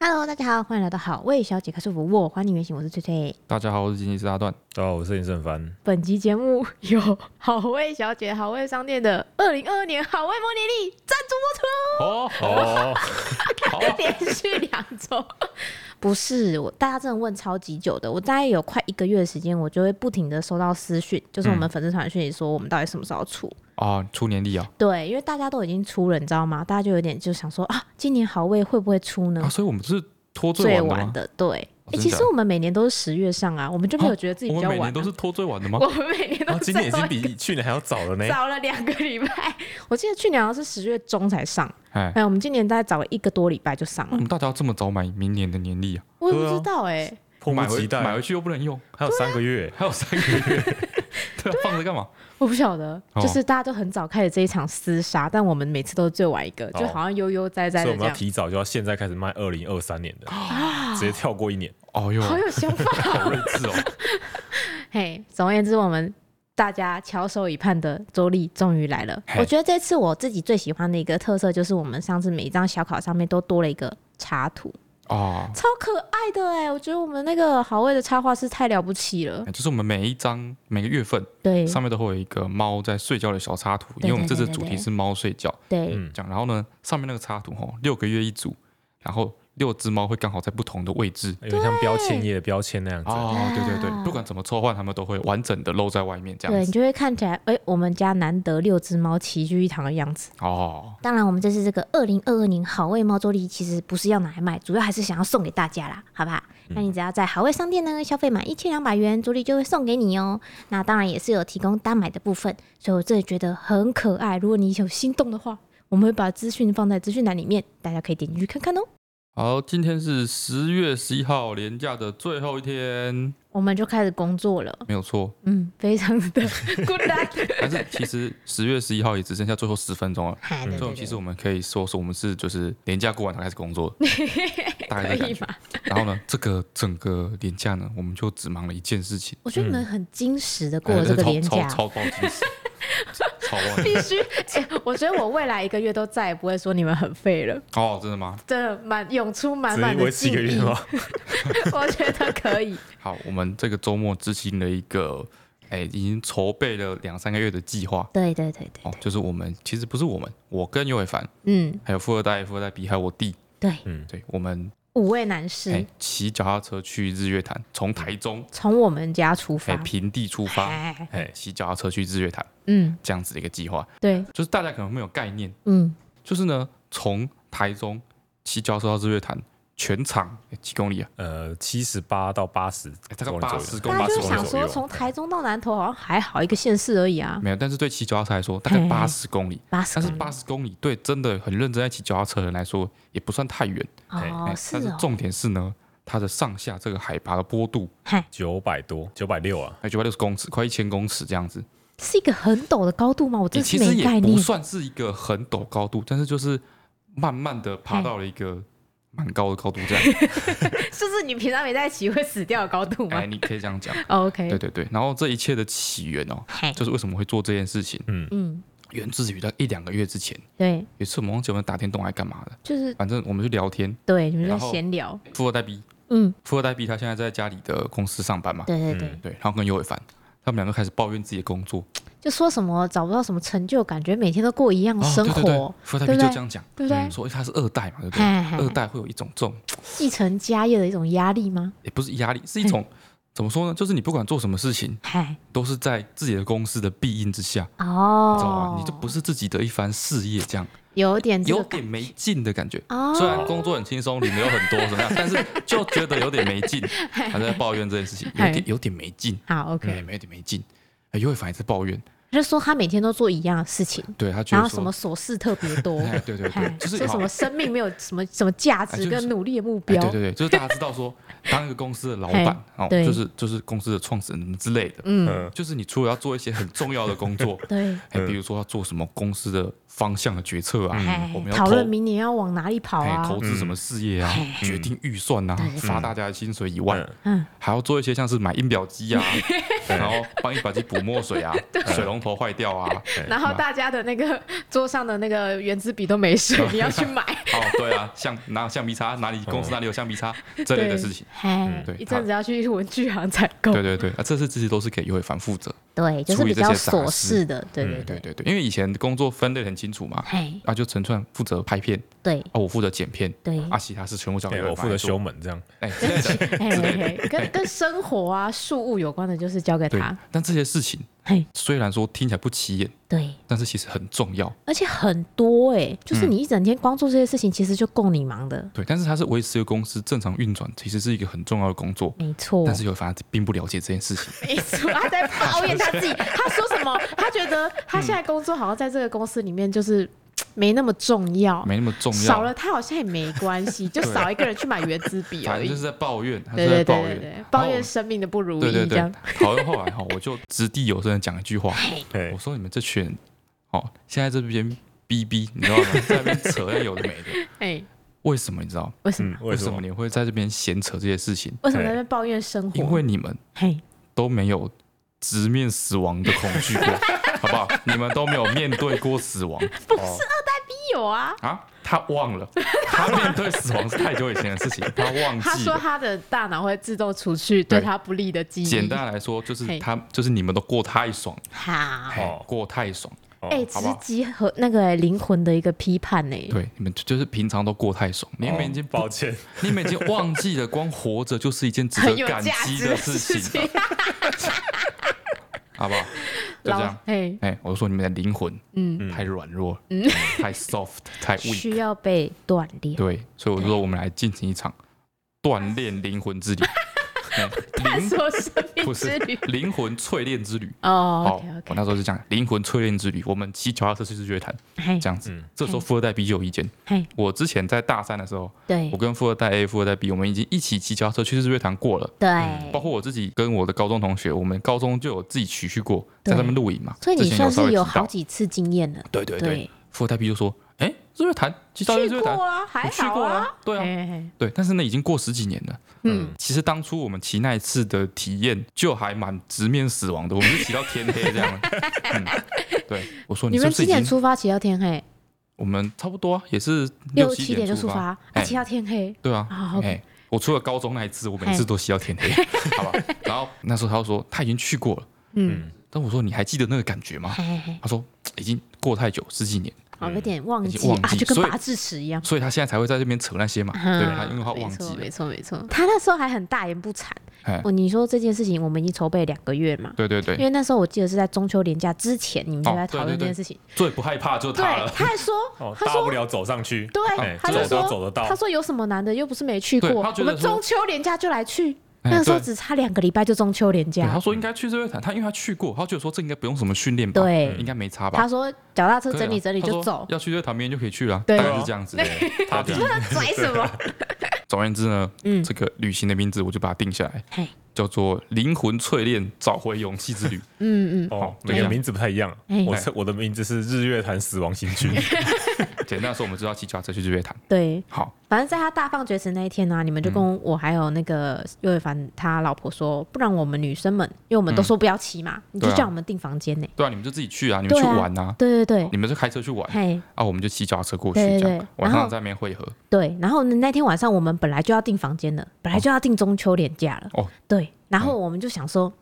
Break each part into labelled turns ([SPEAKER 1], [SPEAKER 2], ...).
[SPEAKER 1] Hello，大家好，欢迎来到好味小姐开束缚我，还你原形，我是翠翠。
[SPEAKER 2] 大家好，我是经济师阿段。
[SPEAKER 3] 大哦家好，我是林胜凡。
[SPEAKER 1] 本集节目由好味小姐好味商店的二零二二年好味模拟力赞助
[SPEAKER 2] 哦，
[SPEAKER 3] 哦，
[SPEAKER 1] 播出， 连续两周。不是我，大家真的问超级久的，我大概有快一个月的时间，我就会不停的收到私讯，就是我
[SPEAKER 2] 嗯
[SPEAKER 1] 们粉丝团讯息说我们到底什么时候出。
[SPEAKER 2] 啊，出年历啊，
[SPEAKER 1] 对，因为大家都已经出了，你知道吗？大家就有点就想说啊，今年好味会不会出呢？
[SPEAKER 2] 啊，所以我们是拖
[SPEAKER 1] 最
[SPEAKER 2] 最晚的吗？
[SPEAKER 1] 的，对。
[SPEAKER 2] 哦
[SPEAKER 1] 哎、
[SPEAKER 2] 真
[SPEAKER 1] 其
[SPEAKER 2] 假
[SPEAKER 1] 实我们每年都是十月上啊，我们就没有觉得自己
[SPEAKER 2] 我
[SPEAKER 1] 比
[SPEAKER 2] 们
[SPEAKER 1] 较
[SPEAKER 2] 每
[SPEAKER 1] 晚、啊
[SPEAKER 2] 年都是拖最晚的吗
[SPEAKER 1] 我？们每年都
[SPEAKER 3] 然后
[SPEAKER 1] 是
[SPEAKER 3] 哦今
[SPEAKER 1] 在
[SPEAKER 3] 年已经比去年还要早了呢。
[SPEAKER 1] 早了两个礼拜。我记得去年好像是十月中才上，
[SPEAKER 3] 嗯
[SPEAKER 2] 哎，
[SPEAKER 1] 哎，我们今年大概早了一个多礼拜就上
[SPEAKER 2] 我
[SPEAKER 1] 了。
[SPEAKER 2] 们大家要这么早买明年的年历啊？
[SPEAKER 1] 我也
[SPEAKER 3] 对
[SPEAKER 1] 不
[SPEAKER 3] 啊
[SPEAKER 1] 知道哎、
[SPEAKER 3] 迫
[SPEAKER 2] 买
[SPEAKER 3] 不
[SPEAKER 2] 回
[SPEAKER 3] 及待，
[SPEAKER 2] 买回去又不能用，
[SPEAKER 3] 还有三个月，
[SPEAKER 2] 还有三个 月，对啊，放着干嘛？
[SPEAKER 1] 我不晓得，
[SPEAKER 2] 哦
[SPEAKER 1] 就是大家都很早开始这一场厮杀，但我们每次都是最晚一个，就
[SPEAKER 3] 哦
[SPEAKER 1] 好像悠悠哉哉
[SPEAKER 3] 所
[SPEAKER 1] 的
[SPEAKER 3] 以我
[SPEAKER 1] 这
[SPEAKER 3] 们要
[SPEAKER 1] 样。
[SPEAKER 3] 提早就要现在开始卖二零二三年的，直接跳过一年。
[SPEAKER 2] 哦哟，
[SPEAKER 1] 好有想法，
[SPEAKER 2] 好睿智哦。
[SPEAKER 1] 嘿，总而言之，我们大家翘首以盼的周历终于来了。
[SPEAKER 2] 嘿
[SPEAKER 1] 我觉得这次我自己最喜欢的一个特色，就是我们上次每一张小卡上面都多了一个插图，
[SPEAKER 2] 哦，
[SPEAKER 1] 超可爱的哎、我觉得我们那个好味的插画师太了不起了。
[SPEAKER 2] 哎就是我们每一张每个月份
[SPEAKER 1] 对
[SPEAKER 2] 上面都会有一个猫在睡觉的小插图，因为我们这次主题是猫睡觉，
[SPEAKER 1] 对，
[SPEAKER 3] 嗯，
[SPEAKER 2] 讲然后呢，上面那个插图哦，六个月一组，然后六只猫会刚好在不同的位置。
[SPEAKER 3] 有点像标签页的标签那样子。
[SPEAKER 2] 哦，对对
[SPEAKER 1] 啊
[SPEAKER 2] 对，不管怎么抽换，它们都会完整的露在外面这样
[SPEAKER 1] 对你
[SPEAKER 2] 子。
[SPEAKER 1] 就会看起来，哎、我们家难得六只猫齐聚一堂的样子。
[SPEAKER 2] 哦，
[SPEAKER 1] 当然，我们这次这个二零二二年好味猫周历其实不是要拿来卖，主要还是想要送给大家啦，好不好？
[SPEAKER 2] 嗯
[SPEAKER 1] 那你只要在好味商店呢消费满一千两百元，周历就会送给你哦。那当然也是有提供单买的部分，所以我真的觉得很可爱。如果你有心动的话，我们会把资讯放在资讯栏里面，大家可以点进去看看哦。
[SPEAKER 2] 好，今天是十月十一号连假的最后一天，
[SPEAKER 1] 我们就开始工作了，
[SPEAKER 2] 没有错。
[SPEAKER 1] 嗯，非常的 good luck。
[SPEAKER 2] 但是其实十月十一号也只剩下最后十分钟了，
[SPEAKER 1] 哎 对
[SPEAKER 2] 所以
[SPEAKER 1] 对
[SPEAKER 2] 其
[SPEAKER 1] 对
[SPEAKER 2] 实我们可以说说我们是就是连假过 完才开始工作，大概
[SPEAKER 1] 可
[SPEAKER 2] 这个感
[SPEAKER 1] 以
[SPEAKER 2] 觉
[SPEAKER 1] 吧。？
[SPEAKER 2] 然后呢，这个整个连假呢，我们就只忙了一件事情，
[SPEAKER 1] 我觉得你们很矜持的过了这个
[SPEAKER 2] 哎
[SPEAKER 1] 年
[SPEAKER 2] 超
[SPEAKER 1] 假，
[SPEAKER 2] 超超超紧实，超忘
[SPEAKER 1] 必须、哎，我觉得我未来一个月都再也不会说你们很废了，
[SPEAKER 2] 哦，真的吗？
[SPEAKER 1] 真的满涌出满
[SPEAKER 3] 只
[SPEAKER 1] 满
[SPEAKER 3] 能
[SPEAKER 1] 的
[SPEAKER 3] 维持
[SPEAKER 1] 记
[SPEAKER 3] 一个月
[SPEAKER 1] 忆。
[SPEAKER 3] 吗？
[SPEAKER 1] 我觉得可以，
[SPEAKER 2] 好，我们这个周末执行了一个，哎，已经筹备了两三个月的计划。
[SPEAKER 1] 对对对对
[SPEAKER 2] 哦，就是我们其实不是我们，我跟尤伟凡，
[SPEAKER 1] 嗯，
[SPEAKER 2] 还有富二代、富二代 B，还有我弟，
[SPEAKER 1] 对，
[SPEAKER 2] 对我们
[SPEAKER 1] 五位男
[SPEAKER 2] 哎
[SPEAKER 1] 士
[SPEAKER 2] 骑脚踏车去日月潭，从台中
[SPEAKER 1] 从我们家出发，
[SPEAKER 2] 哎平地出发，
[SPEAKER 1] 哎，
[SPEAKER 2] 哎骑脚踏车去日月潭
[SPEAKER 1] 嗯，
[SPEAKER 2] 这样子的一个计划，
[SPEAKER 1] 对，
[SPEAKER 2] 就是大家可能没有概念，
[SPEAKER 1] 嗯，
[SPEAKER 2] 就是呢从台中骑脚踏车到日月潭。全长哎几公里啊？
[SPEAKER 3] 呃，七十八到八十
[SPEAKER 2] 哎大概
[SPEAKER 3] 公里左右
[SPEAKER 2] 80公
[SPEAKER 1] 大
[SPEAKER 2] 里八
[SPEAKER 1] 家
[SPEAKER 2] 十
[SPEAKER 1] 就想
[SPEAKER 3] 左
[SPEAKER 1] 说
[SPEAKER 3] 右
[SPEAKER 1] 从台中到南投好像还好一个县市而已啊，
[SPEAKER 2] 没有，但是对骑脚踏车来说，大概
[SPEAKER 1] 嘿
[SPEAKER 2] 八十公里。
[SPEAKER 1] 八十
[SPEAKER 2] 但是八十公里对真的很认真在骑脚踏车的人来说，也不算太远。
[SPEAKER 3] 哎
[SPEAKER 1] 哦
[SPEAKER 2] 哎，
[SPEAKER 1] 是
[SPEAKER 2] 但是
[SPEAKER 1] 哦，
[SPEAKER 2] 重点是呢，它的上下这个海拔的波度，
[SPEAKER 3] 九百多，九百六啊。
[SPEAKER 2] 还有九百六十公尺，快一千公尺这样子。
[SPEAKER 1] 是一个很陡的高度吗？我
[SPEAKER 2] 欸
[SPEAKER 1] 真
[SPEAKER 2] 其
[SPEAKER 1] 是
[SPEAKER 2] 实
[SPEAKER 1] 没
[SPEAKER 2] 也
[SPEAKER 1] 概
[SPEAKER 2] 不
[SPEAKER 1] 念。
[SPEAKER 2] 算是一个很陡高度，但是就是慢慢的爬到了一个蛮高的高度，这 样，
[SPEAKER 1] 就是你平常没在骑会死掉的高度吗
[SPEAKER 2] 哎，你可以这样讲，对
[SPEAKER 1] 哦？OK，
[SPEAKER 2] 对对。然后这一切的起源哦，
[SPEAKER 1] 嘿，
[SPEAKER 2] 就是为什么会做这件事情，
[SPEAKER 1] 嗯，
[SPEAKER 2] 源自于在一两个月之前，
[SPEAKER 1] 对，
[SPEAKER 2] 有一次我们忘记我们打电动还干嘛的，
[SPEAKER 1] 就是
[SPEAKER 2] 反正我们就聊天。
[SPEAKER 1] 对，你们在
[SPEAKER 2] 然后
[SPEAKER 1] 闲聊，
[SPEAKER 2] 富二代 B，
[SPEAKER 1] 嗯，
[SPEAKER 2] 富二代 B 他现在在家里的公司上班嘛，
[SPEAKER 1] 对对
[SPEAKER 3] 嗯
[SPEAKER 1] 对，
[SPEAKER 2] 对，然后跟尤伟凡。他们两个开始抱怨自己的工作，
[SPEAKER 1] 就说什么找不到什么成就感，觉每天都过一样的生
[SPEAKER 2] 哦对对对
[SPEAKER 1] 活，
[SPEAKER 2] 富二代
[SPEAKER 1] 对
[SPEAKER 2] B
[SPEAKER 1] 不
[SPEAKER 2] 就
[SPEAKER 1] 对
[SPEAKER 2] 这样讲，嗯
[SPEAKER 1] 对不对？
[SPEAKER 2] 说因为他是二代嘛，对不对？
[SPEAKER 1] 嗨嗨
[SPEAKER 2] 二代会有一种这种
[SPEAKER 1] 继承家业的一种压力吗？
[SPEAKER 2] 也不是压力，是一种怎么说呢？就是你不管做什么事情，
[SPEAKER 1] 嗨，
[SPEAKER 2] 都是在自己的公司的庇荫之下，知道
[SPEAKER 1] 哦
[SPEAKER 2] 吗？，你就不是自己的一番事业，这样
[SPEAKER 1] 有点这
[SPEAKER 2] 有
[SPEAKER 1] 个
[SPEAKER 2] 点没劲的感觉。
[SPEAKER 1] 哦，
[SPEAKER 2] 虽然工作很轻松，领的有很多怎么样，但是就觉得有点没劲，还在抱怨这件事情，有
[SPEAKER 1] 嘿嗯
[SPEAKER 2] 点有点没劲，
[SPEAKER 1] 好
[SPEAKER 2] 对，
[SPEAKER 1] OK，
[SPEAKER 2] 有点没劲。哎，尤伟凡也在抱怨，
[SPEAKER 1] 就说他每天都做一样的事情，
[SPEAKER 2] 对他觉
[SPEAKER 1] 然
[SPEAKER 2] 得
[SPEAKER 1] 后什么
[SPEAKER 2] 说，
[SPEAKER 1] 琐事特别多，
[SPEAKER 2] 哎， 对对对
[SPEAKER 1] 嗨，
[SPEAKER 2] 就是
[SPEAKER 1] 说
[SPEAKER 2] 好
[SPEAKER 1] 什么生命没有什么什么价
[SPEAKER 2] 哎
[SPEAKER 1] 值
[SPEAKER 2] 就是
[SPEAKER 1] 跟努力的目
[SPEAKER 2] 哎
[SPEAKER 1] 标，
[SPEAKER 2] 对对对，就是大家知 道说，当一个公司的老板哦，
[SPEAKER 1] 对
[SPEAKER 2] 就是就是公司的创始人什么之类的，
[SPEAKER 1] 嗯，
[SPEAKER 3] 嗯，
[SPEAKER 2] 就是你除了要做一些很重要的工作，
[SPEAKER 1] 对，
[SPEAKER 2] 哎，
[SPEAKER 3] 嗯
[SPEAKER 2] 比如说要做什么公司的方向的决策啊，
[SPEAKER 1] 哎
[SPEAKER 2] 我们，要
[SPEAKER 1] 讨
[SPEAKER 2] 投
[SPEAKER 1] 论明年要往哪里跑
[SPEAKER 2] 哎
[SPEAKER 1] 啊？
[SPEAKER 2] 投资什么事业啊，决定预算啊，发大家的薪水以外，
[SPEAKER 3] 嗯
[SPEAKER 1] 嗯，
[SPEAKER 2] 还要做一些像是买印表机啊，然后帮印表机补墨水啊，水龙头头坏掉啊，
[SPEAKER 3] 对
[SPEAKER 1] 然后大家的那个桌上的那个圆珠笔都没 水，你要去买。
[SPEAKER 2] 哦，对啊，橡哪有橡皮擦，哪里公司哪里有橡皮擦这类的事情，嗯
[SPEAKER 1] 哎
[SPEAKER 2] 对
[SPEAKER 1] 一阵子要去文具行采购。
[SPEAKER 2] 对对对，啊，这些这些都是给优惠反负责，
[SPEAKER 1] 对，就是比较琐事的，对对
[SPEAKER 2] 嗯对
[SPEAKER 1] 对，
[SPEAKER 2] 对对，因为以前工作分类很清楚嘛，
[SPEAKER 1] 嘿，
[SPEAKER 2] 啊，就陈川负责拍片，
[SPEAKER 1] 对
[SPEAKER 2] 啊，我负责剪片，
[SPEAKER 1] 对，
[SPEAKER 2] 啊，其他是全部交给
[SPEAKER 3] 对
[SPEAKER 2] 优惠
[SPEAKER 3] 我负责修门这样，
[SPEAKER 2] 哎之类的，
[SPEAKER 1] 嘿嘿嘿跟跟生活啊、事物有关的，就是交给
[SPEAKER 2] 对
[SPEAKER 1] 他。。
[SPEAKER 2] 但这些事情
[SPEAKER 1] 嘿，
[SPEAKER 2] 虽然说听起来不起眼，
[SPEAKER 1] 对，
[SPEAKER 2] 但是其实很重要，
[SPEAKER 1] 而且很多哎、
[SPEAKER 2] 嗯
[SPEAKER 1] 就是你一整天光做这些事情，其实就够你忙的，
[SPEAKER 2] 对。但是它是维持一个公司正常运转，其实是一个很重要的工作。
[SPEAKER 1] 没错。
[SPEAKER 2] 但是有反而并不了解这件事情，
[SPEAKER 1] 没错，他在抱怨他自 己。他说什么？他觉得他现在
[SPEAKER 2] 嗯
[SPEAKER 1] 工作好像在这个公司里面就是没那么重要，
[SPEAKER 2] 没那么重要。
[SPEAKER 1] 少了他好像也没关 系，就少一个人去买圆珠笔
[SPEAKER 2] 反
[SPEAKER 1] 而
[SPEAKER 2] 正
[SPEAKER 1] 已
[SPEAKER 2] 就是。在抱怨，他
[SPEAKER 1] 对
[SPEAKER 2] 是
[SPEAKER 1] 对
[SPEAKER 2] 在
[SPEAKER 1] 对
[SPEAKER 2] 抱
[SPEAKER 1] 对
[SPEAKER 2] 怨，
[SPEAKER 1] 对
[SPEAKER 2] 然，后
[SPEAKER 1] 抱怨生命的不如
[SPEAKER 2] 对对
[SPEAKER 1] 意这
[SPEAKER 2] 对
[SPEAKER 1] 样。，
[SPEAKER 2] 讨论后来哈，我就掷地有声的讲一句话，
[SPEAKER 3] 对
[SPEAKER 2] 我，说你们这群人，哦，现在这边逼逼，你知 道吗？在那边扯那有的没的，
[SPEAKER 1] 哎，
[SPEAKER 2] 为什么你知道？
[SPEAKER 1] 为什么？
[SPEAKER 3] 嗯，
[SPEAKER 2] 为
[SPEAKER 3] 为
[SPEAKER 2] 什
[SPEAKER 3] 什
[SPEAKER 2] 么
[SPEAKER 3] 么？
[SPEAKER 2] 你会在这边闲扯这些事情？
[SPEAKER 1] 为什么在那边抱怨生活？
[SPEAKER 2] 因为你们
[SPEAKER 1] 嘿，
[SPEAKER 2] 都没有直面死亡的恐惧 过，好不好？你们都没有面对过死亡
[SPEAKER 3] 不是，
[SPEAKER 1] 你有啊。
[SPEAKER 2] 啊！他忘了，他面对死亡是太久以前的事 情，他忘
[SPEAKER 1] 他
[SPEAKER 2] 记
[SPEAKER 1] 说
[SPEAKER 2] 了。
[SPEAKER 1] 他的大脑会自动除去对
[SPEAKER 2] 对
[SPEAKER 1] 他不利的记忆。
[SPEAKER 2] 简单来说，就是
[SPEAKER 1] 嘿
[SPEAKER 2] 他就是你们都过太爽，
[SPEAKER 1] 好，
[SPEAKER 3] 哦
[SPEAKER 2] 过太爽，
[SPEAKER 3] 哦
[SPEAKER 1] 哎，直
[SPEAKER 2] 好不好
[SPEAKER 1] 击和那个哎灵魂的一个批判呢。
[SPEAKER 2] 对，你们就就是平常都过太爽，你们已经不
[SPEAKER 3] 哦抱歉，
[SPEAKER 2] 你们已经忘记了，光活着就是一件值
[SPEAKER 1] 很
[SPEAKER 2] 得
[SPEAKER 1] 有
[SPEAKER 2] 感
[SPEAKER 1] 价
[SPEAKER 2] 激
[SPEAKER 1] 值的
[SPEAKER 2] 事
[SPEAKER 1] 事
[SPEAKER 2] 情啊
[SPEAKER 1] 情
[SPEAKER 2] 了，。好不好？就这
[SPEAKER 1] 老
[SPEAKER 2] 样。
[SPEAKER 1] 嘿，
[SPEAKER 2] 哎、我就说你们的灵魂，嗯，太软弱，嗯，太 soft，太 weak，
[SPEAKER 1] 需要被锻炼。
[SPEAKER 2] 对，所以我就说我们来进行一场锻炼灵 魂之旅，哎
[SPEAKER 1] 探
[SPEAKER 2] 灵
[SPEAKER 1] 索生命
[SPEAKER 2] 不
[SPEAKER 1] 之
[SPEAKER 2] 是
[SPEAKER 1] 旅。
[SPEAKER 2] 灵魂淬炼之旅。
[SPEAKER 1] 哦
[SPEAKER 2] 好，
[SPEAKER 1] ，OK
[SPEAKER 2] 我那时候就讲灵魂淬炼之旅，我们骑脚踏车去日月潭，
[SPEAKER 1] OK，嘿
[SPEAKER 2] 这样子
[SPEAKER 3] 嗯。
[SPEAKER 2] 这时候富二代 B 就有意见。
[SPEAKER 1] 嘿，
[SPEAKER 2] 我之前在大三的时候，
[SPEAKER 1] 对
[SPEAKER 2] 我跟富二代 A、富二代 B，我们已经一起骑脚踏车去日月潭过了。
[SPEAKER 1] 对
[SPEAKER 2] 包，括我自己跟我的高中同学，我们高中就有自己曲去过，在
[SPEAKER 1] 对
[SPEAKER 2] 那边露营嘛。
[SPEAKER 1] 所以你
[SPEAKER 2] 之前
[SPEAKER 1] 算
[SPEAKER 2] 稍微
[SPEAKER 1] 是有
[SPEAKER 2] 提
[SPEAKER 1] 好
[SPEAKER 2] 到
[SPEAKER 1] 几次经验了。
[SPEAKER 2] 对对对
[SPEAKER 1] 对，，
[SPEAKER 2] 富二代 B 就说：“哎，日月潭，骑到日
[SPEAKER 1] 去
[SPEAKER 2] 月
[SPEAKER 1] 过
[SPEAKER 2] 潭，
[SPEAKER 1] 啊，还
[SPEAKER 2] 我去
[SPEAKER 1] 好
[SPEAKER 2] 过
[SPEAKER 1] 啊。，
[SPEAKER 2] 对啊，
[SPEAKER 1] 嘿嘿
[SPEAKER 2] 对。”但是那已经过十几年了。
[SPEAKER 1] 嗯，
[SPEAKER 2] 其实当初我们骑那一次的体验就还蛮直面死亡的，我们就骑到天黑 这样。嗯，对，我说
[SPEAKER 1] 你
[SPEAKER 2] 是
[SPEAKER 1] 们
[SPEAKER 2] 不是
[SPEAKER 1] 几
[SPEAKER 2] 已
[SPEAKER 1] 点
[SPEAKER 2] 经？
[SPEAKER 1] 出发？骑到天黑，
[SPEAKER 2] 我们差不多啊，也是
[SPEAKER 1] 六
[SPEAKER 2] 七
[SPEAKER 1] 点就
[SPEAKER 2] 出
[SPEAKER 1] 出发，啊，
[SPEAKER 2] 哎
[SPEAKER 1] 骑到天黑。
[SPEAKER 2] 对啊
[SPEAKER 1] 啊，，OK
[SPEAKER 2] 哎，我除了高中那一次，我每次都骑到天黑，好吧？然后那时候他就说他已经去过了，
[SPEAKER 1] 嗯，
[SPEAKER 2] 但我说你还记得那个感觉吗？
[SPEAKER 1] 嘿嘿嘿，
[SPEAKER 2] 他说已经过太久，十几年，
[SPEAKER 1] 我有点忘
[SPEAKER 2] 嗯已
[SPEAKER 1] 记
[SPEAKER 2] 经忘
[SPEAKER 1] 啊，
[SPEAKER 2] 记
[SPEAKER 1] 就跟
[SPEAKER 2] 所以
[SPEAKER 1] 拔智齿一样。
[SPEAKER 2] 所以他现在才会在这边扯那些嘛，
[SPEAKER 1] 嗯
[SPEAKER 2] 对他，因为他忘
[SPEAKER 1] 没
[SPEAKER 2] 记
[SPEAKER 1] 错，
[SPEAKER 2] 了
[SPEAKER 1] 没，错，没错。他那时候还很大言不惭。
[SPEAKER 2] 哎，
[SPEAKER 1] 哦，你说这件事情，我们已经筹备两个月嘛？
[SPEAKER 2] 对对
[SPEAKER 1] 因
[SPEAKER 2] 对，
[SPEAKER 1] 为那时候我记得是在中秋连假之前，你们就
[SPEAKER 2] 哦
[SPEAKER 1] 在
[SPEAKER 2] 对
[SPEAKER 1] 讨
[SPEAKER 2] 对
[SPEAKER 1] 论这
[SPEAKER 2] 对
[SPEAKER 1] 件事情。
[SPEAKER 2] 最不害怕就是
[SPEAKER 1] 对
[SPEAKER 2] 他了，，
[SPEAKER 1] 他 还说
[SPEAKER 3] 哦，，
[SPEAKER 1] 他
[SPEAKER 3] 大
[SPEAKER 1] 说，
[SPEAKER 3] 不了走上去，
[SPEAKER 1] 对
[SPEAKER 3] 哎，
[SPEAKER 1] 他就
[SPEAKER 2] 走
[SPEAKER 1] 说
[SPEAKER 2] 都
[SPEAKER 3] 走得到
[SPEAKER 1] 他说有什么难的，又不是没去过
[SPEAKER 2] 对他，
[SPEAKER 1] 我
[SPEAKER 2] 觉得
[SPEAKER 1] 们
[SPEAKER 2] 说
[SPEAKER 1] 中秋连假就来去，
[SPEAKER 2] 哎
[SPEAKER 1] 那个时候
[SPEAKER 2] 对
[SPEAKER 1] 只差两个礼拜就中秋连
[SPEAKER 2] 对，
[SPEAKER 1] 假
[SPEAKER 2] 他。说应该去日月潭，他因为他去过，他觉得说这应该不用什么训练吧，
[SPEAKER 1] 对
[SPEAKER 2] 嗯应该没差吧
[SPEAKER 1] 他。说脚踏车
[SPEAKER 2] 对啊
[SPEAKER 1] 整理整理
[SPEAKER 2] 他说
[SPEAKER 1] 就走，
[SPEAKER 2] 要去日月潭明天就可以去了，啊
[SPEAKER 1] 对
[SPEAKER 2] 大概是这样子。
[SPEAKER 3] 他第一
[SPEAKER 1] 他拽什么？
[SPEAKER 2] 啊总而言之呢，
[SPEAKER 1] 嗯
[SPEAKER 2] 这个旅行的名字我就把它定下来
[SPEAKER 1] 嘿，
[SPEAKER 2] 叫做“灵魂淬炼，找回勇气之旅
[SPEAKER 1] 嗯嗯，
[SPEAKER 3] 哦
[SPEAKER 2] 好，就
[SPEAKER 3] 每
[SPEAKER 2] 这
[SPEAKER 3] 个
[SPEAKER 2] 样
[SPEAKER 3] 名字不太一样
[SPEAKER 1] 哎。
[SPEAKER 3] 我是我的名字是日月潭死亡新区，”。
[SPEAKER 2] 简单来说，我们就要骑脚踏车去日月潭。
[SPEAKER 1] 对，
[SPEAKER 2] 好，
[SPEAKER 1] 反正在他大放厥词那一天呢、你们
[SPEAKER 2] 嗯
[SPEAKER 1] 就跟我还有那个岳伟凡他老婆说，不然我们女生们，因为我们都说不要骑嘛，你就
[SPEAKER 2] 嗯对啊
[SPEAKER 1] 叫我们订房间呢、
[SPEAKER 2] 对啊，你们就自己去啊，你们
[SPEAKER 1] 对
[SPEAKER 2] 去
[SPEAKER 1] 啊
[SPEAKER 2] 玩啊，
[SPEAKER 1] 对对对
[SPEAKER 2] 你，们就开车去玩
[SPEAKER 1] 嘿，
[SPEAKER 2] 啊，我们就骑脚踏车过去
[SPEAKER 1] 对对
[SPEAKER 2] 这
[SPEAKER 1] 对
[SPEAKER 2] 样，晚
[SPEAKER 1] 然
[SPEAKER 2] 上
[SPEAKER 1] 后
[SPEAKER 2] 在那边汇合。
[SPEAKER 1] 对。然后呢，那天晚上我们本来就要订房间了，本来就要订中秋连假了。
[SPEAKER 2] 哦，嗯
[SPEAKER 1] 对，然后我们就想说。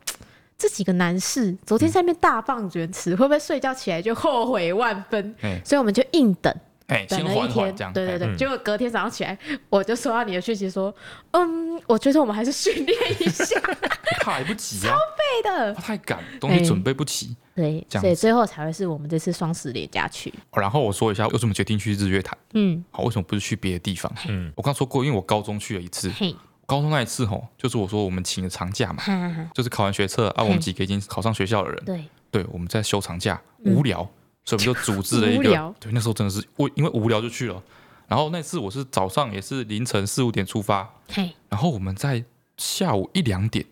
[SPEAKER 1] 这几个男士昨天在那边大放厥词，会不会睡觉起来就后悔万分？
[SPEAKER 2] 哎
[SPEAKER 1] 所以我们就硬等，
[SPEAKER 2] 哎，
[SPEAKER 1] 等
[SPEAKER 2] 先
[SPEAKER 1] 了一
[SPEAKER 2] 缓
[SPEAKER 1] 天
[SPEAKER 2] 缓这，样。
[SPEAKER 1] 对
[SPEAKER 2] 哎
[SPEAKER 1] 对对，
[SPEAKER 3] 嗯
[SPEAKER 1] 结果隔天早上起来，我就收到你的讯息说，嗯，我觉得我们还是训练一下
[SPEAKER 2] 怕也不及啊，
[SPEAKER 1] 对的，
[SPEAKER 2] 怕太赶，东西准备不齐。
[SPEAKER 1] 对，
[SPEAKER 2] 这样
[SPEAKER 1] 所以最后才会是我们这次双十连假去，
[SPEAKER 2] 哦然后我说一下为什么决定去日月潭，
[SPEAKER 1] 嗯，
[SPEAKER 2] 好，为什么不是去别的地方？
[SPEAKER 3] 嗯
[SPEAKER 2] 我刚说过，因为我高中去了一次，
[SPEAKER 1] 嘿，
[SPEAKER 2] 高中那一次吼，就是我说我们请了长假嘛，
[SPEAKER 1] 哈哈哈，
[SPEAKER 2] 就是考完学测啊，我们几个已经考上学校的人，
[SPEAKER 1] 嗯对，
[SPEAKER 2] 对，我们在休长假，无聊，所以我们就组织了一
[SPEAKER 1] 嗯 无聊
[SPEAKER 2] 个，对，那时候真的是我因为无聊就去了。然后那次我是早上也是凌晨四五点出发，
[SPEAKER 1] 嘿，
[SPEAKER 2] 然后我们在下午一两点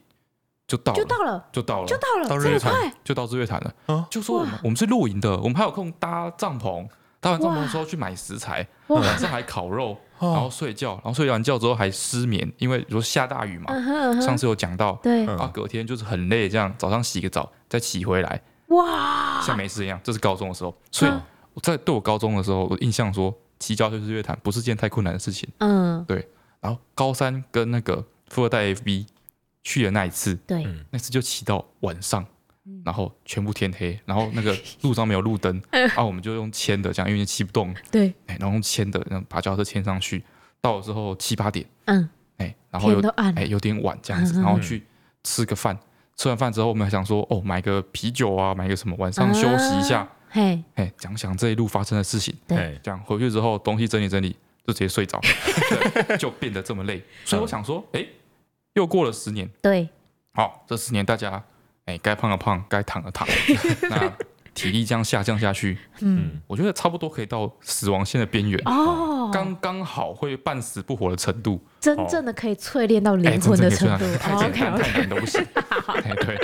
[SPEAKER 2] 就到了，
[SPEAKER 1] 就到了，
[SPEAKER 2] 就到了，
[SPEAKER 1] 就到了，
[SPEAKER 3] 到
[SPEAKER 1] 这
[SPEAKER 3] 日
[SPEAKER 1] 么
[SPEAKER 3] 月潭
[SPEAKER 1] 快，
[SPEAKER 2] 就到日月潭了。
[SPEAKER 3] 啊
[SPEAKER 2] 就说我们
[SPEAKER 1] 哇
[SPEAKER 2] 我们是露营的，我们还有空搭帐篷，搭完帐篷之后去买食材，
[SPEAKER 1] 哇
[SPEAKER 2] 晚上还烤肉，
[SPEAKER 3] 哦
[SPEAKER 2] 然后睡觉，然后睡完觉之后还失眠，因为如果下大雨嘛，
[SPEAKER 1] 嗯哼嗯
[SPEAKER 2] 上
[SPEAKER 1] 哼，
[SPEAKER 2] 次有讲到，
[SPEAKER 1] 对，
[SPEAKER 3] 嗯
[SPEAKER 2] 啊，隔天就是很累，这样早上洗个澡再骑回来，
[SPEAKER 1] 哇，
[SPEAKER 2] 像没事一样。这是高中的时候，所以
[SPEAKER 1] 嗯
[SPEAKER 2] 我在对我高中的时候，我印象说骑脚踏车去乐坛不是件太困难的事情。
[SPEAKER 1] 嗯，
[SPEAKER 2] 然后高三跟那个富二代 FB 去的那一次，
[SPEAKER 1] 对，
[SPEAKER 3] 嗯
[SPEAKER 2] 那次就骑到晚上
[SPEAKER 1] 嗯，
[SPEAKER 2] 然后全部天黑，然后那个路上没有路灯， 然后我们就用牵的，这样因为骑不动，
[SPEAKER 1] 对，
[SPEAKER 2] 哎，然后用牵的，然后把脚踏车牵上去，到了之后七八点，
[SPEAKER 1] 嗯，
[SPEAKER 2] 哎，然后
[SPEAKER 1] 天
[SPEAKER 2] 有
[SPEAKER 1] 都暗
[SPEAKER 2] 哎
[SPEAKER 1] 了，
[SPEAKER 2] 有点晚这样子，
[SPEAKER 1] 嗯
[SPEAKER 2] 然后去吃个饭，吃完饭之后我们还想说哦买个啤酒啊，买个什么晚上休息一下
[SPEAKER 1] 啊，嘿，
[SPEAKER 2] 哎讲讲这一路发生的事情，
[SPEAKER 1] 对
[SPEAKER 3] 哎，
[SPEAKER 2] 这样回去之后东西整理整理就直接睡着，对 就变得这么累，所以我想说，哎，又过了十年。
[SPEAKER 1] 对，
[SPEAKER 2] 好，这十年大家哎该胖的胖，该躺的躺， 那体力这样下降下去，
[SPEAKER 1] 嗯，
[SPEAKER 3] 嗯，
[SPEAKER 2] 我觉得差不多可以到死亡线的边缘，
[SPEAKER 1] 哦，
[SPEAKER 2] 刚刚好会半死不活的程度，
[SPEAKER 1] 真正的可以淬炼到
[SPEAKER 2] 哎，
[SPEAKER 1] 灵
[SPEAKER 2] 真
[SPEAKER 1] 魂
[SPEAKER 2] 正
[SPEAKER 1] 的
[SPEAKER 2] 可以
[SPEAKER 1] 程
[SPEAKER 2] 算
[SPEAKER 1] 度哦
[SPEAKER 2] 太简
[SPEAKER 1] ，OK
[SPEAKER 2] 单
[SPEAKER 1] OK，
[SPEAKER 2] 太难都 不行，哎对，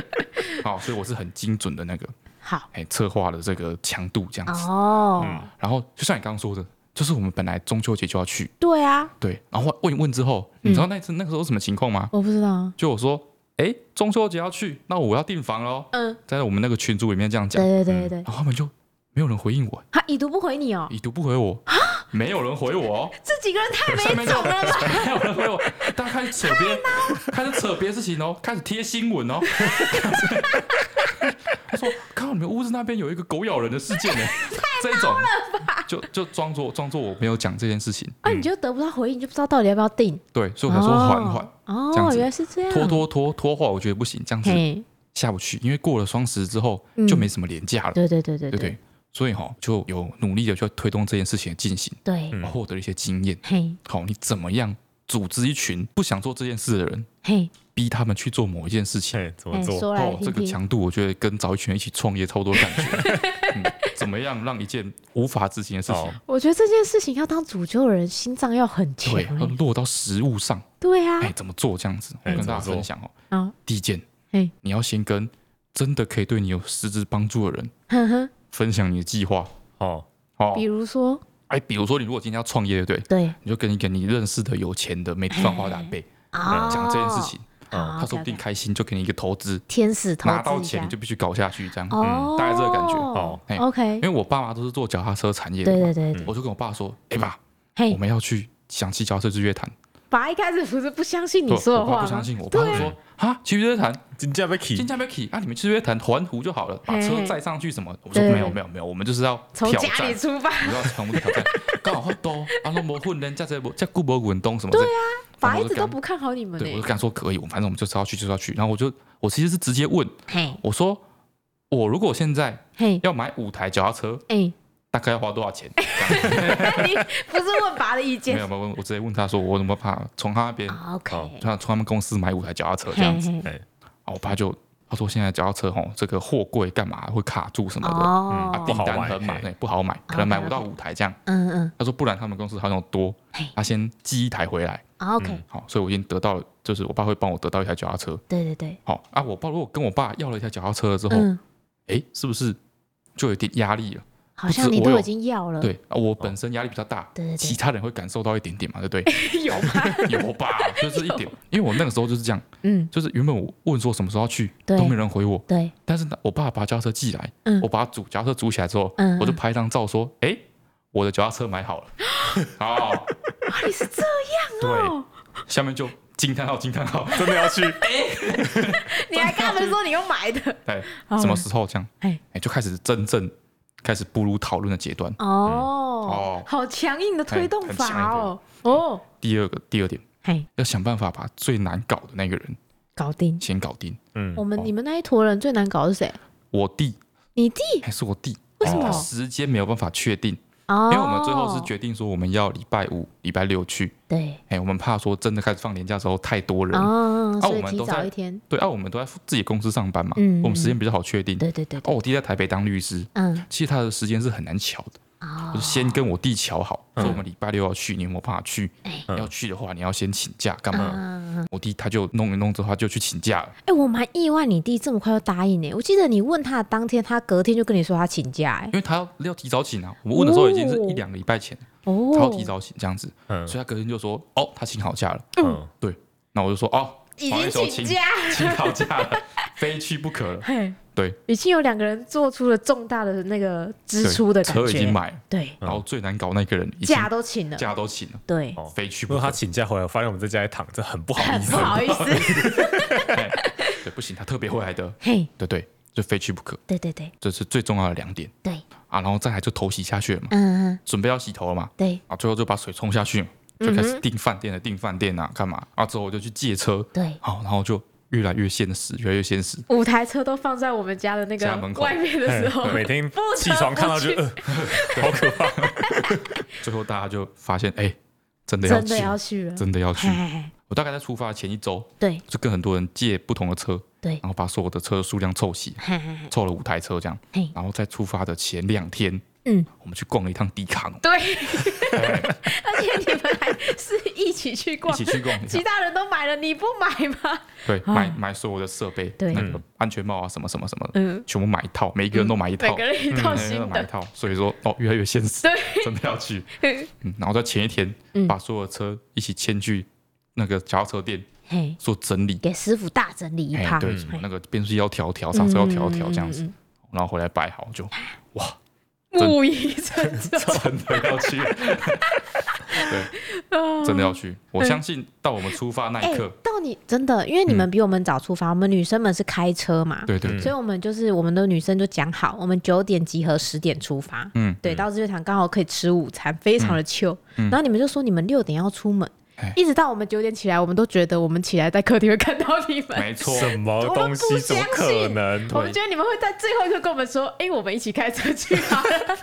[SPEAKER 2] 好，所以我是很精准的那个
[SPEAKER 1] 好，
[SPEAKER 2] 哎策划的这个强度这样子，
[SPEAKER 1] 哦，
[SPEAKER 2] 然后就像你刚刚说的，就是我们本来中秋节就要去，
[SPEAKER 1] 对啊，
[SPEAKER 2] 对，然后问一问之后，
[SPEAKER 1] 嗯
[SPEAKER 2] 你知道那次那个时候什么情况吗？
[SPEAKER 1] 我不知道，
[SPEAKER 2] 就我说，哎，中秋节要去，那我要订房喽。
[SPEAKER 1] 嗯，
[SPEAKER 2] 在我们那个群组里面这样讲，
[SPEAKER 1] 对对对对，对
[SPEAKER 2] 然后他们就没有人回应我，
[SPEAKER 1] 他已读不回你哦，
[SPEAKER 2] 已读不回我，没有人回我哦，
[SPEAKER 1] 这几个人太
[SPEAKER 2] 上
[SPEAKER 1] 没
[SPEAKER 2] 面就
[SPEAKER 1] 种了吧，
[SPEAKER 2] 没有人回我，大家开始扯别，开始扯别的事情哦，开始贴新闻哦。他说：“看到你们屋子那边有一个狗咬人的事 件呢，这一种就就装作装作我没有讲这件事情，
[SPEAKER 1] 啊，你就得不到回应，你就不知道到底要不要定，
[SPEAKER 2] 对，所以我才说
[SPEAKER 1] 哦
[SPEAKER 2] 缓缓，这样
[SPEAKER 1] 哦，
[SPEAKER 2] 子
[SPEAKER 1] 原来是这样，
[SPEAKER 2] 拖，拖拖拖话，我觉得不行，这样子
[SPEAKER 1] 嘿，
[SPEAKER 2] 下不去，因为过了双十之后
[SPEAKER 1] 嗯
[SPEAKER 2] 就没什么廉价了，
[SPEAKER 1] 对对对对
[SPEAKER 2] 对不对？所以哈、就有努力的去推动这件事情的进行，哦
[SPEAKER 1] 对，
[SPEAKER 3] 嗯
[SPEAKER 2] 获得了一些经验。
[SPEAKER 1] 嘿
[SPEAKER 2] 好，你怎么样组织一群不想做这件事的人，
[SPEAKER 1] 嘿，
[SPEAKER 2] 逼他们去做某一件事情？
[SPEAKER 3] 哎，怎么
[SPEAKER 1] 哎，
[SPEAKER 3] 做？
[SPEAKER 1] 说来
[SPEAKER 2] 哦，这
[SPEAKER 1] 听
[SPEAKER 2] 个
[SPEAKER 1] 听，
[SPEAKER 2] 强度，我觉得跟找一群人一起创业差不多的感觉。 嗯，怎么样让一件无法执行的事情，
[SPEAKER 3] 哦
[SPEAKER 1] 我觉得这件事情要当主角的人，心脏要很强
[SPEAKER 2] 对，要
[SPEAKER 1] 欸，
[SPEAKER 2] 落到实物上？
[SPEAKER 1] 对啊
[SPEAKER 2] 哎，，怎么做这样子？我
[SPEAKER 3] 哎
[SPEAKER 2] 跟
[SPEAKER 3] 怎
[SPEAKER 2] 大家
[SPEAKER 3] 么做
[SPEAKER 2] 分享哦。
[SPEAKER 1] 好，
[SPEAKER 2] 第一件，
[SPEAKER 1] 嘿，
[SPEAKER 2] 你要先跟真的可以对你有实质帮助的人
[SPEAKER 1] 哼哼，
[SPEAKER 2] 分享你的计划。
[SPEAKER 3] 哦，
[SPEAKER 2] 哦
[SPEAKER 1] 比，如说，
[SPEAKER 2] 哎，比如说你如果今天要创业，对不对？
[SPEAKER 1] 对
[SPEAKER 2] 你就跟一个你认识的有钱的没地方花的阿伯
[SPEAKER 1] 啊，
[SPEAKER 2] 讲这件事情，哦
[SPEAKER 1] 好，
[SPEAKER 2] 他说不定
[SPEAKER 1] 哦 OK，OK
[SPEAKER 2] 开心就给你一个投资，
[SPEAKER 1] 天使投
[SPEAKER 2] 拿到
[SPEAKER 1] 资一
[SPEAKER 2] 钱
[SPEAKER 1] 下
[SPEAKER 2] 你就必须搞下去，这样。
[SPEAKER 1] 哦，
[SPEAKER 2] 大概这个感觉
[SPEAKER 3] 哦
[SPEAKER 2] 嘿
[SPEAKER 1] OK，
[SPEAKER 2] 因为我爸妈都是做脚踏车产业的
[SPEAKER 1] 对
[SPEAKER 2] 嘛，
[SPEAKER 1] 对对对，
[SPEAKER 2] 我就跟我爸说：“哎、爸，我
[SPEAKER 1] 嘿，
[SPEAKER 2] 们要去想骑脚踏车去乐坛。
[SPEAKER 1] 爸一开始不是不相信你
[SPEAKER 2] 对
[SPEAKER 1] 说的
[SPEAKER 2] 我爸
[SPEAKER 1] 话
[SPEAKER 2] 不相
[SPEAKER 1] 吗？
[SPEAKER 2] 信我，爸就说：“啊，去乐坛，
[SPEAKER 3] 金价被
[SPEAKER 2] 新
[SPEAKER 3] 起，
[SPEAKER 2] 加坡去啊，你们去乐坛环湖就好了，把
[SPEAKER 1] 嘿
[SPEAKER 2] 车
[SPEAKER 1] 嘿
[SPEAKER 2] 载上去什么？”我说：“
[SPEAKER 1] 对
[SPEAKER 2] 没有没有没有，我们就是要
[SPEAKER 1] 从
[SPEAKER 2] 挑
[SPEAKER 1] 家
[SPEAKER 2] 战
[SPEAKER 1] 里，出发，
[SPEAKER 2] 我们要从挑战。刚好会多，啊，都没训练，加这加顾博运动什么的。”对啊，
[SPEAKER 1] 爸一直都不看好你们欸
[SPEAKER 2] 对，我就
[SPEAKER 1] 呢。
[SPEAKER 2] 跟他说可以，我反正我们就是要去，就是要去。然后我就我其实是直接问
[SPEAKER 1] 嘿
[SPEAKER 2] 我说，我如果现在
[SPEAKER 1] 嘿，
[SPEAKER 2] 要买五台脚踏车，
[SPEAKER 1] 哎，
[SPEAKER 2] 大概要花多少钱？
[SPEAKER 1] 你不是问爸的意
[SPEAKER 2] 没
[SPEAKER 1] 见
[SPEAKER 2] 有没有，我直接问他说，我怎么怕从他那边，
[SPEAKER 1] 啊？OK，
[SPEAKER 2] 他从他们公司买五台脚踏车这样
[SPEAKER 1] 嘿
[SPEAKER 2] 子。
[SPEAKER 1] 嘿，
[SPEAKER 2] 啊，我爸就他说现在脚踏车吼，这个货柜干嘛会卡住什么的，啊，
[SPEAKER 1] 哦
[SPEAKER 2] 订，单
[SPEAKER 3] 不好买
[SPEAKER 2] 很满，
[SPEAKER 3] 嘿
[SPEAKER 2] 对不好买，可能买不到
[SPEAKER 1] OK，OK
[SPEAKER 2] 五台这样。
[SPEAKER 1] 嗯嗯
[SPEAKER 2] 他说不然他们公司好像有多
[SPEAKER 1] 嘿，
[SPEAKER 2] 他先寄一台回来。
[SPEAKER 1] 啊，OK，
[SPEAKER 3] 嗯
[SPEAKER 2] 好，所以我已经得到了，就是我爸会帮我得到一台脚踏车。
[SPEAKER 1] 对对对，
[SPEAKER 2] 好啊，我爸如果跟我爸要了一台脚踏车了之后，
[SPEAKER 1] 嗯，
[SPEAKER 2] 诶，是不是就有点压力了？
[SPEAKER 1] 好像
[SPEAKER 2] 不止
[SPEAKER 1] 你
[SPEAKER 2] 我
[SPEAKER 1] 都
[SPEAKER 2] 有
[SPEAKER 1] 已经要了，
[SPEAKER 2] 对啊，我本身压力比较大，
[SPEAKER 1] 对对
[SPEAKER 2] 其
[SPEAKER 1] 对，
[SPEAKER 2] 他人会感受到一点点嘛，对 不 对？
[SPEAKER 1] 有吗？
[SPEAKER 2] 有吧，就是一点。因为我那个时候就是这样，
[SPEAKER 1] 嗯，
[SPEAKER 2] 就是原本我问说什么时候要去，
[SPEAKER 1] 对
[SPEAKER 2] 都没人回我，
[SPEAKER 1] 对，
[SPEAKER 2] 但是呢，我爸把脚踏车寄来，
[SPEAKER 1] 嗯
[SPEAKER 2] 我把它组脚踏车组起来之后，
[SPEAKER 1] 嗯
[SPEAKER 2] 我就拍一张照说，诶，我的脚踏车买好了， 好，
[SPEAKER 1] 啊，你是这样哦，
[SPEAKER 2] 下面就惊叹号惊 叹号，
[SPEAKER 3] 真的要去，
[SPEAKER 1] 你还跟他们说你又买的，
[SPEAKER 2] 哎，
[SPEAKER 1] 哦
[SPEAKER 2] 什么时候这样？
[SPEAKER 1] 哎
[SPEAKER 2] 哎，就开始真正开始步入讨论的阶段。
[SPEAKER 1] 哦
[SPEAKER 2] 嗯哦，
[SPEAKER 1] 好强硬的推动
[SPEAKER 2] 很很
[SPEAKER 1] 法
[SPEAKER 2] 强硬
[SPEAKER 1] 哦，哦，
[SPEAKER 2] 第二个第二点，
[SPEAKER 1] 嘿，
[SPEAKER 2] 要想办法把最难搞的那个人
[SPEAKER 1] 搞定。
[SPEAKER 2] 先搞定。
[SPEAKER 3] 嗯
[SPEAKER 1] 我，们
[SPEAKER 2] 哦
[SPEAKER 1] 你们那一坨人最难搞的是谁？
[SPEAKER 2] 我弟
[SPEAKER 1] 你弟
[SPEAKER 2] 还是我弟，
[SPEAKER 1] 为什么
[SPEAKER 2] 他？时间没有办法确定，
[SPEAKER 1] 哦
[SPEAKER 2] 因为我们最后是决定说我们要礼拜五、礼拜六去。
[SPEAKER 1] 对
[SPEAKER 2] 哎，我们怕说真的开始放年假的时候太多人，
[SPEAKER 1] 哦，
[SPEAKER 2] 啊
[SPEAKER 1] 所
[SPEAKER 2] 我
[SPEAKER 1] 以
[SPEAKER 2] 们
[SPEAKER 1] 提
[SPEAKER 2] 都
[SPEAKER 1] 早
[SPEAKER 2] 在
[SPEAKER 1] 一天。
[SPEAKER 2] 对，啊，我们都在自己公司上班嘛，
[SPEAKER 1] 嗯
[SPEAKER 2] 我们时间比较好确定。
[SPEAKER 1] 对对对对，
[SPEAKER 2] 哦，我弟在台北当律师，
[SPEAKER 1] 嗯
[SPEAKER 2] 其实他的时间是很难瞧的。
[SPEAKER 1] 哦
[SPEAKER 2] 我就先跟我弟瞧好，
[SPEAKER 3] 嗯
[SPEAKER 2] 说我们礼拜六要去，你有没有办法去？
[SPEAKER 1] 哎
[SPEAKER 3] 嗯
[SPEAKER 2] 要去的话，你要先请假干
[SPEAKER 1] 嗯
[SPEAKER 2] 嘛？
[SPEAKER 1] 嗯嗯，
[SPEAKER 2] 我弟他就弄一弄之后，他就去请假了。
[SPEAKER 1] 哎，我蛮意外，你弟这么快就答应呢。我记得你问他的当天，他隔天就跟你说他请假，哎
[SPEAKER 2] 因，为他要要提早请啊，我们问的时候已经是
[SPEAKER 1] 哦
[SPEAKER 2] 一两个礼拜前，
[SPEAKER 1] 哦
[SPEAKER 2] 他要提早请这样子，
[SPEAKER 3] 嗯
[SPEAKER 2] 所以他隔天就说哦，他请好假了。
[SPEAKER 3] 嗯，
[SPEAKER 2] 那我就说哦，
[SPEAKER 1] 已
[SPEAKER 2] 黄月
[SPEAKER 1] 经
[SPEAKER 2] 雄
[SPEAKER 1] 请
[SPEAKER 2] 请
[SPEAKER 1] 假。
[SPEAKER 2] 请讨假了，非去不可了。
[SPEAKER 1] 嘿，
[SPEAKER 2] 对，
[SPEAKER 1] 已经有两个人做出了重大的那个支出的感觉，
[SPEAKER 2] 车已经买了，
[SPEAKER 3] 嗯
[SPEAKER 1] 对，
[SPEAKER 2] 然后最难搞那个人已经
[SPEAKER 1] 假都请了，
[SPEAKER 2] 假都请了，
[SPEAKER 1] 对，
[SPEAKER 3] 哦
[SPEAKER 2] 非去
[SPEAKER 3] 如
[SPEAKER 2] 不
[SPEAKER 3] 果他
[SPEAKER 2] 可。
[SPEAKER 3] 请假回来，发现我们在家里躺着，很不好
[SPEAKER 1] 很
[SPEAKER 3] 意 思
[SPEAKER 1] 不。好意思，
[SPEAKER 2] 对，不行，他特别会来的，
[SPEAKER 1] 嘿，
[SPEAKER 2] 对对，就非去不可，
[SPEAKER 1] 对对对
[SPEAKER 2] 这是最重要的两点
[SPEAKER 1] 对，
[SPEAKER 2] 啊。然后再来就头洗下去了嘛，
[SPEAKER 1] 嗯，嗯
[SPEAKER 2] 准备要洗头了嘛，
[SPEAKER 1] 对
[SPEAKER 2] 啊，最后就把水冲下去嘛，
[SPEAKER 1] 嗯
[SPEAKER 2] 就开始订饭店的订饭店啊，干嘛啊？之后我就去借车，
[SPEAKER 1] 对，
[SPEAKER 2] 好，然后就越来越现实，越来越现实。
[SPEAKER 1] 五台车都放在我们家的那
[SPEAKER 2] 家
[SPEAKER 1] 个
[SPEAKER 2] 门口哎
[SPEAKER 1] 外面的时候，
[SPEAKER 3] 哎每天
[SPEAKER 1] 哦不得
[SPEAKER 3] 起床 看到就
[SPEAKER 1] 不去
[SPEAKER 3] 呃，好可怕。
[SPEAKER 2] 最后大家就发现，哎，真的要
[SPEAKER 1] 真的
[SPEAKER 2] 去，
[SPEAKER 1] 要去了，
[SPEAKER 2] 真的要去
[SPEAKER 1] 嘿。嘿嘿
[SPEAKER 2] 我大概在出发前一周，
[SPEAKER 1] 对
[SPEAKER 2] 就跟很多人借不同的车，
[SPEAKER 1] 对
[SPEAKER 2] 然，后把所有的车数量凑齐，
[SPEAKER 1] 嘿嘿嘿
[SPEAKER 2] 凑了五台车这样。
[SPEAKER 1] 嘿，
[SPEAKER 2] 然后在出发的前两天，
[SPEAKER 1] 嗯，
[SPEAKER 2] 我们去逛了一趟迪卡侬，
[SPEAKER 1] 对， 而且你们还是一起去
[SPEAKER 2] 哎一
[SPEAKER 1] 逛，
[SPEAKER 2] 起去 逛一下
[SPEAKER 1] 其，他人都买了，你不买吗？
[SPEAKER 2] 对，
[SPEAKER 1] 啊
[SPEAKER 2] 买买所有的设备，
[SPEAKER 1] 对
[SPEAKER 2] 那个安全帽啊，什么什么什么的，
[SPEAKER 1] 嗯，
[SPEAKER 2] 全部买一套，每一个人都买一套嗯
[SPEAKER 1] 每，个人一套
[SPEAKER 2] 每个
[SPEAKER 1] 新
[SPEAKER 2] 人都买 一
[SPEAKER 1] 的，
[SPEAKER 2] 套，所以说哦，越来越现实，
[SPEAKER 1] 对
[SPEAKER 2] 真的 要去，嗯，然后在前一天
[SPEAKER 1] 嗯
[SPEAKER 2] 把所有的车一起牵去那个脚踏车店
[SPEAKER 1] 嘿，
[SPEAKER 2] 做整理，
[SPEAKER 1] 给师傅大整理一嗯
[SPEAKER 2] 哎，
[SPEAKER 1] 趟，
[SPEAKER 2] 对，
[SPEAKER 1] 嗯
[SPEAKER 2] 什么那个变速器要调调，刹车要调调这样子，，然后回来摆好就
[SPEAKER 1] 嗯嗯嗯木已成舟，
[SPEAKER 2] 真的要去， 对，真的要去。
[SPEAKER 1] 嗯
[SPEAKER 2] 我相信到我们出发那
[SPEAKER 1] 哎
[SPEAKER 2] 一刻，，
[SPEAKER 1] 到你真的，因为你
[SPEAKER 2] 嗯
[SPEAKER 1] 们比我们早出发，我们女生们是开车嘛，
[SPEAKER 2] 对对，
[SPEAKER 3] 嗯
[SPEAKER 1] 所以我们就是我们的女生就讲好，我们九点集合，十点出发。
[SPEAKER 2] 嗯，
[SPEAKER 1] 对，到日月潭刚好可以吃午餐，非常的 chill。
[SPEAKER 2] 嗯
[SPEAKER 1] 然后你们就说你们六点要出门
[SPEAKER 2] 哎，
[SPEAKER 1] 一直到我们九点起来，我们都觉得我们起来在客厅会看到你们，
[SPEAKER 2] 没错，
[SPEAKER 3] 什么东
[SPEAKER 1] 我们不
[SPEAKER 3] 西？怎么
[SPEAKER 1] 相
[SPEAKER 3] 可
[SPEAKER 1] 信
[SPEAKER 3] 能？
[SPEAKER 1] 我们觉得你们会在最后一刻跟我们说，哎、我们一起开车去好了。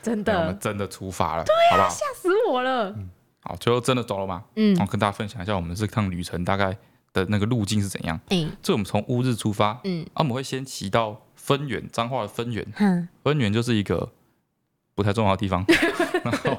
[SPEAKER 1] 真
[SPEAKER 3] 哎
[SPEAKER 2] 对我们
[SPEAKER 1] 的啊
[SPEAKER 2] 真的出发了，好不好？
[SPEAKER 1] 吓死我了，
[SPEAKER 2] 好，最后真的走了吗？
[SPEAKER 1] 嗯
[SPEAKER 2] 然后跟大家分享一下我们这趟旅程大概的那个路径是怎样。
[SPEAKER 1] 哎、
[SPEAKER 2] 这我们从乌日出发，
[SPEAKER 1] 嗯
[SPEAKER 2] 啊，我们会先骑到分园，彰化的分园，
[SPEAKER 1] 哼，
[SPEAKER 2] 分园就是一个不太重要的 地方，然后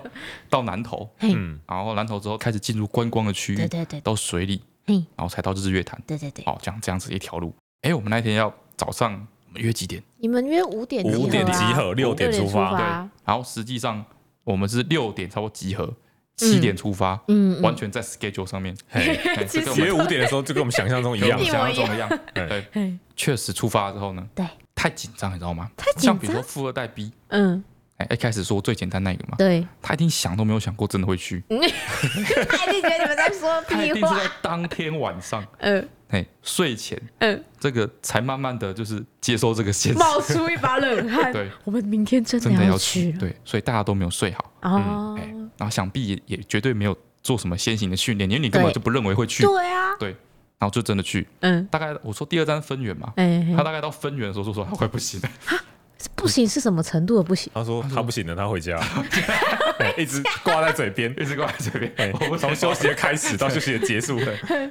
[SPEAKER 2] 到南投，
[SPEAKER 1] 嘿，
[SPEAKER 3] 嗯，
[SPEAKER 2] 然后南投之后开始进入观光的区
[SPEAKER 1] 对
[SPEAKER 2] 域，
[SPEAKER 1] 对对，
[SPEAKER 2] 到水里，
[SPEAKER 1] 嘿，
[SPEAKER 2] 然后才到日月潭。
[SPEAKER 1] 对对对，
[SPEAKER 2] 好，这样这样子一条路。哎，我们那天要早上我们约几点？
[SPEAKER 1] 你们约五点
[SPEAKER 3] 五点集
[SPEAKER 1] 啊，
[SPEAKER 3] 合，六点
[SPEAKER 1] 六
[SPEAKER 3] 出发，
[SPEAKER 1] 发，
[SPEAKER 2] 然后实际上我们是六点差不多集合，七点出发，
[SPEAKER 1] 嗯，嗯
[SPEAKER 2] 完全在 schedule 上面，
[SPEAKER 3] 嘿
[SPEAKER 2] 哎这跟我
[SPEAKER 3] 其
[SPEAKER 2] 们
[SPEAKER 3] 实五点的时候就跟我们想象中一
[SPEAKER 2] 跟我
[SPEAKER 3] 样
[SPEAKER 2] 们。想象
[SPEAKER 1] 一模
[SPEAKER 2] 中一样。对，
[SPEAKER 1] 嘿
[SPEAKER 2] 确实出发之后呢，
[SPEAKER 1] 对，
[SPEAKER 2] 太紧张，你知道吗？
[SPEAKER 1] 太紧
[SPEAKER 2] 像比如
[SPEAKER 1] 张
[SPEAKER 2] 说，富二代 B，
[SPEAKER 1] 嗯，
[SPEAKER 2] 哎，一开始说最简单那个嘛，
[SPEAKER 1] 对，
[SPEAKER 2] 他一定想都没有想过真的会去，
[SPEAKER 1] 嗯他一定觉得你们在说
[SPEAKER 2] 他一
[SPEAKER 1] 屁
[SPEAKER 2] 定是
[SPEAKER 1] 话。
[SPEAKER 2] 在当天晚上，
[SPEAKER 1] 嗯
[SPEAKER 2] 哎，睡前
[SPEAKER 1] 嗯，
[SPEAKER 2] 这个才慢慢的就是接受这个现实。
[SPEAKER 1] 冒出一把冷汗。
[SPEAKER 2] 对，
[SPEAKER 1] 我们明天真的
[SPEAKER 2] 真的要
[SPEAKER 1] 去
[SPEAKER 2] 去，
[SPEAKER 1] 了
[SPEAKER 2] 对，所以大家都没有睡好。
[SPEAKER 1] 哦
[SPEAKER 2] 哎、，然后想必也也绝对没有做什么先行的训练，因为你根本
[SPEAKER 1] 对
[SPEAKER 2] 就不认为会去，
[SPEAKER 1] 对啊，
[SPEAKER 2] 然后就真的去。
[SPEAKER 1] 嗯，
[SPEAKER 2] 大概我说第二站分园嘛，
[SPEAKER 1] 哎，
[SPEAKER 2] 他大概到分园的时候就说他快不行了，
[SPEAKER 1] 不行是什么程度的不行？
[SPEAKER 3] 他说他不行了，他回 家，对一直挂在嘴边。
[SPEAKER 2] 一直挂在这边。
[SPEAKER 3] 哎
[SPEAKER 2] 我不
[SPEAKER 3] 从休息的开始到休息的结束，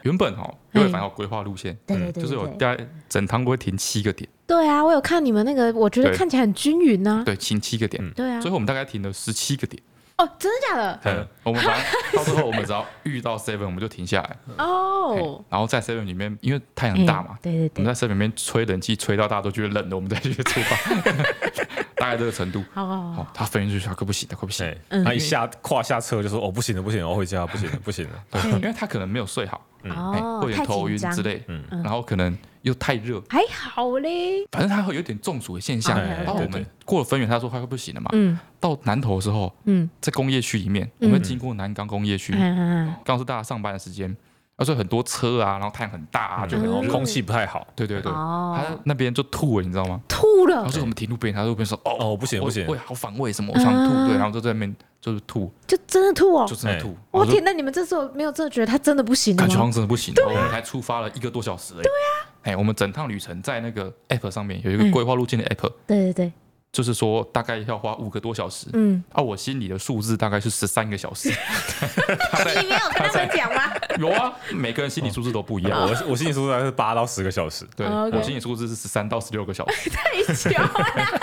[SPEAKER 2] 原本哦，因为反正有规划路线，
[SPEAKER 1] 哎对对对，
[SPEAKER 2] 嗯就是有
[SPEAKER 1] 对
[SPEAKER 2] 大概整趟会停七个点，
[SPEAKER 1] 对啊，我有看你们那个，我觉得
[SPEAKER 2] 对
[SPEAKER 1] 看起来很均匀呐。
[SPEAKER 2] 对，停七个点
[SPEAKER 3] 嗯。
[SPEAKER 1] 对啊，
[SPEAKER 2] 最后我们大概停了十七个点，呃
[SPEAKER 1] 哦，真的假的？
[SPEAKER 3] 嗯
[SPEAKER 2] 我们 反正到最后我们只要遇到 seven 我们就停下来，
[SPEAKER 1] 哦
[SPEAKER 2] 哎，然后在 seven 里面，因为太阳大嘛
[SPEAKER 1] 哎，对
[SPEAKER 2] 我
[SPEAKER 1] 对对，
[SPEAKER 2] 们在 seven 里面吹冷气吹到大家都觉得冷了，我们再去 出发，大概这个程度。
[SPEAKER 1] 好好
[SPEAKER 2] 好
[SPEAKER 1] 好，，
[SPEAKER 2] 他分出去，他快不行，他快不行，
[SPEAKER 3] 哎，他一下跨下车就说：“哦，不行了，不行了，我回家，不行了，不行 了。
[SPEAKER 2] 对，
[SPEAKER 1] 对
[SPEAKER 2] 因为他可能没有睡好，哎，
[SPEAKER 1] 哦
[SPEAKER 2] 会，有
[SPEAKER 1] 太
[SPEAKER 2] 点头
[SPEAKER 1] 紧
[SPEAKER 2] 晕
[SPEAKER 1] 张
[SPEAKER 2] 之，类，
[SPEAKER 3] 嗯
[SPEAKER 2] 然后可能又太热，
[SPEAKER 1] 还好嘞。
[SPEAKER 2] 反正他会有点中暑的现象。
[SPEAKER 1] 哎
[SPEAKER 2] 然后我
[SPEAKER 3] 对
[SPEAKER 2] 们
[SPEAKER 3] 对
[SPEAKER 2] 过了分园，他说他快不行了嘛。
[SPEAKER 1] 嗯
[SPEAKER 2] 到南投的时候，
[SPEAKER 1] 嗯
[SPEAKER 2] 在工业区里面，我们经过南岗工业区，
[SPEAKER 1] 嗯嗯，
[SPEAKER 2] 刚好是大家上班的时间，而且很多车啊，然后太阳很大啊，”就
[SPEAKER 3] 然
[SPEAKER 2] 很
[SPEAKER 3] 后
[SPEAKER 2] 热。
[SPEAKER 3] 空气不太好，
[SPEAKER 2] 对对对，他
[SPEAKER 1] 嗯哦，
[SPEAKER 2] 那边就吐了，你知道吗？
[SPEAKER 1] 吐
[SPEAKER 2] 然
[SPEAKER 1] 了
[SPEAKER 2] 后，就我们停路边，他就边说：“哦，
[SPEAKER 3] 哦，不行
[SPEAKER 2] 我
[SPEAKER 3] 不行
[SPEAKER 2] 我，好反胃什么，我想吐。”对，然后就在那边就是吐，
[SPEAKER 1] 就真的啊吐哦
[SPEAKER 2] 就。真的吐。
[SPEAKER 1] 我
[SPEAKER 2] 我就
[SPEAKER 1] 天，啊那你们这时候没有真的觉得他真的不行了
[SPEAKER 2] 感觉
[SPEAKER 1] 吗？
[SPEAKER 2] 好像真的不行。然啊后我们才出发了一个多小时而已。对啊，哎，我们整趟旅程在那个 app 上面有
[SPEAKER 1] 嗯
[SPEAKER 2] 一个规划路径的 app，
[SPEAKER 1] 对对 对，
[SPEAKER 2] 就是说大概要花五个多小时。
[SPEAKER 1] 嗯，
[SPEAKER 2] 啊，我心里的数字大概是十三个小时。
[SPEAKER 1] 你没有跟他们讲 吗？
[SPEAKER 2] 有啊，每个人心理数字都不一样。
[SPEAKER 3] 我我心里说大概是八到十个小时，
[SPEAKER 2] 对，
[SPEAKER 1] 哦哦，OK
[SPEAKER 2] 我心理数字是十三到十六个小时。
[SPEAKER 1] 太久 了。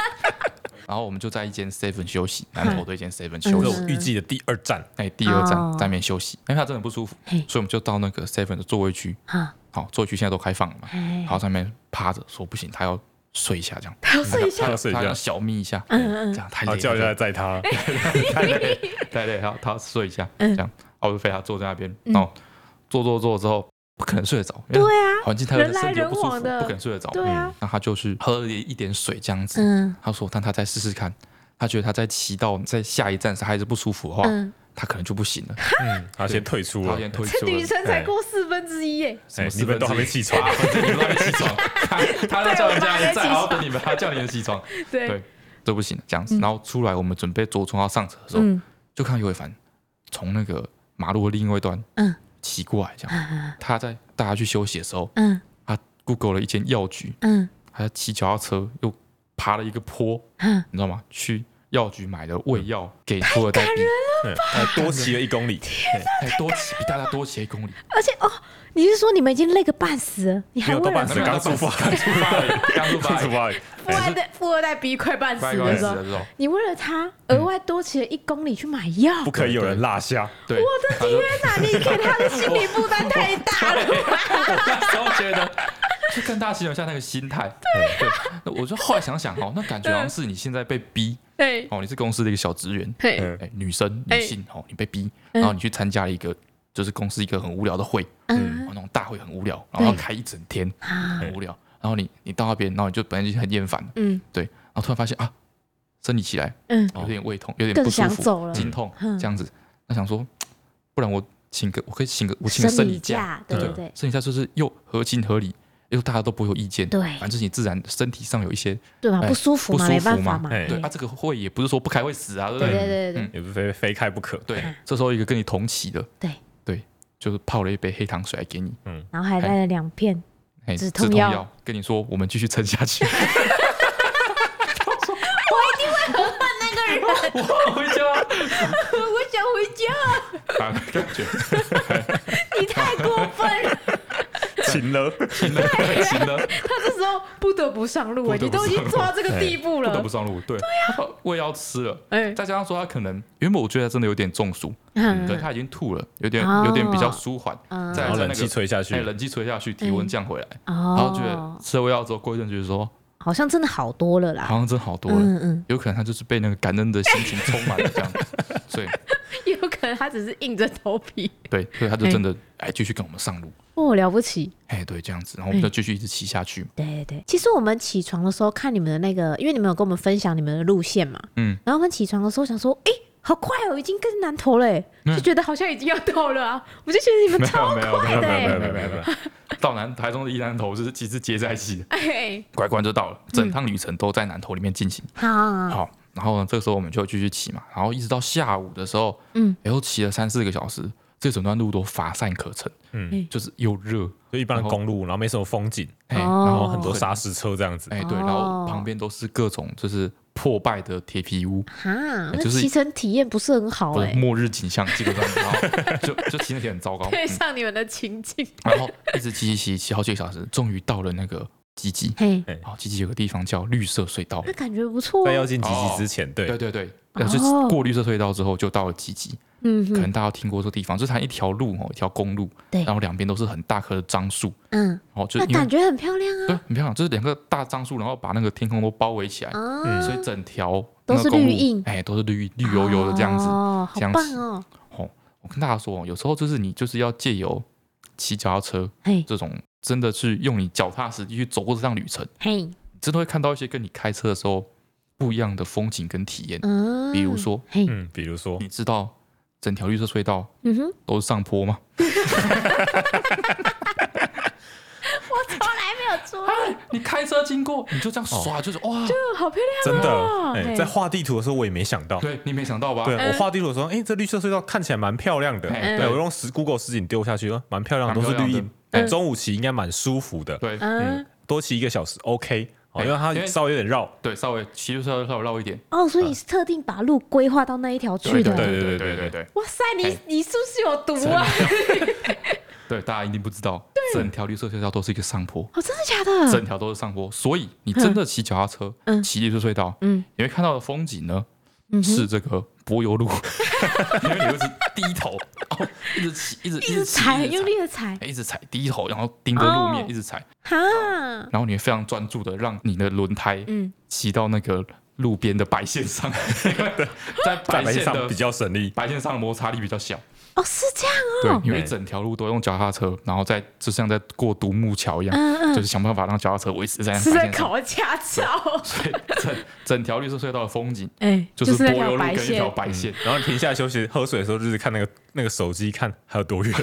[SPEAKER 2] 然后我们就在一间 seven 休息，南投的一间 seven
[SPEAKER 3] 这
[SPEAKER 2] 休
[SPEAKER 3] 是
[SPEAKER 2] 息。
[SPEAKER 3] 我预计的第二站。
[SPEAKER 2] 哎，第二站
[SPEAKER 1] 嗯哦
[SPEAKER 2] 在那边休息，因为他真的不舒服，
[SPEAKER 1] 嘿
[SPEAKER 2] 所以我们就到那个 seven 的座位区。
[SPEAKER 1] 哈，
[SPEAKER 2] 好，座位区现在都开放了嘛，然后在那边趴着说不行，他要睡一下这样。
[SPEAKER 1] 他要睡一
[SPEAKER 3] 他
[SPEAKER 1] 下
[SPEAKER 3] 要睡一
[SPEAKER 2] 他要
[SPEAKER 3] 觉，
[SPEAKER 2] 小眯一下，
[SPEAKER 1] 嗯嗯
[SPEAKER 2] 这样太累
[SPEAKER 3] 好
[SPEAKER 2] 了，
[SPEAKER 3] 叫一下载他。
[SPEAKER 2] 太累了，太累了，他他睡一下，
[SPEAKER 1] 嗯
[SPEAKER 2] 这样，然后我就陪他坐在那边，然后坐坐坐之后，不可能睡得着，因
[SPEAKER 1] 对
[SPEAKER 2] 为
[SPEAKER 1] 啊，
[SPEAKER 2] 环境太热，
[SPEAKER 1] 人来
[SPEAKER 2] 身体又
[SPEAKER 1] 人
[SPEAKER 2] 不舒服，
[SPEAKER 1] 往
[SPEAKER 2] 不
[SPEAKER 1] 的
[SPEAKER 2] 可能睡得着。嗯
[SPEAKER 1] 对啊，
[SPEAKER 2] 那他就是喝了一点水这样子。
[SPEAKER 1] 嗯
[SPEAKER 2] 他说，但他再试试看，他觉得他在骑到在下一站时还是不舒服的话，
[SPEAKER 1] 嗯，
[SPEAKER 2] 他可能就不行了，
[SPEAKER 3] 嗯，他先退出
[SPEAKER 2] 他
[SPEAKER 3] 了
[SPEAKER 2] 先，退
[SPEAKER 1] 这
[SPEAKER 2] 出
[SPEAKER 1] 女
[SPEAKER 2] 了。
[SPEAKER 1] 生才过四分之一耶，
[SPEAKER 2] 什
[SPEAKER 3] 哎
[SPEAKER 2] 么，
[SPEAKER 3] 你
[SPEAKER 2] 四分之一
[SPEAKER 3] 们都还没起床，
[SPEAKER 2] 你们都还没起床， 他他要叫人家人在，然后等你们，他叫你们起床，
[SPEAKER 1] 对
[SPEAKER 2] 对，这不行了，这样子。然后出来，我们准备着装要上车的时候，
[SPEAKER 1] 嗯
[SPEAKER 2] 就看到尤伟凡从那个马路的另外一端
[SPEAKER 1] 嗯
[SPEAKER 2] 骑过来，这样。
[SPEAKER 1] 嗯
[SPEAKER 2] 他在大家去休息的时候，
[SPEAKER 1] 嗯
[SPEAKER 2] 他 Google 了一间药局，
[SPEAKER 1] 嗯
[SPEAKER 2] 他骑脚踏车又爬了一个坡，
[SPEAKER 1] 嗯，
[SPEAKER 2] 你知道吗？去药局买的胃药给托尔代币，
[SPEAKER 3] 哎多骑了一 公里，
[SPEAKER 2] 哎，多骑比大家多骑一公里，
[SPEAKER 1] 而且哦，你是说你们已经累个半死了，你
[SPEAKER 3] 没
[SPEAKER 1] 还
[SPEAKER 3] 有
[SPEAKER 1] 为
[SPEAKER 3] 都
[SPEAKER 1] 了
[SPEAKER 3] 半死，
[SPEAKER 1] 富
[SPEAKER 3] 刚出发，
[SPEAKER 2] 刚出发而已，刚出发 而已，
[SPEAKER 3] 刚出
[SPEAKER 1] 富二代富二代逼快半死
[SPEAKER 2] 快
[SPEAKER 1] 的
[SPEAKER 2] 快
[SPEAKER 1] 时
[SPEAKER 2] 死
[SPEAKER 1] 候
[SPEAKER 2] 了，之嗯后，
[SPEAKER 1] 你为了他额外多骑了一公里去买药，
[SPEAKER 3] 不可以有人落下，
[SPEAKER 2] 对，我的天
[SPEAKER 1] 天哪，你给他的心理负担太大了。
[SPEAKER 2] 我那时候觉得，就跟大家形容一下那个心态。对，那我就后来想想，哦，那感觉好像是你现在被逼，
[SPEAKER 1] 对，
[SPEAKER 2] 哦，你是公司的一个小职员，
[SPEAKER 1] 嘿，
[SPEAKER 3] 嗯
[SPEAKER 2] 哎，女生、
[SPEAKER 1] 哎
[SPEAKER 2] 女性，哦，你被逼，
[SPEAKER 1] 嗯
[SPEAKER 2] 然后你去参加了一个就是公司一个很无聊的会，哦
[SPEAKER 1] 嗯
[SPEAKER 2] 那种大会很无聊，然后要
[SPEAKER 1] 对
[SPEAKER 2] 开一整天，
[SPEAKER 1] 啊，
[SPEAKER 2] 很无聊，然后你你到那边，然后你就本来就很厌烦，
[SPEAKER 1] 嗯
[SPEAKER 2] 对，然后突然发现啊，生理起来
[SPEAKER 1] 嗯，
[SPEAKER 2] 有点胃痛，有点
[SPEAKER 1] 更
[SPEAKER 2] 不舒
[SPEAKER 1] 想
[SPEAKER 2] 服，
[SPEAKER 1] 走了，
[SPEAKER 2] 经痛
[SPEAKER 1] 嗯
[SPEAKER 2] 这样子，那想说，不然我请个，我可以请个，我请个生理假。
[SPEAKER 1] 对
[SPEAKER 3] 对
[SPEAKER 1] 对
[SPEAKER 3] 不
[SPEAKER 1] 对
[SPEAKER 2] 剩下就是又合情合理，又大家都不会有意见，
[SPEAKER 1] 对
[SPEAKER 2] 反正你自然身体上有一些
[SPEAKER 1] 对嘛，
[SPEAKER 2] 哎
[SPEAKER 1] 不舒服嘛，
[SPEAKER 2] 不舒服
[SPEAKER 1] 没办法
[SPEAKER 2] 嘛
[SPEAKER 1] 嘛，
[SPEAKER 3] 哎
[SPEAKER 2] 对啊，这个会也不是说不开会死啊，对不
[SPEAKER 1] 对
[SPEAKER 2] 对？
[SPEAKER 1] 对对对
[SPEAKER 2] 嗯
[SPEAKER 3] 也不是非非开不可，
[SPEAKER 2] 对，这时候一个跟你同期的，
[SPEAKER 1] 对
[SPEAKER 2] 对，就是泡了一杯黑糖水来给你，
[SPEAKER 3] 嗯
[SPEAKER 1] 然后还带了两片，
[SPEAKER 2] 哎，
[SPEAKER 1] 止
[SPEAKER 2] 止
[SPEAKER 1] 痛
[SPEAKER 2] 痛
[SPEAKER 1] 药
[SPEAKER 2] 药，跟你说我们继续撑下去。我一定会 很恨那个人，我回家
[SPEAKER 1] 我想回家，
[SPEAKER 2] 啊，感觉
[SPEAKER 1] 你太过分了。
[SPEAKER 3] 请了，
[SPEAKER 2] 行了，行了，
[SPEAKER 1] 他这时候不得不上路，哎，
[SPEAKER 2] 不
[SPEAKER 1] 你
[SPEAKER 2] 得不
[SPEAKER 1] 都已经做到这个地步
[SPEAKER 2] 不得
[SPEAKER 1] 了
[SPEAKER 2] 不，上路，对，对
[SPEAKER 1] 啊
[SPEAKER 2] 呀，胃要吃了，
[SPEAKER 1] 哎，
[SPEAKER 2] 再加上说他可能原本我觉得他真的有点中暑，
[SPEAKER 1] 嗯
[SPEAKER 2] 对，他已经吐了，有点
[SPEAKER 1] 哦
[SPEAKER 2] 有点比较舒缓，
[SPEAKER 1] 嗯
[SPEAKER 2] 再
[SPEAKER 3] 然
[SPEAKER 2] 来
[SPEAKER 3] 后
[SPEAKER 2] 在
[SPEAKER 3] 冷
[SPEAKER 2] 那
[SPEAKER 3] 气
[SPEAKER 2] 个
[SPEAKER 3] 吹下去
[SPEAKER 2] 哎，，冷气吹下去，体温降回来，然后觉得
[SPEAKER 1] 哦，
[SPEAKER 2] 吃了胃药之后，过一阵觉得说
[SPEAKER 1] 好像真的好多了啦，
[SPEAKER 2] 好像真好多了，
[SPEAKER 1] 嗯嗯，
[SPEAKER 2] 有可能他就是被那个感恩的心情充满了 这样，所以
[SPEAKER 1] 有可能他只是硬着头皮，
[SPEAKER 2] 对，所以他就真的哎继续跟我们上路，
[SPEAKER 1] 哦，了不起，
[SPEAKER 2] 哎对这样子，然后我们就继续一直骑下去，
[SPEAKER 1] 对对对，其实我们起床的时候看你们的那个，因为你们有跟我们分享你们的路线嘛，
[SPEAKER 2] 嗯，
[SPEAKER 1] 然后我们起床的时候想说，哎、好快哦，已经跟南投了欸，
[SPEAKER 2] 嗯
[SPEAKER 1] 就觉得好像已经要到了啊，我就觉得你们
[SPEAKER 2] 没
[SPEAKER 1] 超
[SPEAKER 2] 有没有没有
[SPEAKER 1] 对
[SPEAKER 2] 没有没有没有没有，到南台中的宜南头就是其实接在一起，
[SPEAKER 1] 哎，
[SPEAKER 2] 拐关就到了，整趟旅程都在南头里面进行。
[SPEAKER 1] 好好，好
[SPEAKER 2] 好，然后呢，这个时候我们就继续骑嘛，然后一直到下午的时候，
[SPEAKER 1] 嗯，
[SPEAKER 2] 也又骑了三四个小时，这整段路都乏善可陈，
[SPEAKER 1] 哎
[SPEAKER 3] 嗯
[SPEAKER 2] 就是又热，
[SPEAKER 3] 就一般的公路，然后没什么风景，
[SPEAKER 2] 哎，
[SPEAKER 1] 哦
[SPEAKER 2] 然
[SPEAKER 3] 然
[SPEAKER 2] 后
[SPEAKER 3] 后很多砂石车这样子，
[SPEAKER 2] 哎对，然后旁边都是各种就是破败的铁皮屋，
[SPEAKER 1] 哈，那
[SPEAKER 2] 就是
[SPEAKER 1] 骑乘体验不是很好
[SPEAKER 2] 或者
[SPEAKER 1] 哎、
[SPEAKER 2] 末日景象基本上， 然后就就骑那天很糟糕，
[SPEAKER 1] 配
[SPEAKER 2] 嗯
[SPEAKER 1] 上你们的情境，
[SPEAKER 2] 然后一直骑骑 骑骑好几个小时，终于到了那个吉吉，
[SPEAKER 1] 嘿，
[SPEAKER 2] 好，吉吉有个地方叫绿色隧道
[SPEAKER 1] 那，感觉不错、
[SPEAKER 3] 在
[SPEAKER 1] 哦
[SPEAKER 3] 要，进集集之前，
[SPEAKER 2] 对
[SPEAKER 3] 对，
[SPEAKER 2] 对对，然后就是
[SPEAKER 1] 哦
[SPEAKER 2] 过绿色隧道之后就到了吉吉，
[SPEAKER 1] 嗯
[SPEAKER 2] 可
[SPEAKER 1] 哼
[SPEAKER 2] 能大家听过这地方，就是它一条路哦，一条公路，
[SPEAKER 1] 对
[SPEAKER 2] 然后两边都是很大棵的樟树，
[SPEAKER 1] 嗯，
[SPEAKER 2] 哦，就
[SPEAKER 1] 那
[SPEAKER 2] 因为
[SPEAKER 1] 感觉很漂亮
[SPEAKER 2] 对
[SPEAKER 1] 啊，
[SPEAKER 2] 很漂亮，就是两个大樟树，然后把那个天空都包围起来，
[SPEAKER 1] 啊，
[SPEAKER 2] 嗯所以整条
[SPEAKER 1] 都是
[SPEAKER 2] 那个公路
[SPEAKER 1] 绿荫
[SPEAKER 2] 哎，都是绿绿油油的这样子。
[SPEAKER 1] 哦，好
[SPEAKER 2] 这样子
[SPEAKER 1] 棒哦，
[SPEAKER 2] 哦，我跟大家说，哦，有时候就是你就是要借由骑脚踏车
[SPEAKER 1] 嘿
[SPEAKER 2] 这种，真的是用你脚踏实地去走过这趟旅程，
[SPEAKER 1] 嘿，
[SPEAKER 2] 真的会看到一些跟你开车的时候不一样的风景跟体验。
[SPEAKER 1] 嗯，
[SPEAKER 2] 比如，说，
[SPEAKER 1] 嘿，
[SPEAKER 3] 嗯，比如说
[SPEAKER 2] 你知道整条绿色隧道
[SPEAKER 1] 嗯哼，
[SPEAKER 2] 都是上坡吗？
[SPEAKER 1] 从来没有做，
[SPEAKER 2] 你开车经过，你就这样刷，哦就是哇，
[SPEAKER 1] 好漂亮，
[SPEAKER 3] 真
[SPEAKER 1] 哦
[SPEAKER 3] 的，
[SPEAKER 1] 嘿
[SPEAKER 3] 哎，在画地图的时候我也没想到，
[SPEAKER 2] 对你啊没想到吧？
[SPEAKER 3] 对
[SPEAKER 1] 嗯
[SPEAKER 3] 我画地图的时候，哎，这绿色隧道看起来蛮漂亮的，
[SPEAKER 2] 哎
[SPEAKER 3] 对我用实 Google 实景丢下去，呃蛮漂亮的，
[SPEAKER 2] 蛮
[SPEAKER 3] 都
[SPEAKER 2] 漂
[SPEAKER 3] 是
[SPEAKER 2] 亮
[SPEAKER 3] 绿
[SPEAKER 2] 的
[SPEAKER 3] 荫，
[SPEAKER 2] 哎
[SPEAKER 3] 哎中午骑应该蛮舒服的，
[SPEAKER 2] 对
[SPEAKER 1] 嗯
[SPEAKER 3] 嗯，多骑一个小时 OK，哦
[SPEAKER 2] 哎
[SPEAKER 3] 因为它
[SPEAKER 2] 因为
[SPEAKER 3] 稍微有点绕，
[SPEAKER 2] 对，稍微骑车稍微绕一点，
[SPEAKER 1] 哦，所以你是特定把路规划到那一条去的。
[SPEAKER 3] 对对
[SPEAKER 2] 嗯对
[SPEAKER 1] 哇塞，你
[SPEAKER 2] 哎
[SPEAKER 1] 你是不是有毒啊？
[SPEAKER 2] 对，大家一定不知道，整条绿色隧道都是一个上坡，
[SPEAKER 1] 哦，真的假的？
[SPEAKER 2] 整条都是上坡，所以你真的骑脚踏车
[SPEAKER 1] 嗯，
[SPEAKER 2] 骑绿色隧道，
[SPEAKER 1] 嗯
[SPEAKER 2] 你会看到的风景呢
[SPEAKER 1] 嗯哼
[SPEAKER 2] 是这个柏油路， 因为你会一直低头，然后一直骑，一直
[SPEAKER 1] 一
[SPEAKER 2] 一
[SPEAKER 1] 直
[SPEAKER 2] 直
[SPEAKER 1] 踩，
[SPEAKER 2] 踩，
[SPEAKER 1] 很
[SPEAKER 2] 一
[SPEAKER 1] 用
[SPEAKER 2] 直踩
[SPEAKER 1] 力的踩，
[SPEAKER 2] 哎一直踩低头，然后盯着路
[SPEAKER 1] 哦
[SPEAKER 2] 面一直踩，
[SPEAKER 1] 哈，
[SPEAKER 2] 然后你会非常专注的让你的轮胎
[SPEAKER 1] 嗯，
[SPEAKER 2] 骑到那个路边的白线上， 在
[SPEAKER 3] 在
[SPEAKER 2] 白
[SPEAKER 3] 白线
[SPEAKER 2] 线
[SPEAKER 3] 上
[SPEAKER 2] 的
[SPEAKER 3] 比较省力。
[SPEAKER 2] 白线上的摩擦力比较小，
[SPEAKER 1] 哦，是这样
[SPEAKER 2] 对
[SPEAKER 1] 哦，，
[SPEAKER 2] 因为一
[SPEAKER 3] 嗯
[SPEAKER 2] 整条路都用脚踏车，然后在就像在过独木桥一样，
[SPEAKER 1] 嗯嗯
[SPEAKER 2] 就是想办法让脚踏车维持在那
[SPEAKER 1] 是
[SPEAKER 2] 白
[SPEAKER 1] 在
[SPEAKER 2] 线上，
[SPEAKER 1] 考驾照，
[SPEAKER 2] 所以 整整条绿色隧道的风景
[SPEAKER 1] 哎，
[SPEAKER 2] 就是
[SPEAKER 1] 那
[SPEAKER 2] 柏油
[SPEAKER 1] 条
[SPEAKER 2] 路
[SPEAKER 1] 白
[SPEAKER 2] 跟一条
[SPEAKER 1] 线，
[SPEAKER 2] 白线，
[SPEAKER 3] 然后停下来休息、喝水的时候，就是看那个那个手机，看还有多 远。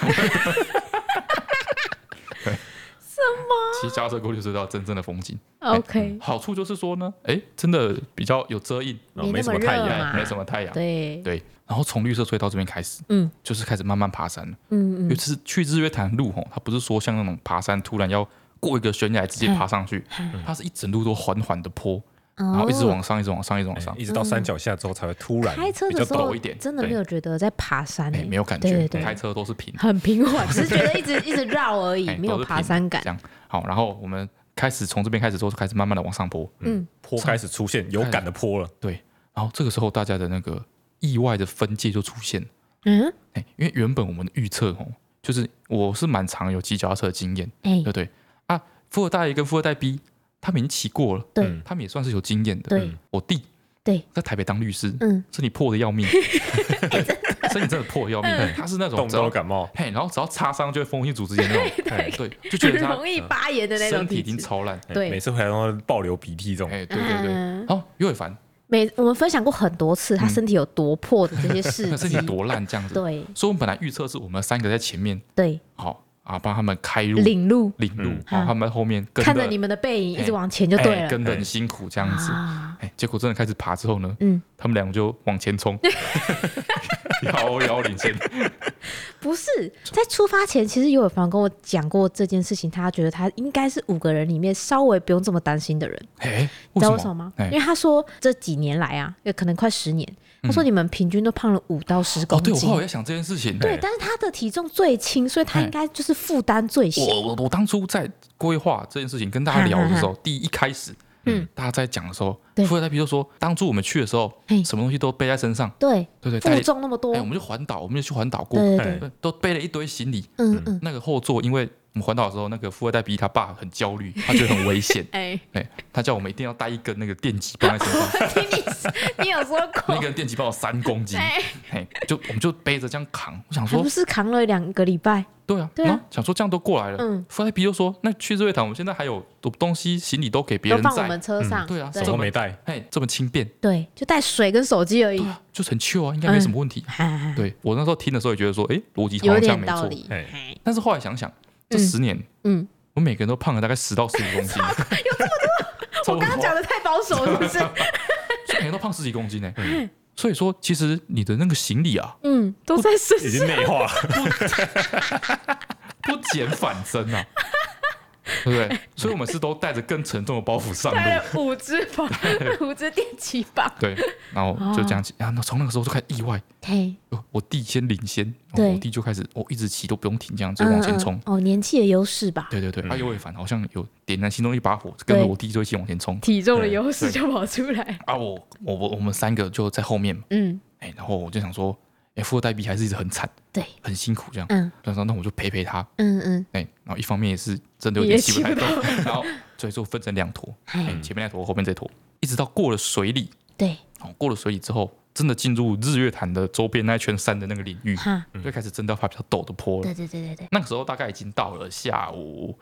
[SPEAKER 2] 骑脚踏车过绿色隧道真正的风景。
[SPEAKER 1] OK，
[SPEAKER 2] 好处就是说呢，哎，真的比较有遮荫，
[SPEAKER 3] 哦
[SPEAKER 1] 没那
[SPEAKER 3] 没什么
[SPEAKER 1] 么
[SPEAKER 3] 太
[SPEAKER 1] 热
[SPEAKER 3] 阳
[SPEAKER 1] 嘛，
[SPEAKER 2] 没什么太阳，
[SPEAKER 1] 对，
[SPEAKER 2] 哎对。然后从绿色隧道这边开始，
[SPEAKER 1] 嗯
[SPEAKER 2] 就是开始慢慢爬山了。
[SPEAKER 1] 嗯
[SPEAKER 2] 因为
[SPEAKER 1] 嗯，
[SPEAKER 2] 是去日月潭路吼，它不是说像那种爬山突然要过一个悬崖直
[SPEAKER 1] 嗯
[SPEAKER 2] 接爬上去，它是一整路都缓缓的坡，
[SPEAKER 1] 然
[SPEAKER 2] 然后一直往上，一直往上，一直往上
[SPEAKER 3] 一，直到山脚下之后才会突然
[SPEAKER 1] 开车
[SPEAKER 3] 比
[SPEAKER 1] 的
[SPEAKER 3] 较
[SPEAKER 1] 时
[SPEAKER 3] 陡
[SPEAKER 1] 候
[SPEAKER 2] 一点
[SPEAKER 1] 真的
[SPEAKER 2] 对
[SPEAKER 1] 没有觉得在爬山
[SPEAKER 2] 哎
[SPEAKER 1] 欸，，
[SPEAKER 2] 没有感
[SPEAKER 1] 对
[SPEAKER 2] 觉，
[SPEAKER 1] 对
[SPEAKER 2] 开
[SPEAKER 1] 对，
[SPEAKER 2] 车都是平，
[SPEAKER 1] 很平缓，只是觉得一直一直绕而已
[SPEAKER 2] 哎，
[SPEAKER 1] 没有
[SPEAKER 2] 都是
[SPEAKER 1] 爬
[SPEAKER 2] 平
[SPEAKER 1] 山感
[SPEAKER 2] 这。样好。然后我们开始从这边开始之后，就开始慢慢的往上坡，
[SPEAKER 1] 嗯，
[SPEAKER 3] 坡开始出现有感的坡了。
[SPEAKER 2] 对。然后这个时候大家的那个意外的分界就出现了，
[SPEAKER 1] 嗯，
[SPEAKER 2] 哎，因为原本我们的预测哦，就是我是蛮常有骑脚踏车的经验，
[SPEAKER 1] 哎
[SPEAKER 2] 对，不对？啊，富二代 A 跟富二代 B 他们已经骑过了，
[SPEAKER 1] 对
[SPEAKER 3] 嗯
[SPEAKER 2] 他们也算是有经验的。
[SPEAKER 1] 对
[SPEAKER 2] 我弟
[SPEAKER 1] 对，
[SPEAKER 2] 在台北当律师，
[SPEAKER 1] 嗯，哎
[SPEAKER 2] 身体破的 要命，身体真的破的要
[SPEAKER 1] 嗯
[SPEAKER 2] 命。他是那种
[SPEAKER 3] 动
[SPEAKER 2] 只
[SPEAKER 3] 不动
[SPEAKER 2] 要
[SPEAKER 3] 感冒，
[SPEAKER 2] 嘿，然后只要擦伤就会风性组织炎那种，
[SPEAKER 3] 哎
[SPEAKER 2] 对，就觉
[SPEAKER 1] 很
[SPEAKER 2] 得他
[SPEAKER 1] 容易发炎的那种
[SPEAKER 2] 身体已
[SPEAKER 1] 质
[SPEAKER 2] 经超烂。
[SPEAKER 3] 哎
[SPEAKER 1] 对
[SPEAKER 3] 每次回来都会爆流鼻涕这种。
[SPEAKER 2] 哎，对对对。
[SPEAKER 1] 嗯
[SPEAKER 2] 然后尤伟凡，
[SPEAKER 1] 每我们分享过很多次他身体有多破的这些 事
[SPEAKER 2] 那身体
[SPEAKER 1] 迹，
[SPEAKER 2] 多烂这样子，
[SPEAKER 1] 对
[SPEAKER 2] 所以我们本来预测是我们三个在前面，
[SPEAKER 1] 对，
[SPEAKER 2] 好啊，帮他们开路
[SPEAKER 1] 领路，
[SPEAKER 2] 领路，
[SPEAKER 3] 嗯
[SPEAKER 2] 然后他们后面跟
[SPEAKER 1] 看着你们的背影一直往前就对
[SPEAKER 2] 哎
[SPEAKER 1] 了
[SPEAKER 2] 跟得很辛苦这样子。
[SPEAKER 1] 啊，
[SPEAKER 2] 哎，结果真的开始爬之后呢，
[SPEAKER 1] 嗯，
[SPEAKER 2] 他们两个就往前冲， 遥遥领先。
[SPEAKER 1] 不是在出发前，其实有朋友跟我讲过这件事情，他觉得他应该是五个人里面稍微不用这么担心的人，
[SPEAKER 2] 哎，
[SPEAKER 1] 你知
[SPEAKER 2] 为
[SPEAKER 1] 道
[SPEAKER 2] 什
[SPEAKER 1] 为
[SPEAKER 2] 么？
[SPEAKER 1] 什么吗？因
[SPEAKER 2] 哎
[SPEAKER 1] 为他说这几年来啊，也可能快十年，他说你们平均都胖了五到十
[SPEAKER 2] 嗯哦，
[SPEAKER 1] 公
[SPEAKER 2] 对，我哎
[SPEAKER 1] 斤。
[SPEAKER 2] 后来在想这件事情。
[SPEAKER 1] 对，但是他的体重最轻，所以他应该就是负担最小。
[SPEAKER 2] 我我我当初在规划这件事情跟大家聊的时候， 第一开始，
[SPEAKER 1] 嗯
[SPEAKER 2] 嗯，大家在讲的时候
[SPEAKER 1] 对，
[SPEAKER 2] 富二代皮就说，当初我们去的时候
[SPEAKER 1] 嘿，
[SPEAKER 2] 什么东西都背在身上，
[SPEAKER 1] 对，
[SPEAKER 2] 对对，带
[SPEAKER 1] 负
[SPEAKER 2] 了
[SPEAKER 1] 重那么多，
[SPEAKER 2] 哎，我们就环岛，我们就去环岛过，
[SPEAKER 1] 对对
[SPEAKER 3] 哎
[SPEAKER 1] 对，
[SPEAKER 2] 对都背了一堆行李。
[SPEAKER 1] 嗯嗯，，
[SPEAKER 2] 那个后座，因为我们环岛的时候，那个富二代逼他爸很焦虑， 他觉得很危险
[SPEAKER 1] 哎，
[SPEAKER 2] 哎，他叫我们一定要带一根那个电击棒在身上，
[SPEAKER 1] 听你你有说
[SPEAKER 2] 那
[SPEAKER 1] 过，
[SPEAKER 2] 根电击棒有三公斤，
[SPEAKER 1] 哎，
[SPEAKER 2] 嘿，就我们就背着这样扛。我想
[SPEAKER 1] 还
[SPEAKER 2] 说
[SPEAKER 1] 不，是扛了两个礼拜？
[SPEAKER 2] 对啊，
[SPEAKER 1] 对啊
[SPEAKER 2] 然后想说这样都过来
[SPEAKER 1] 嗯
[SPEAKER 2] 了。富莱皮就说，那去日月潭，我们现在还有东西行李都给别
[SPEAKER 1] 都
[SPEAKER 2] 人
[SPEAKER 1] 放我
[SPEAKER 2] 载
[SPEAKER 1] 们，车上，
[SPEAKER 2] 对啊
[SPEAKER 1] 对
[SPEAKER 2] 什
[SPEAKER 3] 什
[SPEAKER 2] 么
[SPEAKER 3] 么没带，
[SPEAKER 2] 嘿，这么轻便，
[SPEAKER 1] 对，就带水跟手机而已
[SPEAKER 2] 对。啊，就很 chill 啊，应该没什么问题。
[SPEAKER 1] 哈，
[SPEAKER 2] 对我那时候听的时候也觉得说，哎，逻辑
[SPEAKER 1] 嗯有
[SPEAKER 2] 好像
[SPEAKER 1] 点
[SPEAKER 2] 没
[SPEAKER 1] 道
[SPEAKER 2] 错。
[SPEAKER 1] 理。
[SPEAKER 3] 哎
[SPEAKER 1] 嘿
[SPEAKER 2] 但是后来想想，
[SPEAKER 1] 嗯
[SPEAKER 2] 这十年，
[SPEAKER 1] 嗯，
[SPEAKER 2] 我每个人都胖了大概十到十五 公斤，有这么多？
[SPEAKER 1] 我刚刚讲的太保守了，是不是？
[SPEAKER 2] 所以每个人都胖十几公斤呢。欸所以说，其实你的那个行李啊，
[SPEAKER 1] 嗯，都在身
[SPEAKER 3] 已
[SPEAKER 1] 上。
[SPEAKER 3] 经内化 了。
[SPEAKER 2] 不减反增 啊，对不对？所以我们是都带着更沉重的包袱上 路
[SPEAKER 1] 带。了五只 棒，五只电击棒。
[SPEAKER 2] 对，然后就这样骑，
[SPEAKER 1] 哦
[SPEAKER 2] 然后从那个时候就开始意外，
[SPEAKER 1] 嘿，
[SPEAKER 2] 呃我弟先领先，然
[SPEAKER 1] 对
[SPEAKER 2] 后我弟就开始，我一直骑都不用停，这样就往前冲
[SPEAKER 1] 嗯。嗯哦，年纪的优势吧，
[SPEAKER 2] 对对对，
[SPEAKER 3] 嗯
[SPEAKER 2] 啊，尤伟凡好像有点燃心中一把火，跟着
[SPEAKER 1] 对
[SPEAKER 2] 我弟就一起往前冲。
[SPEAKER 1] 体重的
[SPEAKER 3] 对
[SPEAKER 1] 优势就跑出来。
[SPEAKER 2] 啊，我我我我们三个就在后面嘛，
[SPEAKER 1] 嗯，
[SPEAKER 2] 哎，然后我就想说，哎，富二代 B 还是一直很惨，
[SPEAKER 1] 对，
[SPEAKER 2] 很辛苦这样，
[SPEAKER 1] 嗯
[SPEAKER 2] 然后那我就陪陪他，
[SPEAKER 1] 嗯嗯，
[SPEAKER 2] 哎，然后一方面也是真的有
[SPEAKER 1] 你也
[SPEAKER 2] 点骑
[SPEAKER 1] 骑
[SPEAKER 2] 不
[SPEAKER 1] 不
[SPEAKER 2] 太动
[SPEAKER 1] 动，
[SPEAKER 2] 然后所以说分成两 坨，哎
[SPEAKER 1] 嘿，
[SPEAKER 2] 前面那坨，后面这坨，一直到过了水里，
[SPEAKER 1] 对，
[SPEAKER 2] 哦，过了水里之后，真的进入日月潭的周边那一圈山的那个领域，
[SPEAKER 1] 哈，
[SPEAKER 2] 就开始真的要爬比较陡的坡了
[SPEAKER 1] 嗯对。对对对对，
[SPEAKER 2] 那个时候大概已经到了下午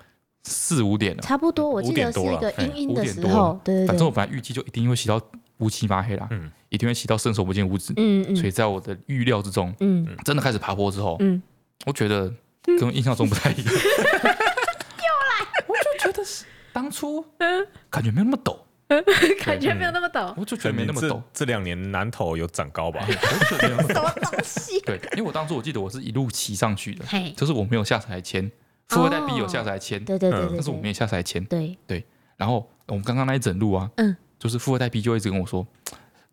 [SPEAKER 2] 四五点了，
[SPEAKER 1] 差不多。我记
[SPEAKER 3] 五
[SPEAKER 1] 得
[SPEAKER 3] 点
[SPEAKER 1] 是
[SPEAKER 3] 多
[SPEAKER 1] 一
[SPEAKER 3] 了
[SPEAKER 1] 个
[SPEAKER 3] 嘿
[SPEAKER 1] 阴阴
[SPEAKER 2] 五
[SPEAKER 1] 的
[SPEAKER 2] 点
[SPEAKER 1] 时
[SPEAKER 2] 多
[SPEAKER 1] 候
[SPEAKER 2] 了，
[SPEAKER 1] 对对
[SPEAKER 2] 反正
[SPEAKER 1] 对
[SPEAKER 2] 我，本来预计就一定会骑到乌漆嘛黑啦，
[SPEAKER 3] 嗯
[SPEAKER 2] 一定会骑到伸手不见五指，
[SPEAKER 1] 嗯
[SPEAKER 2] 所以
[SPEAKER 1] 嗯
[SPEAKER 2] 在我的预料之中，
[SPEAKER 1] 嗯
[SPEAKER 2] 真的开始爬坡之后，
[SPEAKER 1] 嗯，
[SPEAKER 2] 我觉得跟印象中不太 一样。又来，我就觉得是当初感觉没那么陡，
[SPEAKER 1] 感
[SPEAKER 2] 嗯
[SPEAKER 1] 觉没有那么陡。
[SPEAKER 2] 我就觉得没
[SPEAKER 3] 你
[SPEAKER 2] 那么陡嗯
[SPEAKER 3] 这。这两年南头有长高吧？
[SPEAKER 2] 我觉得没那么陡
[SPEAKER 1] 什么东西？
[SPEAKER 2] 对，因为我当初我记得我是一路骑上去的，
[SPEAKER 1] 嘿，
[SPEAKER 2] 就是我没有下台签，富二代 B 有下台签，
[SPEAKER 1] 哦对对对对
[SPEAKER 3] 嗯
[SPEAKER 1] 对，
[SPEAKER 2] 但是我没有下台签。
[SPEAKER 1] 对，
[SPEAKER 2] 然后我们刚刚那一整路啊，
[SPEAKER 1] 嗯，
[SPEAKER 2] 就是富二代 B 就一直跟我说，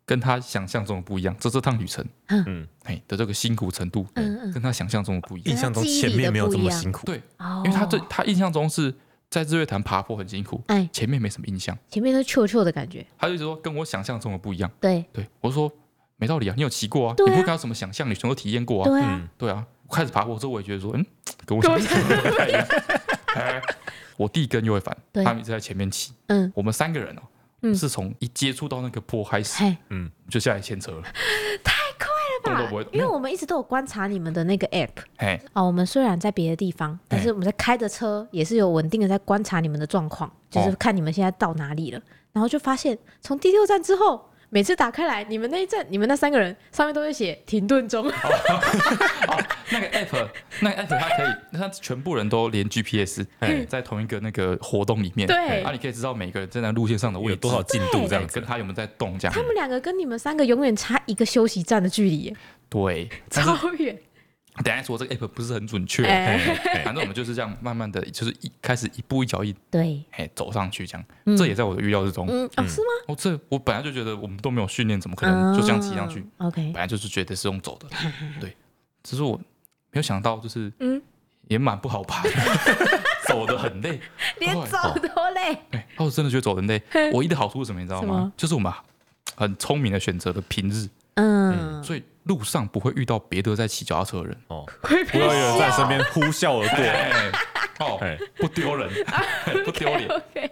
[SPEAKER 2] 跟他想象中的不一样，这这趟旅程，
[SPEAKER 1] 嗯
[SPEAKER 2] 嗯，哎的这个辛苦程度，
[SPEAKER 1] 嗯嗯
[SPEAKER 2] 跟他想象中的不一样。
[SPEAKER 3] 印象中前面没有这么辛苦。
[SPEAKER 2] 对，啊
[SPEAKER 1] 哦
[SPEAKER 2] 因为他对他印象中是在日月潭爬坡很辛苦，
[SPEAKER 1] 哎，
[SPEAKER 2] 前面没什么印象，
[SPEAKER 1] 前面都臭臭的感觉，
[SPEAKER 2] 他就一直说跟我想象中的不一样。
[SPEAKER 1] 对
[SPEAKER 2] 对我就说没道理啊，你有骑过啊，
[SPEAKER 1] 对啊
[SPEAKER 2] 你不会感到什么想象，你全都体验过啊。
[SPEAKER 1] 对啊，
[SPEAKER 3] 嗯，
[SPEAKER 2] 对啊，我开始爬坡之后，我也觉得说，嗯，跟我想象中的不太一样。哎我弟跟尤伟凡
[SPEAKER 1] 对
[SPEAKER 2] 他们一直在前面骑，
[SPEAKER 1] 嗯
[SPEAKER 2] 我们三个人哦，
[SPEAKER 1] 嗯
[SPEAKER 2] 是从一接触到那个坡开始，
[SPEAKER 1] 嘿，
[SPEAKER 2] 就下来牵车 了，
[SPEAKER 1] 对
[SPEAKER 2] 动
[SPEAKER 1] 吧
[SPEAKER 2] 作不会嗯
[SPEAKER 1] 因为我们一直都有观察你们的那个 app
[SPEAKER 2] 嘿，
[SPEAKER 1] 哦，我们虽然在别的地
[SPEAKER 2] 哎
[SPEAKER 1] 方，但是我们在开着车也是有稳定的在观察你们的状
[SPEAKER 2] 哦
[SPEAKER 1] 况，就是看你们现在到哪里了，然后就发现从第六站之后。每次打开来，你们那一站，你们那三个人上面都会写停顿中，
[SPEAKER 2] 哦那个 app，那个 app 它可以，它全部人都连 GPS，哎，在同一个那个活动里面，
[SPEAKER 1] 嗯对
[SPEAKER 2] 哎啊，你可以知道每个人在那路线上的位
[SPEAKER 3] 有
[SPEAKER 2] 置
[SPEAKER 3] 多少进度这
[SPEAKER 2] 哎
[SPEAKER 3] 样子
[SPEAKER 2] 跟？他有没有在动这样
[SPEAKER 1] 他，们两个跟你们三个永远差一个休息站的距离 耶，
[SPEAKER 2] 对。但是
[SPEAKER 1] 超远。
[SPEAKER 2] 等一下说这个 app 不是很准确，
[SPEAKER 1] 哎
[SPEAKER 2] 哎 反正我们就是这样慢慢的，就是一开始一步一脚印，
[SPEAKER 1] 对，
[SPEAKER 2] 哎，走上去这样，这也在我的预料之中。
[SPEAKER 1] 嗯，哦，是吗？
[SPEAKER 2] 哦，这我本来就觉得我们都没有训练，怎么可能嗯就这样骑上去？
[SPEAKER 1] 啊？OK，
[SPEAKER 2] 本来就是觉得是用 走的，对。只是我没有想到，就是
[SPEAKER 1] 嗯
[SPEAKER 2] 也蛮不好爬的， 走的很累。
[SPEAKER 1] 连
[SPEAKER 2] 哦
[SPEAKER 1] 走都累。
[SPEAKER 2] 哎、哦，我真的觉得走 人类
[SPEAKER 1] 嘿
[SPEAKER 2] 唯一的好处是什么，你知道
[SPEAKER 1] 什么
[SPEAKER 2] 吗？就是我们很聪明的选择了平日，
[SPEAKER 1] 嗯，
[SPEAKER 2] 所以路上不会遇到别的在骑脚踏车的人。
[SPEAKER 3] 哦，
[SPEAKER 1] 会
[SPEAKER 3] 不
[SPEAKER 1] 被
[SPEAKER 3] 要有人在
[SPEAKER 1] 笑。
[SPEAKER 3] 身边呼啸而过。
[SPEAKER 1] 嗯
[SPEAKER 2] 哎，哦
[SPEAKER 3] 哎，
[SPEAKER 2] 不丢 人，不丢脸。
[SPEAKER 1] OK，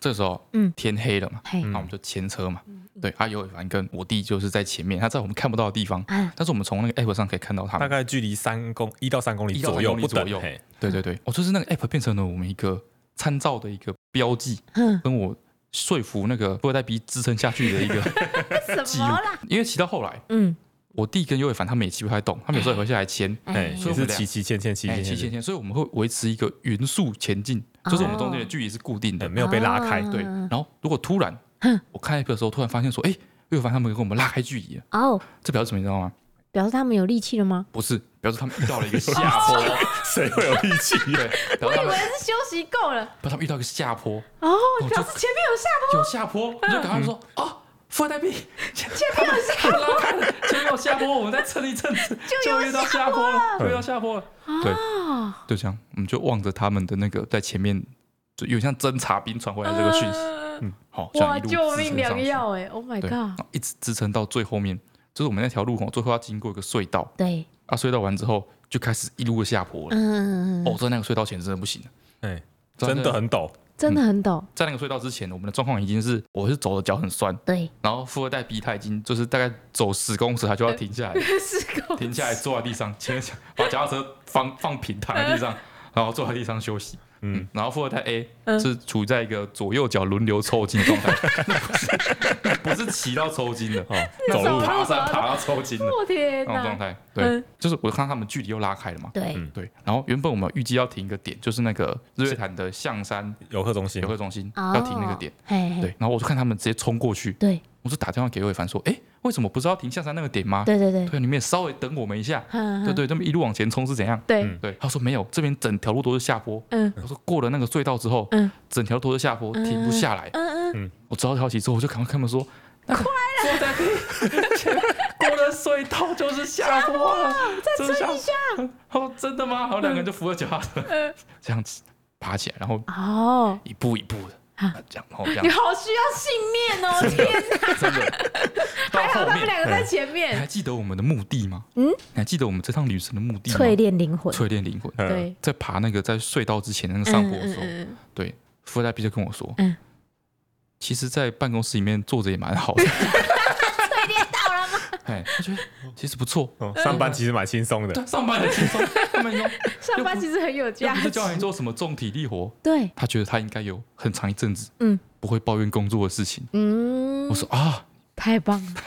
[SPEAKER 2] 这时候，
[SPEAKER 1] 嗯
[SPEAKER 2] 天黑了嘛，
[SPEAKER 1] 嘿嗯
[SPEAKER 2] 那我们就牵车嘛。对，阿尤伟凡跟我弟就是在前面，他在我们看不到的地方，
[SPEAKER 1] 啊
[SPEAKER 2] 但是我们从那个 app 上可以看到他
[SPEAKER 3] 大
[SPEAKER 2] 们。
[SPEAKER 3] 概距离三公一到三公里
[SPEAKER 2] 1到3
[SPEAKER 3] 左右，
[SPEAKER 2] 公里
[SPEAKER 3] 不等哎
[SPEAKER 2] 左右
[SPEAKER 3] 嘿
[SPEAKER 2] 对对对，哦，就是那个 app 变成了我们一个参照的一个标记，
[SPEAKER 1] 嗯，
[SPEAKER 2] 跟我说服那个不会再逼支撑下去的 一个
[SPEAKER 1] 什
[SPEAKER 2] 记
[SPEAKER 1] 么
[SPEAKER 2] 录
[SPEAKER 1] 啦？。
[SPEAKER 2] 因为骑到后来，
[SPEAKER 1] 嗯，
[SPEAKER 2] 我弟跟尤伟凡他们也骑不太动，他们有时候也会下来牵，
[SPEAKER 3] 哎，
[SPEAKER 1] 哎
[SPEAKER 2] 所以
[SPEAKER 3] 也
[SPEAKER 2] 我
[SPEAKER 3] 是
[SPEAKER 2] 们俩
[SPEAKER 3] 骑骑牵牵骑
[SPEAKER 2] 哎，
[SPEAKER 3] 骑
[SPEAKER 2] 骑牵牵，所以我们会维持一个匀速前进，就是我们中间的距离是固定的，
[SPEAKER 3] 哎没有被拉开，
[SPEAKER 1] 哦
[SPEAKER 2] 对。然后如果突然
[SPEAKER 1] 哼
[SPEAKER 2] 我看 app 的时候，突然发现说，哎，尤伟凡他们跟我们拉开距离了，
[SPEAKER 1] 哦，
[SPEAKER 2] 这表示什么？你知道吗？
[SPEAKER 1] 表示他们有力气了吗？
[SPEAKER 2] 不是，表示他们遇到了一个 下坡，
[SPEAKER 3] 谁会有力 气？
[SPEAKER 2] 对，表示他们
[SPEAKER 1] 是休息够了
[SPEAKER 2] 表示他们遇到一个下坡，
[SPEAKER 1] 哦，
[SPEAKER 2] 就
[SPEAKER 1] 表示前面有下
[SPEAKER 2] 有下坡，我就赶快说，哦，富代币，前面有下坡，拉开了， 前面有下坡，我们再撑一阵子，就遇到下坡了，就遇到下坡了，对。
[SPEAKER 1] 坡，
[SPEAKER 2] 就这样，我们就望着他们的那个在前面，就有点像侦察兵传回来这个讯息，呃
[SPEAKER 1] 息，
[SPEAKER 2] 嗯好、这样
[SPEAKER 1] 哇，
[SPEAKER 2] 一路
[SPEAKER 1] 救
[SPEAKER 2] 支
[SPEAKER 1] 命
[SPEAKER 2] 撑上
[SPEAKER 1] 良
[SPEAKER 2] 去，
[SPEAKER 1] 药哎！Oh my
[SPEAKER 2] 对，然
[SPEAKER 1] god！
[SPEAKER 2] 后一直支撑到最后面，就是我们那条路口最后要经过一个隧道，
[SPEAKER 1] 对，
[SPEAKER 2] 啊，隧道完之后就开始一路的下坡了。
[SPEAKER 1] 嗯，
[SPEAKER 2] 哦，在那个隧道前真的不行了，
[SPEAKER 3] 哎，真的
[SPEAKER 2] 在那个
[SPEAKER 3] 很陡，
[SPEAKER 1] 真的
[SPEAKER 2] 嗯
[SPEAKER 1] 很陡，
[SPEAKER 2] 在那个隧道之前，我们的状况已经是我是走的脚很酸，
[SPEAKER 1] 对，
[SPEAKER 2] 然后富二代逼他已经就是大概走十公尺，他就要停下来，
[SPEAKER 1] 是够
[SPEAKER 2] 停下来坐在地上，前把脚踏车放放平躺在地上，然后坐在地上休息。嗯
[SPEAKER 3] 嗯，
[SPEAKER 2] 然后富二代 A
[SPEAKER 1] 嗯
[SPEAKER 2] 是处在一个左右脚轮流抽筋的状态， 那不是 那不是骑到抽筋的，
[SPEAKER 3] 哦，
[SPEAKER 2] 那
[SPEAKER 3] 走
[SPEAKER 2] 是
[SPEAKER 1] 走路
[SPEAKER 3] 路
[SPEAKER 2] 爬山
[SPEAKER 1] 走路
[SPEAKER 2] 爬到抽筋的
[SPEAKER 1] 我哦天
[SPEAKER 2] 那种状
[SPEAKER 1] 哪！
[SPEAKER 2] 态。嗯对
[SPEAKER 1] 嗯，
[SPEAKER 2] 就是我看他们距离又拉开了嘛。
[SPEAKER 1] 对，
[SPEAKER 2] 对，然后原本我们预计要停一个点，就是那个日月潭的象山
[SPEAKER 3] 游客中心
[SPEAKER 2] 游，客中心
[SPEAKER 1] 哦
[SPEAKER 2] 要停那个点。
[SPEAKER 1] 嘿，
[SPEAKER 2] 对
[SPEAKER 1] 嘿，
[SPEAKER 2] 然后我就看他们直接冲过去，
[SPEAKER 1] 对
[SPEAKER 2] 我就打电话给魏凡说：“哎，为什么不是要停象山那个点吗？
[SPEAKER 1] 对对对，
[SPEAKER 2] 啊对，你们也稍微等我们一下。”
[SPEAKER 1] 嗯
[SPEAKER 2] 对对，他们一路往前冲是怎样？
[SPEAKER 1] 对
[SPEAKER 3] 嗯，
[SPEAKER 2] 对，他说没有，这边整条路都是下坡。
[SPEAKER 1] 嗯
[SPEAKER 2] 我说过了那个隧道之后，
[SPEAKER 1] 嗯
[SPEAKER 2] 整条都是下坡，停不下来。
[SPEAKER 1] 嗯嗯，
[SPEAKER 2] 我知道消息之后，我就赶快跟他们说，那个坐在那过了隧道就是下坡了，
[SPEAKER 1] 啊
[SPEAKER 2] 再撑一下。他说真的吗？
[SPEAKER 1] 嗯
[SPEAKER 2] 然后两个人就扶着脚踏车，这样子爬起来，然后
[SPEAKER 1] 哦，
[SPEAKER 2] 一步一步的
[SPEAKER 1] 啊
[SPEAKER 2] 这样，然后这样
[SPEAKER 1] 你，好需要信念 哦！天，
[SPEAKER 2] 真的 到
[SPEAKER 1] 还好
[SPEAKER 2] 后
[SPEAKER 1] 他们
[SPEAKER 2] 面。哎
[SPEAKER 1] 两个在前
[SPEAKER 2] 你还
[SPEAKER 1] 面，
[SPEAKER 2] 记得我们的目的吗？
[SPEAKER 1] 嗯
[SPEAKER 2] 嗯，你还记得我们这趟旅程的目的吗？
[SPEAKER 1] 淬炼灵魂，
[SPEAKER 2] 淬炼灵魂，
[SPEAKER 3] 嗯
[SPEAKER 1] 对，
[SPEAKER 2] 在爬那个在隧道之前那个上坡的时候，
[SPEAKER 1] 嗯嗯嗯
[SPEAKER 2] 对，富代 B 就跟我说，
[SPEAKER 1] 嗯
[SPEAKER 2] 其实，在办公室里面坐着也蛮 好的，
[SPEAKER 1] 淬炼啊到了吗？
[SPEAKER 2] 哎，他觉得其实不错，
[SPEAKER 3] 哦上班其实蛮轻松的，
[SPEAKER 2] 对， 上班很轻松，他们 说
[SPEAKER 1] 上班其实很有
[SPEAKER 2] 又
[SPEAKER 1] 价
[SPEAKER 2] 不是叫你
[SPEAKER 1] 值，
[SPEAKER 2] 做什么重体力活，
[SPEAKER 1] 对，
[SPEAKER 2] 他觉得他应该有很长一阵子，
[SPEAKER 1] 嗯
[SPEAKER 2] 嗯，不会抱怨工作的事情。
[SPEAKER 1] 嗯
[SPEAKER 2] 我，说啊，
[SPEAKER 1] 太棒了！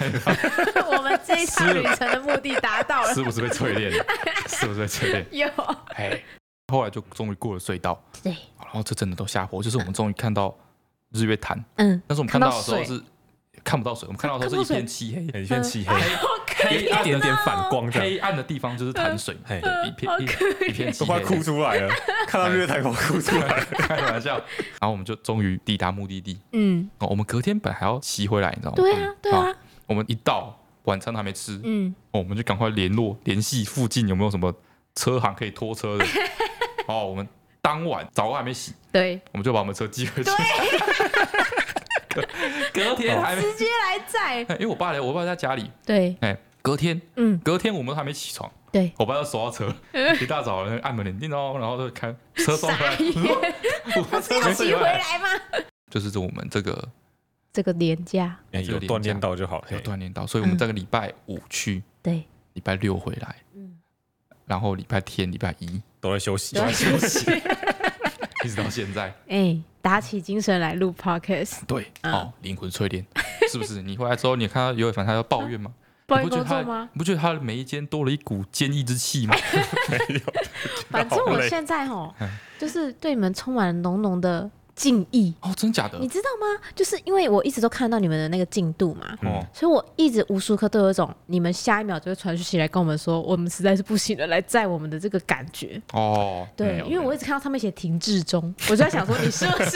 [SPEAKER 1] 我们这一趟旅程的目的达到了，
[SPEAKER 2] 是不是被淬炼了？ 是不是被淬炼？
[SPEAKER 1] 有
[SPEAKER 2] 哎，后来就终于过了隧道，
[SPEAKER 1] 对，
[SPEAKER 2] 然后这真的都下坡，就是我们终于看到日月潭，
[SPEAKER 1] 嗯，
[SPEAKER 2] 但是我们
[SPEAKER 1] 看
[SPEAKER 2] 看
[SPEAKER 1] 到
[SPEAKER 2] 到的时候
[SPEAKER 1] 水
[SPEAKER 2] 是看不到水，我们看到的时候是一片漆黑，
[SPEAKER 3] 很一片漆黑，
[SPEAKER 2] 哎
[SPEAKER 1] OK，
[SPEAKER 2] 啊
[SPEAKER 3] 一点点反光这样，
[SPEAKER 2] 黑暗的地方就是潭水，
[SPEAKER 3] 嘿
[SPEAKER 2] 对一片一一片漆
[SPEAKER 3] 都快
[SPEAKER 2] 黑，
[SPEAKER 3] 哭出来 了，看到日月台口哭出 来，
[SPEAKER 2] 开玩笑。然后我们就终于抵达目的地，
[SPEAKER 1] 嗯，
[SPEAKER 2] 哦，我们隔天本来还要骑回来，你知道吗？
[SPEAKER 1] 对啊，对啊，
[SPEAKER 2] 我们一到晚餐都还没吃，
[SPEAKER 1] 嗯，
[SPEAKER 2] 哦，我们就赶快联络联系附近有没有什么车行可以 拖车的。哦，我们当晚澡还没洗，
[SPEAKER 1] 对，
[SPEAKER 2] 我们就把我们车寄回去。 隔隔天还没，
[SPEAKER 1] 直接来载，
[SPEAKER 2] 哎因为我爸来，我爸在家里，
[SPEAKER 1] 对，
[SPEAKER 2] 哎，隔天
[SPEAKER 1] 嗯，
[SPEAKER 2] 隔天我们都还没起床，
[SPEAKER 1] 对，
[SPEAKER 2] 我爸就锁到车，一大早那个按门铃叮咚，然后就开车送回
[SPEAKER 1] 嗯傻
[SPEAKER 2] 来，
[SPEAKER 1] 眼，
[SPEAKER 2] 我
[SPEAKER 1] 不是要骑回，来吗？
[SPEAKER 2] 就是这我们这个
[SPEAKER 1] 这个廉价，
[SPEAKER 3] 哎
[SPEAKER 2] 这个
[SPEAKER 3] 有
[SPEAKER 2] 廉
[SPEAKER 3] 锻
[SPEAKER 2] 价
[SPEAKER 3] 炼到就好。
[SPEAKER 2] 有
[SPEAKER 3] 嘿
[SPEAKER 2] 锻炼到，所以我们这个礼拜五去，
[SPEAKER 1] 对，
[SPEAKER 2] 礼拜六回来，
[SPEAKER 1] 嗯，
[SPEAKER 2] 然后礼拜天、礼拜一
[SPEAKER 3] 都在休息
[SPEAKER 1] 都，在休息，
[SPEAKER 2] 一直到现在，
[SPEAKER 1] 哎，打起精神来录 podcast，
[SPEAKER 2] 对，哦，灵魂淬炼，是不是？你回来之后，你看到尤伟凡他要抱怨吗？
[SPEAKER 1] 啊抱
[SPEAKER 2] 你
[SPEAKER 1] 怨
[SPEAKER 2] 不觉
[SPEAKER 1] 工作
[SPEAKER 2] 得他
[SPEAKER 1] 吗？
[SPEAKER 2] 你不觉得他的每一间多了一股坚毅之气吗？
[SPEAKER 1] 反正
[SPEAKER 3] 好
[SPEAKER 1] 我
[SPEAKER 3] 累
[SPEAKER 1] 现在哦
[SPEAKER 2] 嗯，
[SPEAKER 1] 就是对你们充满了浓浓的敬意，
[SPEAKER 2] 哦，真假的
[SPEAKER 1] 你？知道吗？就是因为我一直都看到你们的那个进度嘛，
[SPEAKER 2] 哦，
[SPEAKER 1] 所以我一直无数刻都有一种你们下一秒就会传讯息来跟我们说，我们实在是不行了，来载我们的这个感觉。
[SPEAKER 2] 哦，没
[SPEAKER 1] 对，
[SPEAKER 2] 有
[SPEAKER 1] 因为我一直看到上面写停滞中，我就在想说你是不是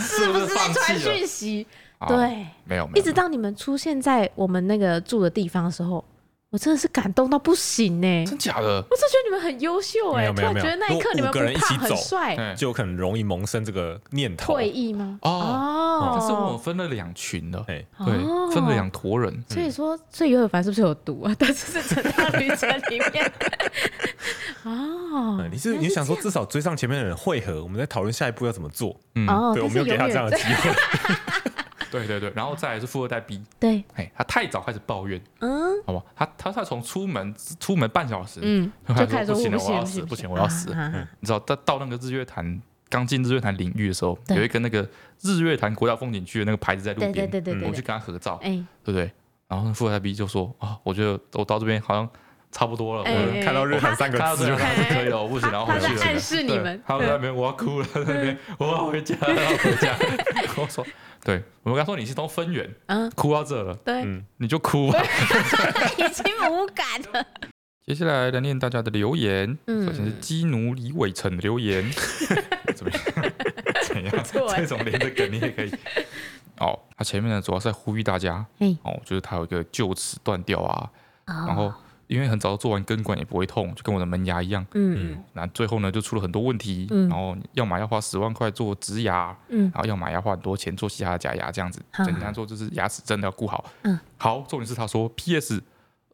[SPEAKER 1] 是不是在传讯息？啊对，
[SPEAKER 2] 哦没有，没有没有
[SPEAKER 1] 一直到你们出现在我们那个住的地方的时候，我真的是感动到不行呢、
[SPEAKER 2] 真假的？
[SPEAKER 1] 我真觉得你们很优秀哎、
[SPEAKER 3] 没有
[SPEAKER 1] 突
[SPEAKER 3] 没有
[SPEAKER 1] 然觉得那一刻你
[SPEAKER 3] 没
[SPEAKER 1] 们
[SPEAKER 3] 有
[SPEAKER 1] 不
[SPEAKER 3] 如果五个人一起
[SPEAKER 1] 胖很
[SPEAKER 3] 走
[SPEAKER 1] 帅，
[SPEAKER 2] 哎
[SPEAKER 3] 就很容易萌生这个念头。
[SPEAKER 1] 退役吗？
[SPEAKER 2] 哦
[SPEAKER 1] 哦
[SPEAKER 2] 但是我们分了两群了，
[SPEAKER 3] 哎，
[SPEAKER 2] 对
[SPEAKER 1] 哦，
[SPEAKER 2] 分了两坨人，
[SPEAKER 1] 所以说，所以尤尔凡是不是有毒啊？ 但是是整趟旅程里面， 哦
[SPEAKER 3] 嗯，你是
[SPEAKER 1] 原来
[SPEAKER 3] 你想说
[SPEAKER 1] 这样
[SPEAKER 3] 至少追上前面的人汇合，我们再讨论下一步要怎么做。
[SPEAKER 2] 嗯，
[SPEAKER 1] 哦，
[SPEAKER 3] 对，我
[SPEAKER 1] 但
[SPEAKER 3] 没有
[SPEAKER 1] 是
[SPEAKER 3] 给他
[SPEAKER 1] 永
[SPEAKER 3] 这
[SPEAKER 1] 远
[SPEAKER 3] 样的机会。
[SPEAKER 2] 对对对，然后再来是富二代 B，
[SPEAKER 1] 对，
[SPEAKER 2] 哎，他太早开始抱怨，
[SPEAKER 1] 嗯
[SPEAKER 2] 好吧，他他他从出门出门半小时，
[SPEAKER 1] 嗯，就
[SPEAKER 2] 他
[SPEAKER 1] 开始
[SPEAKER 2] 说
[SPEAKER 1] 说
[SPEAKER 2] 不行了，我
[SPEAKER 1] 行啊
[SPEAKER 2] 要死，不行，我要死。你知道，到到那个日月潭，刚进日月潭领域的时候，
[SPEAKER 1] 对
[SPEAKER 2] 有一个那个日月潭国家风景区的那个牌子在路
[SPEAKER 1] 对
[SPEAKER 2] 边，
[SPEAKER 1] 对对对
[SPEAKER 3] 嗯
[SPEAKER 1] 对
[SPEAKER 2] 我去
[SPEAKER 1] 对，
[SPEAKER 2] 跟他合照，
[SPEAKER 1] 哎，
[SPEAKER 2] 对不对？然后富二代 B 就说啊，我觉得我到这边好像差不多了，
[SPEAKER 1] 哎
[SPEAKER 2] 我
[SPEAKER 1] 哎
[SPEAKER 3] 看到日韩三个
[SPEAKER 2] 看到
[SPEAKER 3] 字
[SPEAKER 2] 这
[SPEAKER 3] 就
[SPEAKER 2] 边还是可以了，我不行，然后
[SPEAKER 1] 他
[SPEAKER 2] 回
[SPEAKER 1] 在
[SPEAKER 2] 去了。
[SPEAKER 1] 暗示你
[SPEAKER 2] 对
[SPEAKER 1] 们，
[SPEAKER 2] 他们在那边我要哭了，在那边我要回家，我要回家。我说，对我们刚说你是从分园
[SPEAKER 1] 嗯，
[SPEAKER 2] 哭到这了，
[SPEAKER 1] 对，
[SPEAKER 3] 嗯，
[SPEAKER 2] 你就哭吧。
[SPEAKER 1] 已经无感了。
[SPEAKER 2] 接下来来念大家的留言，
[SPEAKER 1] 嗯
[SPEAKER 2] 首先是基奴李伟成的留 言，怎么样？怎样？
[SPEAKER 1] 错欸
[SPEAKER 2] 这种连着梗你也可以。哦，他前面呢主要是在呼吁大家
[SPEAKER 1] 嘿，哦
[SPEAKER 2] 哦，就是他有一个臼齿断掉啊，然
[SPEAKER 1] 然
[SPEAKER 2] 后，因为很早做完根管也不会痛，就跟我的门牙一样。
[SPEAKER 1] 嗯
[SPEAKER 2] 那最后呢就出了很多问题，
[SPEAKER 1] 嗯
[SPEAKER 2] 然后要么要花十万块做植牙，
[SPEAKER 1] 嗯
[SPEAKER 2] 然后要么要花很多钱做其他的假牙，这样子。
[SPEAKER 1] 嗯
[SPEAKER 2] 简单说就是牙齿真的要顾好。
[SPEAKER 1] 嗯，
[SPEAKER 2] 好，重点是他说 P.S.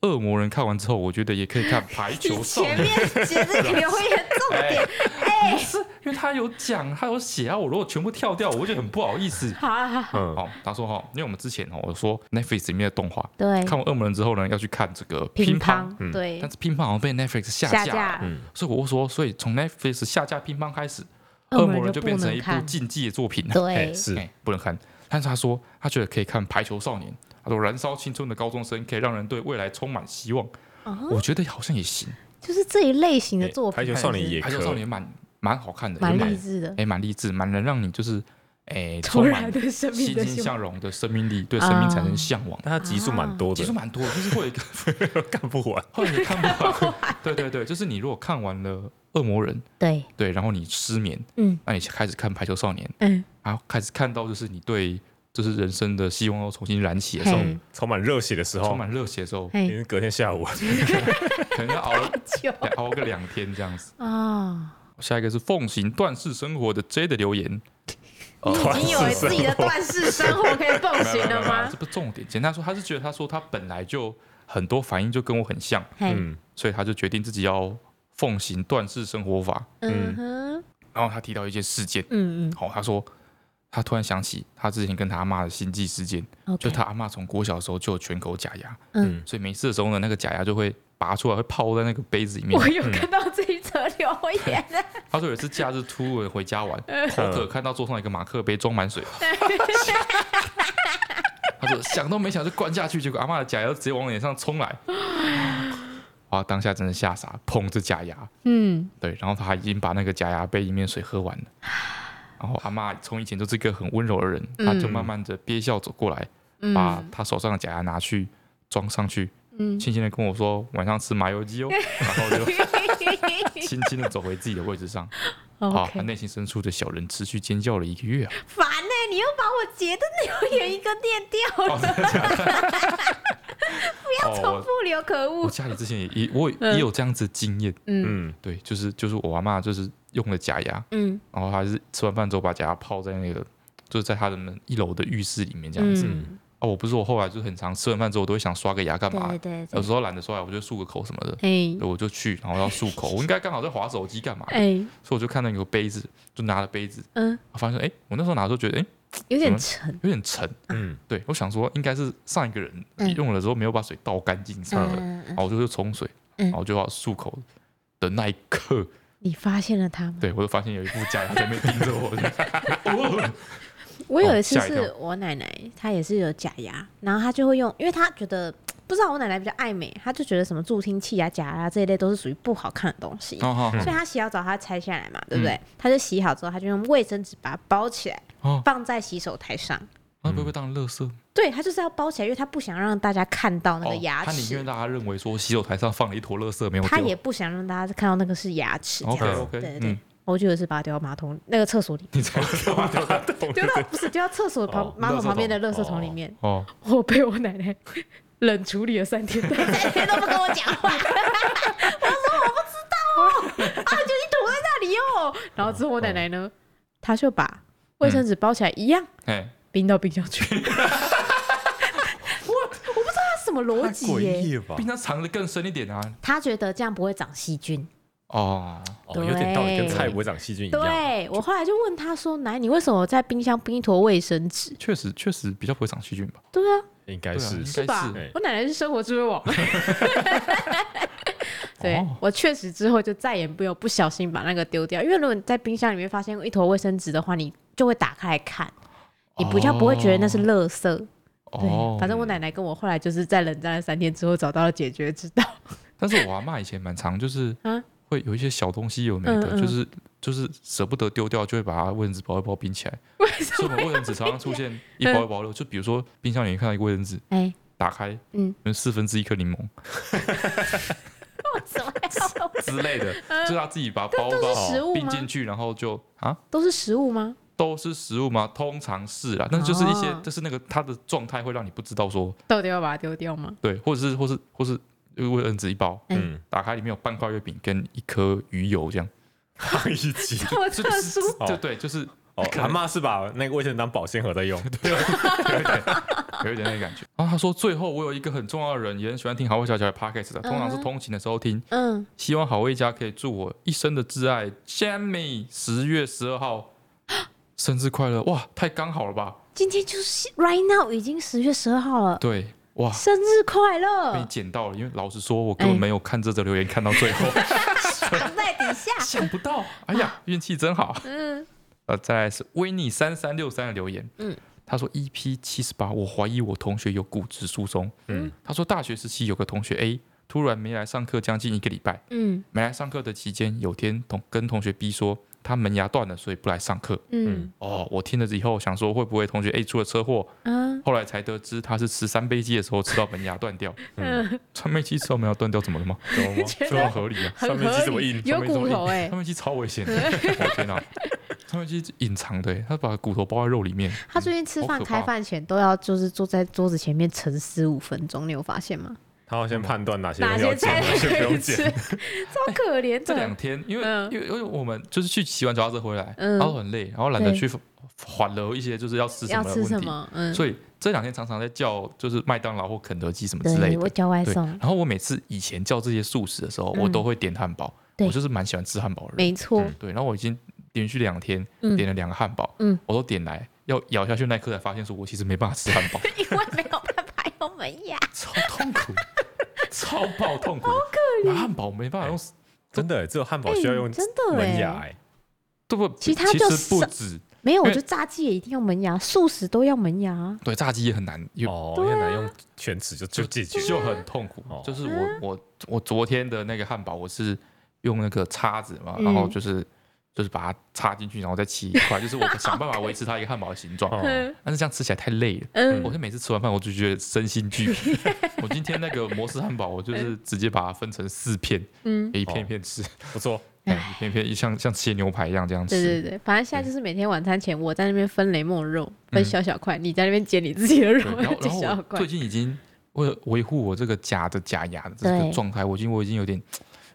[SPEAKER 2] 恶魔人看完之后，我觉得也可以看排
[SPEAKER 1] 你
[SPEAKER 2] 球少
[SPEAKER 1] 前
[SPEAKER 2] 年。
[SPEAKER 1] 面写这个留言重点，。
[SPEAKER 2] 不是，因为他有讲，他有写啊，我如果全部跳掉，我会觉得很不好意思
[SPEAKER 1] 好啊，好啊
[SPEAKER 3] 嗯，
[SPEAKER 2] 哦，他说哈、因为我们之前哦，我说 Netflix 里面的动画，
[SPEAKER 1] 对，
[SPEAKER 2] 看完《恶魔人》之后呢，要去看这个
[SPEAKER 1] 乒
[SPEAKER 2] 乒乓，
[SPEAKER 1] 乓，
[SPEAKER 3] 嗯
[SPEAKER 1] 对
[SPEAKER 2] 但，是乒乓好像被 Netflix 下
[SPEAKER 1] 下
[SPEAKER 2] 架了，
[SPEAKER 1] 架，
[SPEAKER 3] 嗯
[SPEAKER 2] 所以我说，所以从 Netflix 下架乒乓开始，《
[SPEAKER 1] 恶魔
[SPEAKER 2] 恶魔
[SPEAKER 1] 人
[SPEAKER 2] 人》
[SPEAKER 1] 就
[SPEAKER 2] 就
[SPEAKER 1] 不
[SPEAKER 2] 变
[SPEAKER 1] 能看
[SPEAKER 2] 成一部禁忌的作品了，
[SPEAKER 1] 对
[SPEAKER 3] 哎，是
[SPEAKER 2] 哎，不能看。但是他说，他觉得可以看《排球少年》，他说燃烧青春的高中生可以让人对未来充满希望，
[SPEAKER 1] 哦，
[SPEAKER 2] 我觉得好像也行，
[SPEAKER 1] 就是这一类型的作品，
[SPEAKER 3] 排球少年
[SPEAKER 1] 是
[SPEAKER 3] 也
[SPEAKER 2] 《排球
[SPEAKER 3] 可
[SPEAKER 2] 少年》蛮蛮好看的，
[SPEAKER 1] 蛮
[SPEAKER 2] 也蛮
[SPEAKER 1] 励志的，
[SPEAKER 2] 哎，蛮励志，蛮能让你就是 哎
[SPEAKER 1] 重
[SPEAKER 2] 充
[SPEAKER 1] 燃
[SPEAKER 2] 满
[SPEAKER 1] 对生命
[SPEAKER 2] 欣
[SPEAKER 1] 的
[SPEAKER 2] 欣
[SPEAKER 1] 希望。啊
[SPEAKER 2] 向荣的生命力，对生命产生向往。
[SPEAKER 3] 但它集数蛮多
[SPEAKER 2] 啊集
[SPEAKER 3] 的
[SPEAKER 2] 数，蛮多的，就是会 有一个
[SPEAKER 3] 干不完。
[SPEAKER 2] 会有一个看不完。对对对，就是你如果看完了《恶魔人》，
[SPEAKER 1] 对，
[SPEAKER 2] 对，然后你失眠，
[SPEAKER 1] 嗯
[SPEAKER 2] 那你开始看《排球少年》，
[SPEAKER 1] 嗯，
[SPEAKER 2] 然后啊开始看到就是你对就是人生的希望又重新燃起的时候，
[SPEAKER 1] 嘿
[SPEAKER 3] 充满热血的
[SPEAKER 1] 哦
[SPEAKER 3] 时
[SPEAKER 2] 充
[SPEAKER 3] 候，
[SPEAKER 2] 满热血的时候，
[SPEAKER 3] 因
[SPEAKER 1] 哎，
[SPEAKER 3] 为隔天下午
[SPEAKER 2] 可能要 熬了
[SPEAKER 1] 就
[SPEAKER 2] 熬个两天这样子。
[SPEAKER 1] 啊，
[SPEAKER 2] 下一个是奉行断食生活的 J 的留言，
[SPEAKER 1] 你
[SPEAKER 2] 哦
[SPEAKER 1] 已经有
[SPEAKER 3] 断食
[SPEAKER 1] 自己的断食生活可以奉
[SPEAKER 2] 没有
[SPEAKER 1] 行
[SPEAKER 2] 没有
[SPEAKER 1] 了
[SPEAKER 2] 没有
[SPEAKER 1] 吗
[SPEAKER 2] 这？不重点，简单说，他是觉得他说他本来就很多反应就跟我很像，
[SPEAKER 1] 嘿，
[SPEAKER 3] 嗯，
[SPEAKER 2] 所以他就决定自己要奉行断食生活法。
[SPEAKER 1] 嗯哼，
[SPEAKER 2] 然后他提到一件事件，
[SPEAKER 1] 嗯
[SPEAKER 2] 好、他说他突然想起他之前跟他阿妈的心悸事件，
[SPEAKER 1] 嗯，
[SPEAKER 2] 就他阿妈从国小的时候就有全口假牙，
[SPEAKER 1] 嗯
[SPEAKER 2] 嗯，所以没事的时候呢，那个假牙就会拔出来，会泡在那个杯子里
[SPEAKER 1] OK。
[SPEAKER 2] 面
[SPEAKER 1] 我。有看到这一则留 言，
[SPEAKER 2] 他说有一次假日突然回家玩，口渴，看到桌上有一个马克杯装满水，他说想都没想就灌下去，结果阿妈的假牙就直接往脸上冲来，哇！当下真的吓傻，捧着假牙，
[SPEAKER 1] 嗯，
[SPEAKER 2] 对，然后他已经把那个假牙杯里面水喝完了。然后阿妈从以前就是一个很温柔的人，
[SPEAKER 1] 嗯
[SPEAKER 2] 她就慢慢的憋笑走过来，
[SPEAKER 1] 嗯
[SPEAKER 2] 把她手上的假牙拿去装上去，
[SPEAKER 1] 嗯，
[SPEAKER 2] 轻轻的跟我说晚上吃麻油 鸡哦，然后就轻轻的走回自己的位置 上。啊，他
[SPEAKER 1] OK，
[SPEAKER 2] 内心深处的小人持续尖叫了一个月啊！
[SPEAKER 1] 烦呢，你又把我截的留言一个念掉了，
[SPEAKER 2] 不要
[SPEAKER 1] 重复留，可
[SPEAKER 2] 哦我
[SPEAKER 1] 恶，
[SPEAKER 2] 家里之前也也我也
[SPEAKER 1] 嗯
[SPEAKER 2] 也有这样子的经验，
[SPEAKER 1] 嗯
[SPEAKER 3] 嗯，
[SPEAKER 2] 对，就是就是我阿妈就是用了假牙，
[SPEAKER 1] 嗯
[SPEAKER 2] 然后她是吃完饭之后把假牙泡在那个就是在她的门一楼的浴室里面这样子。
[SPEAKER 1] 嗯，
[SPEAKER 2] 哦，我不是我后来就是很常吃完饭之后我都会想刷个牙干嘛
[SPEAKER 1] 对，对
[SPEAKER 2] 有
[SPEAKER 1] 对，
[SPEAKER 2] 时候懒得刷牙，我就漱个口什么的，
[SPEAKER 1] 哎
[SPEAKER 2] 对我就去，然后要漱 口，我应该刚好在划手机干嘛的，
[SPEAKER 1] 哎，
[SPEAKER 2] 所以我就看到有个杯子，就拿了杯子，
[SPEAKER 1] 嗯
[SPEAKER 2] 我发现哎，我那时候拿的时候觉得哎，
[SPEAKER 1] 有点沉，
[SPEAKER 2] 有点沉。
[SPEAKER 3] 嗯，
[SPEAKER 2] 对我想说，应该是上一个人
[SPEAKER 1] 嗯
[SPEAKER 2] 用了之后没有把水倒干净什么的，
[SPEAKER 1] 嗯嗯嗯，
[SPEAKER 2] 然后我就去冲水，
[SPEAKER 1] 嗯
[SPEAKER 2] 然后就要漱口的那一刻，
[SPEAKER 1] 你发现了他吗？
[SPEAKER 2] 对我就发现有一副家人在那边盯着 我，哦
[SPEAKER 1] 我有一次
[SPEAKER 2] 哦吓一跳
[SPEAKER 1] 是我奶奶，她也是有假牙，然后她就会用，因为她觉得不知道我奶奶比较爱美，她就觉得什么助听器啊、假牙这一类都是属于不好看的东西，
[SPEAKER 2] 哦好好
[SPEAKER 1] 所以她洗好澡她拆下来嘛，对不对？她就洗好之后，她就用卫生纸把它包起来，
[SPEAKER 2] 嗯哦，
[SPEAKER 1] 放在洗手台上。
[SPEAKER 2] 那会不会当垃圾？
[SPEAKER 1] 对，她就是要包起来，因为她不想让大家看到那个
[SPEAKER 2] 哦
[SPEAKER 1] 牙
[SPEAKER 2] 他宁
[SPEAKER 1] 齿，
[SPEAKER 2] 愿大家认为说洗手台上放了一坨垃圾没有丢。
[SPEAKER 1] 她也不想让大家看到那个是牙齿这样
[SPEAKER 2] OK
[SPEAKER 1] 子。
[SPEAKER 2] OK，
[SPEAKER 1] 对对对
[SPEAKER 2] 嗯，
[SPEAKER 1] 我就有一次把它丢到马桶那个厕所 里，
[SPEAKER 2] 你才干嘛掉在
[SPEAKER 1] 丢到不是丢到厕所旁
[SPEAKER 3] 哦
[SPEAKER 1] 马桶旁边的
[SPEAKER 3] 垃
[SPEAKER 1] 垃
[SPEAKER 3] 圾桶
[SPEAKER 1] 圾桶里面，
[SPEAKER 2] 哦，
[SPEAKER 1] 我被我奶奶 冷处理了三天，三天都不跟我讲话。 我说我不知道哦，啊，就你躲在那里哦。然后之后我奶奶呢，她就把卫生纸包起来一样
[SPEAKER 2] 哎，
[SPEAKER 1] 冰到冰箱去。 我我不知道她什么逻辑耶，
[SPEAKER 3] 了吧
[SPEAKER 2] 冰箱藏的更深一点啊。
[SPEAKER 1] 她觉得这样不会长细菌。
[SPEAKER 2] 哦，
[SPEAKER 3] 哦，有点道理，跟
[SPEAKER 1] 对
[SPEAKER 3] 菜不会长细菌一样。
[SPEAKER 1] 对我后来就问她说：“奶，你为什么在冰箱冰一坨卫生纸
[SPEAKER 2] 确实确实比较不会长细菌吧？？”
[SPEAKER 1] 对啊，
[SPEAKER 3] 应该
[SPEAKER 2] 对啊
[SPEAKER 3] 是
[SPEAKER 2] 应该
[SPEAKER 1] 是吧
[SPEAKER 3] 对？
[SPEAKER 1] 我奶奶是生活智慧网。 对、
[SPEAKER 2] 哦
[SPEAKER 1] 我确实之后就再也没有不小心把那个丢掉，因为如果你在冰箱里面发现一坨卫生纸的话，你就会打开来看，你比较不会觉得那是垃圾。
[SPEAKER 2] 哦
[SPEAKER 1] 对，，反正我奶奶跟我后来就是在冷战了三天之后找到了解决之道。
[SPEAKER 2] 但是我阿妈以前蛮常就是
[SPEAKER 1] 啊
[SPEAKER 2] 会有一些小东西有没
[SPEAKER 1] 嗯
[SPEAKER 2] 的，
[SPEAKER 1] 嗯
[SPEAKER 2] 就是就是舍不得丢掉，就会把它卫生纸包一包冰起来。
[SPEAKER 1] 为什
[SPEAKER 2] 所以
[SPEAKER 1] 么
[SPEAKER 2] 我？们卫生纸常常出现一包一包的，就比如说冰箱里面看到一个卫生纸，
[SPEAKER 1] 哎，
[SPEAKER 2] 打开
[SPEAKER 1] 嗯，
[SPEAKER 2] 有四分之一颗柠檬
[SPEAKER 1] 为什么要？
[SPEAKER 2] 之类 的，就是他自己把它包
[SPEAKER 1] 嗯都是食
[SPEAKER 2] 包
[SPEAKER 1] 物
[SPEAKER 2] 冰
[SPEAKER 1] 吗
[SPEAKER 2] 进去，然后就啊。
[SPEAKER 1] 都是食物吗？
[SPEAKER 2] 都是食物吗？通常是啦，但是就是一些
[SPEAKER 1] 哦，
[SPEAKER 2] 就是那个它的状态会让你不知道说，
[SPEAKER 1] 到底要把它丢掉 吗？
[SPEAKER 2] 对，或者是或是或是卫生纸一包，
[SPEAKER 3] 嗯，
[SPEAKER 2] 打开里面有半块月饼跟一颗鱼油这样，
[SPEAKER 3] 放一起。
[SPEAKER 1] 这么
[SPEAKER 2] 就
[SPEAKER 1] 特殊，
[SPEAKER 3] 哦
[SPEAKER 2] 就对，就是
[SPEAKER 3] 哦，阿妈是把那个卫生纸当保鲜盒在 用。
[SPEAKER 2] 有一点那个感觉。然后他说，最后我有一个很重要的人，也很喜欢听好味小姐的 podcast 的，通常是
[SPEAKER 1] 嗯哼
[SPEAKER 2] 通勤的时候听。
[SPEAKER 1] 嗯，
[SPEAKER 2] 希望好味家可以祝我一生的挚爱 Jamie 十月十二号生日快乐！哇，太刚好了吧？
[SPEAKER 1] 今天就是 right now 已经十月十二号了，
[SPEAKER 2] 对，哇，
[SPEAKER 1] 生日快
[SPEAKER 2] 被
[SPEAKER 1] 乐！
[SPEAKER 2] 捡到了。因为老实说，我根本
[SPEAKER 1] 哎
[SPEAKER 2] 没有看这则留言看到最后，
[SPEAKER 1] 藏在底下，
[SPEAKER 2] 想不到。哎呀，运气真好。
[SPEAKER 1] 嗯，
[SPEAKER 2] 呃，再来是维尼三三六三的留言，
[SPEAKER 1] 嗯
[SPEAKER 2] 嗯，他说 EP 七十八，我怀疑我同学有骨质疏松，
[SPEAKER 3] 嗯
[SPEAKER 2] 嗯，他说大学时期有个同学 A 突然没来上课将近一个礼拜，
[SPEAKER 1] 嗯
[SPEAKER 2] 没来上课的期间，有天同跟同学 B 说他门牙断了，所以不来上课。
[SPEAKER 1] 嗯
[SPEAKER 2] 哦，我听了以后想说会不会同学 A 出了车祸，
[SPEAKER 1] 啊
[SPEAKER 2] 后来才得知他是吃三杯鸡的时候吃到门牙断掉，
[SPEAKER 1] 嗯，
[SPEAKER 2] 三杯鸡吃到门牙断掉怎么了吗？
[SPEAKER 3] 懂了吗
[SPEAKER 1] 觉
[SPEAKER 2] 这么
[SPEAKER 1] 得
[SPEAKER 2] 合理啊？
[SPEAKER 1] 很
[SPEAKER 3] 上面是什
[SPEAKER 1] 合
[SPEAKER 3] 么
[SPEAKER 1] 理
[SPEAKER 3] 印，
[SPEAKER 1] 有骨头哎、
[SPEAKER 2] 上面鸡超危险的， 我天哪！上面鸡隐藏的，哎他把骨头包在肉里面。嗯
[SPEAKER 1] 他最近吃
[SPEAKER 2] 好
[SPEAKER 1] 饭
[SPEAKER 2] 可怕
[SPEAKER 1] 开饭前都要就是坐在桌子前面沉思五分钟，你有发现吗？
[SPEAKER 3] 他要先判断哪些
[SPEAKER 1] 哪
[SPEAKER 3] 东西
[SPEAKER 1] 些
[SPEAKER 3] 要剪，
[SPEAKER 1] 菜
[SPEAKER 3] 哪些不
[SPEAKER 1] 可以
[SPEAKER 3] 用
[SPEAKER 1] 吃，
[SPEAKER 3] 剪。
[SPEAKER 1] 超可怜
[SPEAKER 2] 这两
[SPEAKER 1] 的。
[SPEAKER 2] 天，因为、
[SPEAKER 1] 嗯
[SPEAKER 2] 因为因为我们就是去骑完脚踏车回来，
[SPEAKER 1] 嗯
[SPEAKER 2] 然后很累，然后懒得
[SPEAKER 1] 对
[SPEAKER 2] 去缓了一些就是要吃什
[SPEAKER 1] 要
[SPEAKER 2] 么的
[SPEAKER 1] 吃
[SPEAKER 2] 问
[SPEAKER 1] 什
[SPEAKER 2] 题，
[SPEAKER 1] 么？嗯，
[SPEAKER 2] 所以这两天常常在叫就是麦当劳或肯德基什么之类
[SPEAKER 1] 对我
[SPEAKER 2] 的。
[SPEAKER 1] 叫外
[SPEAKER 2] 对，
[SPEAKER 1] 送
[SPEAKER 2] 然，后我每次以前叫这些素食的时候，
[SPEAKER 1] 嗯
[SPEAKER 2] 我都会点汉堡，
[SPEAKER 1] 对
[SPEAKER 2] 我就是蛮喜欢吃汉堡的人。
[SPEAKER 1] 没错，
[SPEAKER 2] 对，然后我已经连续两天
[SPEAKER 1] 嗯
[SPEAKER 2] 点了两个汉堡，
[SPEAKER 1] 嗯
[SPEAKER 2] 我都点来要咬下去那一刻才发现，说我其实没办法吃汉 堡，
[SPEAKER 1] 因为没有办法用门牙，
[SPEAKER 2] 超痛苦，超爆痛苦，拿汉堡没办法用，
[SPEAKER 3] 真的，只有汉堡需要用
[SPEAKER 1] 哎真的
[SPEAKER 3] 门牙
[SPEAKER 1] 哎，
[SPEAKER 3] 哎。
[SPEAKER 2] 对不？
[SPEAKER 1] 其他就
[SPEAKER 2] 实不
[SPEAKER 1] 少
[SPEAKER 2] 止，
[SPEAKER 1] 没有，
[SPEAKER 2] 因
[SPEAKER 1] 我
[SPEAKER 2] 为
[SPEAKER 1] 觉得炸鸡也一定要门牙，素食都要门牙啊。
[SPEAKER 2] 对，炸鸡也很难，有
[SPEAKER 3] 哦，因为拿用犬齿就就解决
[SPEAKER 2] 就很痛苦
[SPEAKER 3] 哦。
[SPEAKER 2] 就是
[SPEAKER 1] 嗯
[SPEAKER 2] 我我我昨天的那个汉堡，我是用那个叉子嘛，
[SPEAKER 1] 嗯
[SPEAKER 2] 然后就是就是把它插进去，然后再切一块，就是我想办法维持它一个汉堡的形状。
[SPEAKER 3] 哦，
[SPEAKER 1] 嗯
[SPEAKER 2] 但是这样吃起来太累了，
[SPEAKER 1] 嗯
[SPEAKER 2] 我就每次吃完饭我就觉得身心 俱疲。我今天那个摩斯汉堡，我就是直接把它分成四片，
[SPEAKER 1] 嗯，
[SPEAKER 2] 一片一片吃，
[SPEAKER 3] 不错，
[SPEAKER 2] 哎一片一片像像切牛排一样这样
[SPEAKER 1] 对
[SPEAKER 2] 吃。
[SPEAKER 1] 对对，反正现在就是每天晚餐前，我在那边分雷梦肉，分小小块，你在那边捡你自己的肉
[SPEAKER 2] 嗯对，然
[SPEAKER 1] 捡
[SPEAKER 2] 后，然后
[SPEAKER 1] 小小
[SPEAKER 2] 我
[SPEAKER 1] 块
[SPEAKER 2] 最。近已经为了维护我这个假的假牙的这
[SPEAKER 1] 对
[SPEAKER 2] 个状态，我已经我已经有点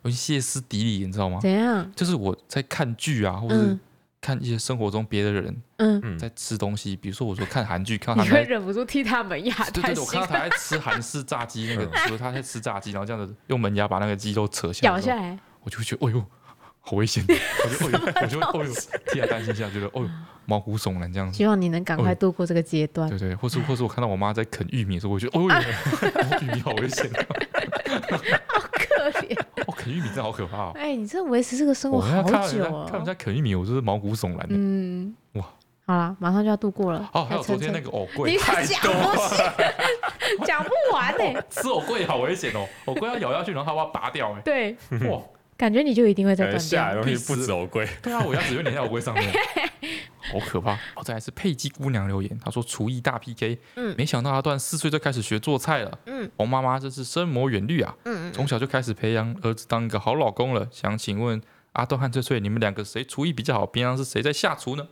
[SPEAKER 2] 有点歇斯底里，你知道吗？
[SPEAKER 1] 怎样？
[SPEAKER 2] 就是我在看剧啊，或是
[SPEAKER 1] 嗯
[SPEAKER 2] 看一些生活中别的人
[SPEAKER 1] 嗯，
[SPEAKER 3] 嗯，
[SPEAKER 2] 在吃东西，比如说我说看韩剧，看到
[SPEAKER 1] 你
[SPEAKER 2] 他
[SPEAKER 1] 会
[SPEAKER 2] 们在。
[SPEAKER 1] 忍不住踢他门牙，
[SPEAKER 2] 对
[SPEAKER 1] 太
[SPEAKER 2] 对对，我
[SPEAKER 1] 辛
[SPEAKER 2] 看
[SPEAKER 1] 苦
[SPEAKER 2] 到。他在吃韩式炸鸡，那个，
[SPEAKER 3] 嗯
[SPEAKER 2] 比如他在吃炸鸡，然后这样子用门牙把那个鸡肉扯下来
[SPEAKER 1] 咬
[SPEAKER 2] 的时候，
[SPEAKER 1] 下来，
[SPEAKER 2] 我就会觉得，哎呦，好危 险！我就哦呦，我就会哦呦，替他担心一下，觉得哦呦毛骨悚然这样子。
[SPEAKER 1] 希望你能赶快度过这个阶段。
[SPEAKER 2] 嗯对对，或是或是我看到我妈在啃玉米的时候，我就 觉得哦呦， 玉米好危险啊！
[SPEAKER 1] 可怜，
[SPEAKER 2] 哦，啃玉米真的好可怕哦！
[SPEAKER 1] 哎，你这维持这个生活
[SPEAKER 2] 我
[SPEAKER 1] 好
[SPEAKER 2] 看到人
[SPEAKER 1] 久
[SPEAKER 2] 家看人
[SPEAKER 1] 哦。
[SPEAKER 2] 家啃玉米，我就是毛骨悚然的。
[SPEAKER 1] 嗯，
[SPEAKER 2] 哇，
[SPEAKER 1] 好啦，马上就要度过了。
[SPEAKER 2] 哦，还有
[SPEAKER 1] 再
[SPEAKER 2] 昨
[SPEAKER 1] 撑
[SPEAKER 2] 天那
[SPEAKER 1] 撑
[SPEAKER 2] 个藕
[SPEAKER 1] 你
[SPEAKER 2] 桂，太
[SPEAKER 1] 讲
[SPEAKER 2] 多
[SPEAKER 1] 不
[SPEAKER 2] 了，
[SPEAKER 1] 是讲不完欸呢、
[SPEAKER 2] 吃藕桂好危险哦，藕桂要咬下去，然后它把它拔 掉，哎，
[SPEAKER 1] 对，
[SPEAKER 2] 哇！
[SPEAKER 1] 感觉你就一定会再
[SPEAKER 3] 感觉
[SPEAKER 2] 哎
[SPEAKER 1] 断
[SPEAKER 3] 下来
[SPEAKER 1] 掉。
[SPEAKER 3] 的东西不止欧贵，
[SPEAKER 2] 对啊，我牙齿有点在我龟 上面，好可怕。哦，再来是佩姬姑娘留言，她说厨艺大 PK，
[SPEAKER 4] 嗯
[SPEAKER 2] 没想到阿段四岁就开始学做菜了，
[SPEAKER 4] 嗯
[SPEAKER 2] 王妈妈真是深谋远虑啊，
[SPEAKER 4] 嗯嗯，
[SPEAKER 2] 从小就开始培养儿子当一个好老公了。想请问阿段和翠翠，你们两个谁厨艺比较好？平常是谁在下厨呢？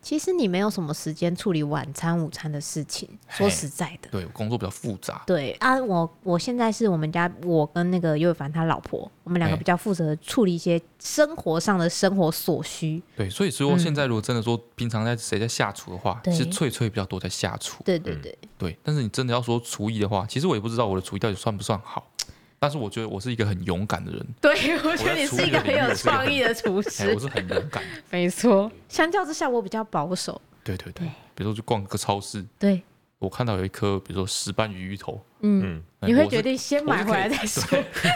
[SPEAKER 1] 其实你没有什么时间处理晚餐、午餐的事情，说实在的。
[SPEAKER 2] 对，我工作比较复杂，
[SPEAKER 1] 对啊，我我现在是我们家我跟那个尤伟凡他老婆，我们两个
[SPEAKER 2] 哎
[SPEAKER 1] 比较负责处理一些生活上的生活所需。
[SPEAKER 2] 对，所以说现在如果真的说平常在谁在下厨的
[SPEAKER 4] 嗯
[SPEAKER 2] 话，
[SPEAKER 1] 对
[SPEAKER 2] 是翠翠比较多在下厨，
[SPEAKER 1] 对对对，
[SPEAKER 2] 对。但是你真的要说厨艺的话，其实我也不知道我的厨艺到底算不算好，但是我觉得我是一个很勇敢的人，
[SPEAKER 1] 对我
[SPEAKER 2] 觉得你是一个很有创意
[SPEAKER 1] 的厨
[SPEAKER 2] 哎，我，是很勇敢的。
[SPEAKER 1] 没错。相较之下，我比较保守。
[SPEAKER 2] 对对对
[SPEAKER 1] 对，
[SPEAKER 2] 比如说去逛个超市，
[SPEAKER 1] 对，
[SPEAKER 2] 我看到有一颗，比如说石斑鱼鱼头，
[SPEAKER 1] 嗯，
[SPEAKER 3] 嗯，
[SPEAKER 2] 哎
[SPEAKER 1] 你会
[SPEAKER 2] 我
[SPEAKER 1] 决
[SPEAKER 2] 是
[SPEAKER 1] 定先买回来再说。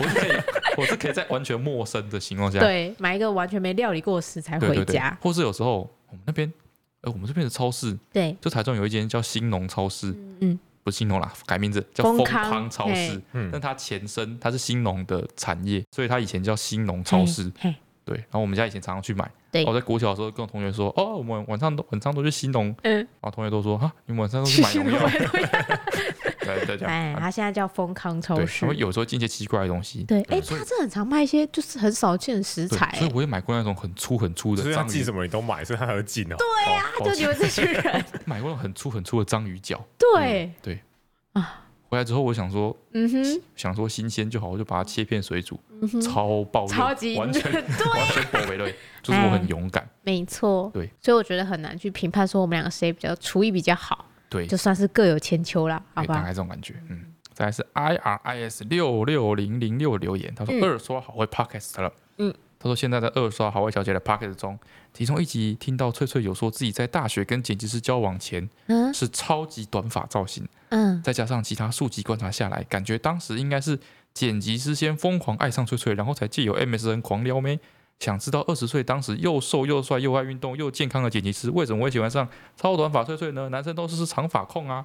[SPEAKER 2] 我是可以， 我是可以在完全陌生的情况下，
[SPEAKER 1] 对，买一个完全没料理过的食材
[SPEAKER 2] 对
[SPEAKER 1] 回
[SPEAKER 2] 对对
[SPEAKER 1] 家，。
[SPEAKER 2] 或是有时候我们那边，呃，我们这边的超市，
[SPEAKER 1] 对，
[SPEAKER 2] 就台中有一间叫兴农超市，
[SPEAKER 1] 嗯，
[SPEAKER 2] 不是兴农啦，改名字叫
[SPEAKER 1] 丰
[SPEAKER 2] 丰
[SPEAKER 1] 康
[SPEAKER 2] 康超市
[SPEAKER 1] 嘿，
[SPEAKER 3] 嗯
[SPEAKER 2] 但它前身它是兴农的产业，所以它以前叫兴农超市。
[SPEAKER 1] 嘿，嘿
[SPEAKER 2] 对，然后我们家以前常常去买。
[SPEAKER 1] 对
[SPEAKER 2] 我在国小的时候跟我同学说，哦，我们晚上都晚上都去兴农，
[SPEAKER 1] 嗯，
[SPEAKER 2] 然后同学都说，哈，啊你们晚上都去买农药， 对对对，
[SPEAKER 1] 哎，他现在叫丰康超
[SPEAKER 2] 对，
[SPEAKER 1] 市
[SPEAKER 2] 然后。有时候进一些奇怪的东西，
[SPEAKER 1] 对，哎，
[SPEAKER 2] 所以
[SPEAKER 1] 他这很常卖一些就是很少见的食
[SPEAKER 2] 对
[SPEAKER 1] 材，
[SPEAKER 2] 所以
[SPEAKER 1] 哎
[SPEAKER 2] 我也买过那种很粗很粗的
[SPEAKER 3] 所以他
[SPEAKER 2] 章鱼
[SPEAKER 3] 寄，什么你都买，所以他还要进哦。
[SPEAKER 2] 对啊呀、
[SPEAKER 1] 就你们这群人，
[SPEAKER 2] 买过那种很粗很粗的章鱼脚，
[SPEAKER 1] 对，
[SPEAKER 2] 对
[SPEAKER 1] 啊，
[SPEAKER 2] 回来之后我想说
[SPEAKER 1] 嗯哼，
[SPEAKER 2] 想说新鲜就好，我就把它切片水煮，
[SPEAKER 1] 嗯哼，
[SPEAKER 2] 超爆热，
[SPEAKER 1] 超级嗯
[SPEAKER 2] 完全完全不为对，就是我很勇敢，
[SPEAKER 1] 没错，
[SPEAKER 2] 对，
[SPEAKER 1] 所以我觉得很难去评判说我们两个谁比较厨艺比较好，
[SPEAKER 2] 对，
[SPEAKER 1] 就算是各有千秋啦，好
[SPEAKER 2] 对
[SPEAKER 1] 不
[SPEAKER 2] 哎大
[SPEAKER 1] 好
[SPEAKER 2] 概？这种感觉，嗯。再来是 I R I S 六六零零六留言，他说
[SPEAKER 1] 嗯
[SPEAKER 2] 二刷好会 podcast 了，
[SPEAKER 1] 嗯，
[SPEAKER 2] 他说现在在二刷好会小姐的 podcast 中，其中一集听到翠翠有说自己在大学跟剪辑师交往前
[SPEAKER 1] 嗯
[SPEAKER 2] 是超级短发造型，
[SPEAKER 1] 嗯，
[SPEAKER 2] 再加上其他数集观察下来，感觉当时应该是剪辑师先疯狂爱上翠翠，然后才借由 MSN 狂撩妹。想知道二十岁当时又瘦又帅又爱运动又健康的剪辑师，为什么会喜欢上超短发翠翠呢？男生都是长发控啊。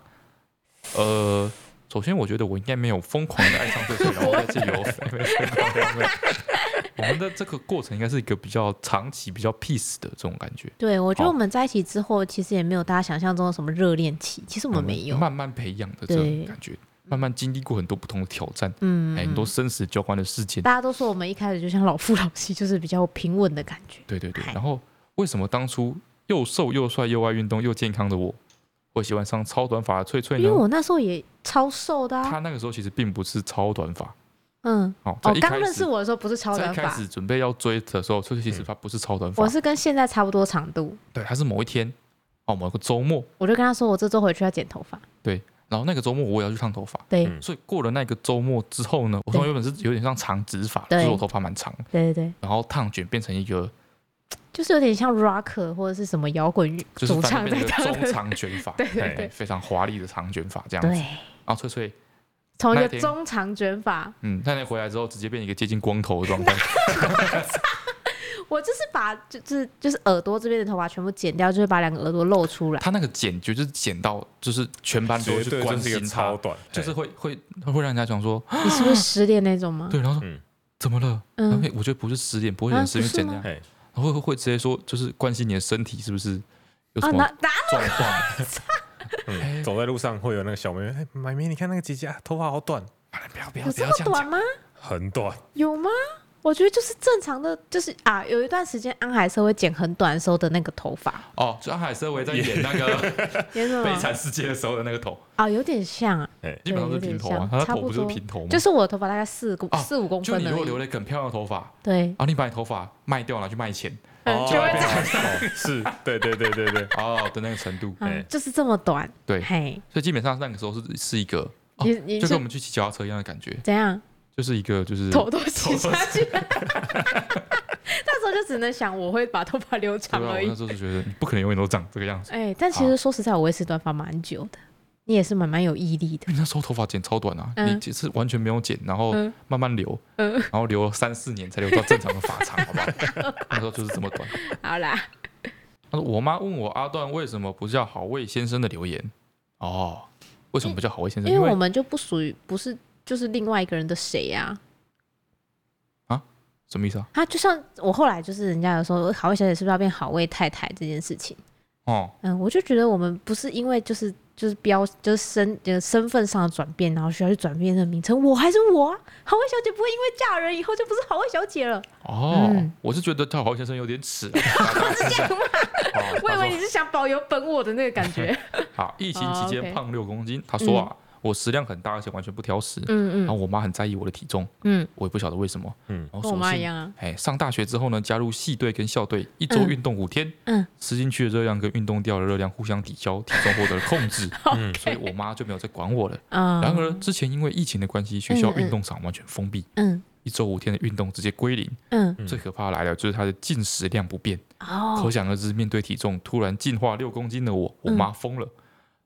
[SPEAKER 2] 呃，首先我觉得我应该没有疯狂的爱上翠翠，然后再借 由 MSN 狂撩妹。我们的这个过程应该是一个比较长期、比较 peace 的这种感觉。
[SPEAKER 1] 对，我觉得
[SPEAKER 2] 好
[SPEAKER 1] 我们在一起之后，其实也没有大家想象中的什么热恋期，其实
[SPEAKER 2] 嗯
[SPEAKER 1] 我们没有，
[SPEAKER 2] 慢慢培养的这种
[SPEAKER 1] 对
[SPEAKER 2] 感觉，慢慢经历过很多不同的挑战，
[SPEAKER 1] 嗯，
[SPEAKER 2] 哎，很多生死交关的事件。
[SPEAKER 1] 大家都说我们一开始就像老夫老妻，就是比较平稳的感觉，
[SPEAKER 2] 对对对。
[SPEAKER 1] 嗨
[SPEAKER 2] 然后为什么当初又瘦又帅又爱运动又健康的我，会喜欢上超短发的翠翠
[SPEAKER 1] 因为
[SPEAKER 2] 呢？
[SPEAKER 1] 我那时候也超瘦的啊，
[SPEAKER 2] 她那个时候其实并不是超短发，
[SPEAKER 1] 嗯，
[SPEAKER 2] 哦，在
[SPEAKER 1] 哦
[SPEAKER 2] 一，
[SPEAKER 1] 刚
[SPEAKER 2] 开
[SPEAKER 1] 认识
[SPEAKER 2] 始
[SPEAKER 1] 我的时候不是超
[SPEAKER 2] 在一
[SPEAKER 1] 短
[SPEAKER 2] 开
[SPEAKER 1] 发，
[SPEAKER 2] 始准备要追的时候，翠翠其实她不是超短发
[SPEAKER 1] 我，是跟现在差不多长度，
[SPEAKER 2] 对，她是某一天哦某个周末，
[SPEAKER 1] 我就跟他说我这周回去要剪头发，
[SPEAKER 2] 然后那个周末我也要去烫头发。
[SPEAKER 1] 对
[SPEAKER 3] 嗯
[SPEAKER 2] 所以过了那个周末之后呢，我
[SPEAKER 1] 对
[SPEAKER 2] 说原本是有点像长直发，就
[SPEAKER 1] 对
[SPEAKER 2] 是我头发蛮长，
[SPEAKER 1] 对对对，
[SPEAKER 2] 然后烫卷变成一个
[SPEAKER 1] 就是有点像 rock 或者是什么摇滚乐
[SPEAKER 2] 就是
[SPEAKER 1] 主
[SPEAKER 2] 反正
[SPEAKER 1] 唱在
[SPEAKER 2] 变成一
[SPEAKER 1] 当
[SPEAKER 2] 个中
[SPEAKER 1] 的，
[SPEAKER 2] 长卷发，
[SPEAKER 1] 对对
[SPEAKER 2] 哎
[SPEAKER 1] 对
[SPEAKER 2] 非常华丽的长卷发这样子。
[SPEAKER 1] 对，
[SPEAKER 2] 然后翠翠
[SPEAKER 1] 从一
[SPEAKER 2] 那
[SPEAKER 1] 个
[SPEAKER 2] 天
[SPEAKER 1] 中长卷发，
[SPEAKER 2] 嗯，那你回来之后直接变一个接近光头的状态，
[SPEAKER 1] 我就是把就是就是耳朵这边的头发全部剪掉，就是把两个耳朵露 出来。
[SPEAKER 2] 他那个剪绝就是剪到，就是全班都
[SPEAKER 3] 绝
[SPEAKER 2] 会去
[SPEAKER 3] 对
[SPEAKER 2] 关
[SPEAKER 3] 就是一
[SPEAKER 2] 心
[SPEAKER 3] 个
[SPEAKER 2] 他
[SPEAKER 3] 超，短，
[SPEAKER 2] 就是会会会让人家讲说，
[SPEAKER 1] 你是不是失恋那种吗？
[SPEAKER 2] 对，然后说
[SPEAKER 3] 嗯
[SPEAKER 2] 怎么了？然后
[SPEAKER 1] 嗯，
[SPEAKER 2] 我觉得不是失恋，不会有
[SPEAKER 1] 啊
[SPEAKER 2] 人失
[SPEAKER 1] 不
[SPEAKER 2] 恋
[SPEAKER 1] 是
[SPEAKER 2] 剪
[SPEAKER 1] 吗
[SPEAKER 2] 掉，然
[SPEAKER 3] 哎，
[SPEAKER 2] 后会会会直接说就是关心你的身体是不是有
[SPEAKER 1] 啊，
[SPEAKER 2] 什
[SPEAKER 1] 哪
[SPEAKER 2] 么
[SPEAKER 1] 哪
[SPEAKER 2] 状况，
[SPEAKER 3] 嘿嗯，走在路上会有那个小妹妹，哎，买妹，你看那个姐姐啊，头发好短，
[SPEAKER 2] 啊不要不要
[SPEAKER 1] 有
[SPEAKER 2] 不
[SPEAKER 1] 这
[SPEAKER 2] 要
[SPEAKER 1] 么
[SPEAKER 2] 这样
[SPEAKER 1] 短
[SPEAKER 2] 讲，
[SPEAKER 1] 吗？
[SPEAKER 3] 很短，
[SPEAKER 1] 有吗？我觉得就是正常的，就是啊，有一段时间安海瑟会剪很短的时候的那个头 发，
[SPEAKER 2] 哦，就安海瑟薇在演那个
[SPEAKER 1] 有什
[SPEAKER 2] 悲
[SPEAKER 1] 么
[SPEAKER 2] 惨世界的时候的那个头，
[SPEAKER 1] 啊，有点像啊，
[SPEAKER 2] 基本上是平头啊
[SPEAKER 1] 有点像，
[SPEAKER 2] 他的
[SPEAKER 1] 差
[SPEAKER 2] 头
[SPEAKER 1] 不
[SPEAKER 2] 不就是
[SPEAKER 1] 多
[SPEAKER 2] 平头吗？
[SPEAKER 1] 就是我的头发大概四公
[SPEAKER 2] 啊
[SPEAKER 1] 四五公
[SPEAKER 2] 就
[SPEAKER 1] 分
[SPEAKER 2] 你如果留
[SPEAKER 1] 而已，
[SPEAKER 2] 了一个很漂亮的头发，
[SPEAKER 1] 对，
[SPEAKER 2] 然后你把你头发卖掉拿去卖钱，
[SPEAKER 1] 嗯，就
[SPEAKER 3] 就
[SPEAKER 1] 会
[SPEAKER 3] 会
[SPEAKER 1] 这样，
[SPEAKER 3] 哦是，对对对对对，
[SPEAKER 2] 哦的那个程度，
[SPEAKER 1] 啊
[SPEAKER 3] 哎
[SPEAKER 1] 就是这么短，
[SPEAKER 2] 对，
[SPEAKER 1] 嘿，
[SPEAKER 2] 所以基本上那个时候是是一个，哦
[SPEAKER 1] 你你
[SPEAKER 2] 就跟
[SPEAKER 1] 是
[SPEAKER 2] 我们去骑脚踏车一样的感觉，
[SPEAKER 1] 怎样？
[SPEAKER 2] 就是一个就 是
[SPEAKER 1] 头都洗下去。那时候就就只能想我会把头发留
[SPEAKER 2] 对啊
[SPEAKER 1] 长
[SPEAKER 2] 吧？我
[SPEAKER 1] 而已
[SPEAKER 2] 那。时候就觉得你不可能永远都长这个样 子。
[SPEAKER 1] 哎、但其实说实在，我维持短发蛮久的，你也是蛮蛮有毅力的。
[SPEAKER 2] 因为那时候头发剪超短啊，
[SPEAKER 1] 嗯
[SPEAKER 2] 你只是完全没有剪，然后
[SPEAKER 1] 嗯
[SPEAKER 2] 慢慢留，
[SPEAKER 1] 嗯
[SPEAKER 2] 然后留了三四年才留到正常的发 长，好不好？那时候就是这么短。
[SPEAKER 1] 好啦，
[SPEAKER 2] 他说：“我妈问我阿段为什么不叫好味先生的留言。”哦，为什么不叫好味先生？
[SPEAKER 1] 因为
[SPEAKER 2] 因
[SPEAKER 1] 我们就不属于不是就是另外一个人的谁呀、啊？
[SPEAKER 2] 什么意思啊？
[SPEAKER 1] 他就像我后来就是人家有说好味小姐是不是要变好味太太这件事情，
[SPEAKER 2] 哦，
[SPEAKER 1] 嗯，我就觉得我们不是因为就是就是标就是身呃身份上的转变，然后需要去转变的名称，我还是我啊，好味小姐不会因为嫁人以后就不是好味小姐了。
[SPEAKER 2] 哦，
[SPEAKER 1] 嗯
[SPEAKER 2] 我是觉得叫好味先生有 点耻、啊。是这样吗？哦、
[SPEAKER 1] 我以为你
[SPEAKER 2] 是
[SPEAKER 1] 是想保有本我的那个感 觉。
[SPEAKER 2] 好。啊疫情期
[SPEAKER 1] 哦
[SPEAKER 2] 间
[SPEAKER 1] ，OK
[SPEAKER 2] 胖六公斤，他说啊，我食量很大，而且完全不挑食。
[SPEAKER 1] 嗯
[SPEAKER 2] 然后我妈很在意我的体重，
[SPEAKER 1] 嗯，
[SPEAKER 2] 我也不晓得为什么。
[SPEAKER 3] 嗯
[SPEAKER 2] 然
[SPEAKER 1] 跟
[SPEAKER 2] 后索
[SPEAKER 1] 我妈
[SPEAKER 2] 性
[SPEAKER 1] 一样啊。
[SPEAKER 2] 哎，上大学之后呢，加入系队跟校队，一周
[SPEAKER 1] 嗯
[SPEAKER 2] 运动五天，
[SPEAKER 1] 嗯，
[SPEAKER 2] 吃进去的热量跟运动掉的热量互相抵消，体重获得了控 制，
[SPEAKER 3] 嗯
[SPEAKER 2] 所以我妈就没有再管我了。
[SPEAKER 1] 啊
[SPEAKER 2] 然而之前因为疫情的关系，学校
[SPEAKER 1] 嗯嗯
[SPEAKER 2] 运动场完全封闭，
[SPEAKER 1] 嗯
[SPEAKER 2] 一周五天的运动直接归零。
[SPEAKER 1] 嗯，
[SPEAKER 3] 嗯
[SPEAKER 2] 最可怕的来了，就是她的进食量不变，
[SPEAKER 1] 哦
[SPEAKER 2] 可，想而知，面对体重突然进化六公斤的我，我
[SPEAKER 1] 嗯
[SPEAKER 2] 妈疯了，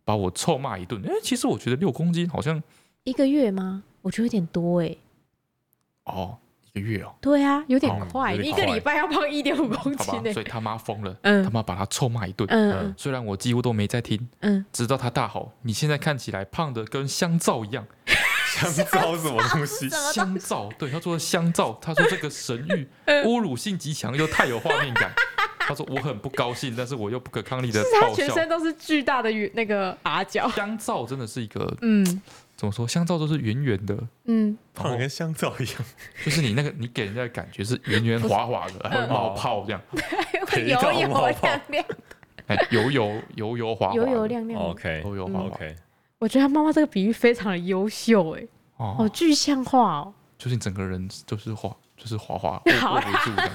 [SPEAKER 2] 把我臭骂一顿。哎，其实我觉得六公斤好像
[SPEAKER 1] 一个月吗？我觉得有点多哎、
[SPEAKER 2] 哦一个月哦，
[SPEAKER 1] 对啊，有点
[SPEAKER 3] 哦
[SPEAKER 1] 快，
[SPEAKER 3] 有点
[SPEAKER 1] 一个
[SPEAKER 3] 快
[SPEAKER 1] 礼拜要胖一点五公
[SPEAKER 2] 好
[SPEAKER 1] 斤
[SPEAKER 2] 吧
[SPEAKER 1] 呢、，
[SPEAKER 2] 所以他妈疯了，
[SPEAKER 1] 嗯
[SPEAKER 2] 他妈把她臭骂一顿。
[SPEAKER 1] 嗯
[SPEAKER 3] 嗯
[SPEAKER 1] 嗯
[SPEAKER 2] 虽然我几乎都没在听，
[SPEAKER 1] 嗯，
[SPEAKER 2] 直到他大吼：“你现在看起来胖的跟香皂一样，
[SPEAKER 3] 香皂是什么东西？
[SPEAKER 1] 什么东
[SPEAKER 2] 香皂，对，他说香皂，他说这个神谕
[SPEAKER 1] 嗯
[SPEAKER 2] 侮辱性极强，又太有画面感。他说我很不高兴，但是我又不可抗力的
[SPEAKER 1] 是他
[SPEAKER 2] 爆
[SPEAKER 1] 全身
[SPEAKER 2] 笑。
[SPEAKER 1] 都是巨大的鱼那个阿角。
[SPEAKER 2] 香皂真的是一个
[SPEAKER 1] 嗯
[SPEAKER 2] 怎么说？香皂都是圆圆的，
[SPEAKER 1] 嗯，
[SPEAKER 3] 胖跟香皂一样，
[SPEAKER 2] 就是你那个你给人家的感觉是圆圆滑滑的，还会冒泡这样，
[SPEAKER 1] 会油
[SPEAKER 3] 肥
[SPEAKER 1] 油
[SPEAKER 3] 皂泡泡
[SPEAKER 1] 亮亮，
[SPEAKER 2] 哎，油油油油滑滑的，
[SPEAKER 1] 油油亮亮的。
[SPEAKER 3] OK
[SPEAKER 2] 油油滑滑
[SPEAKER 3] 嗯 OK，
[SPEAKER 1] 我觉得他妈妈这个比喻非常的优秀哎、好
[SPEAKER 2] 哦，
[SPEAKER 1] 具象化哦。
[SPEAKER 2] 就是你整个人就是滑，就是 滑滑握握不住的。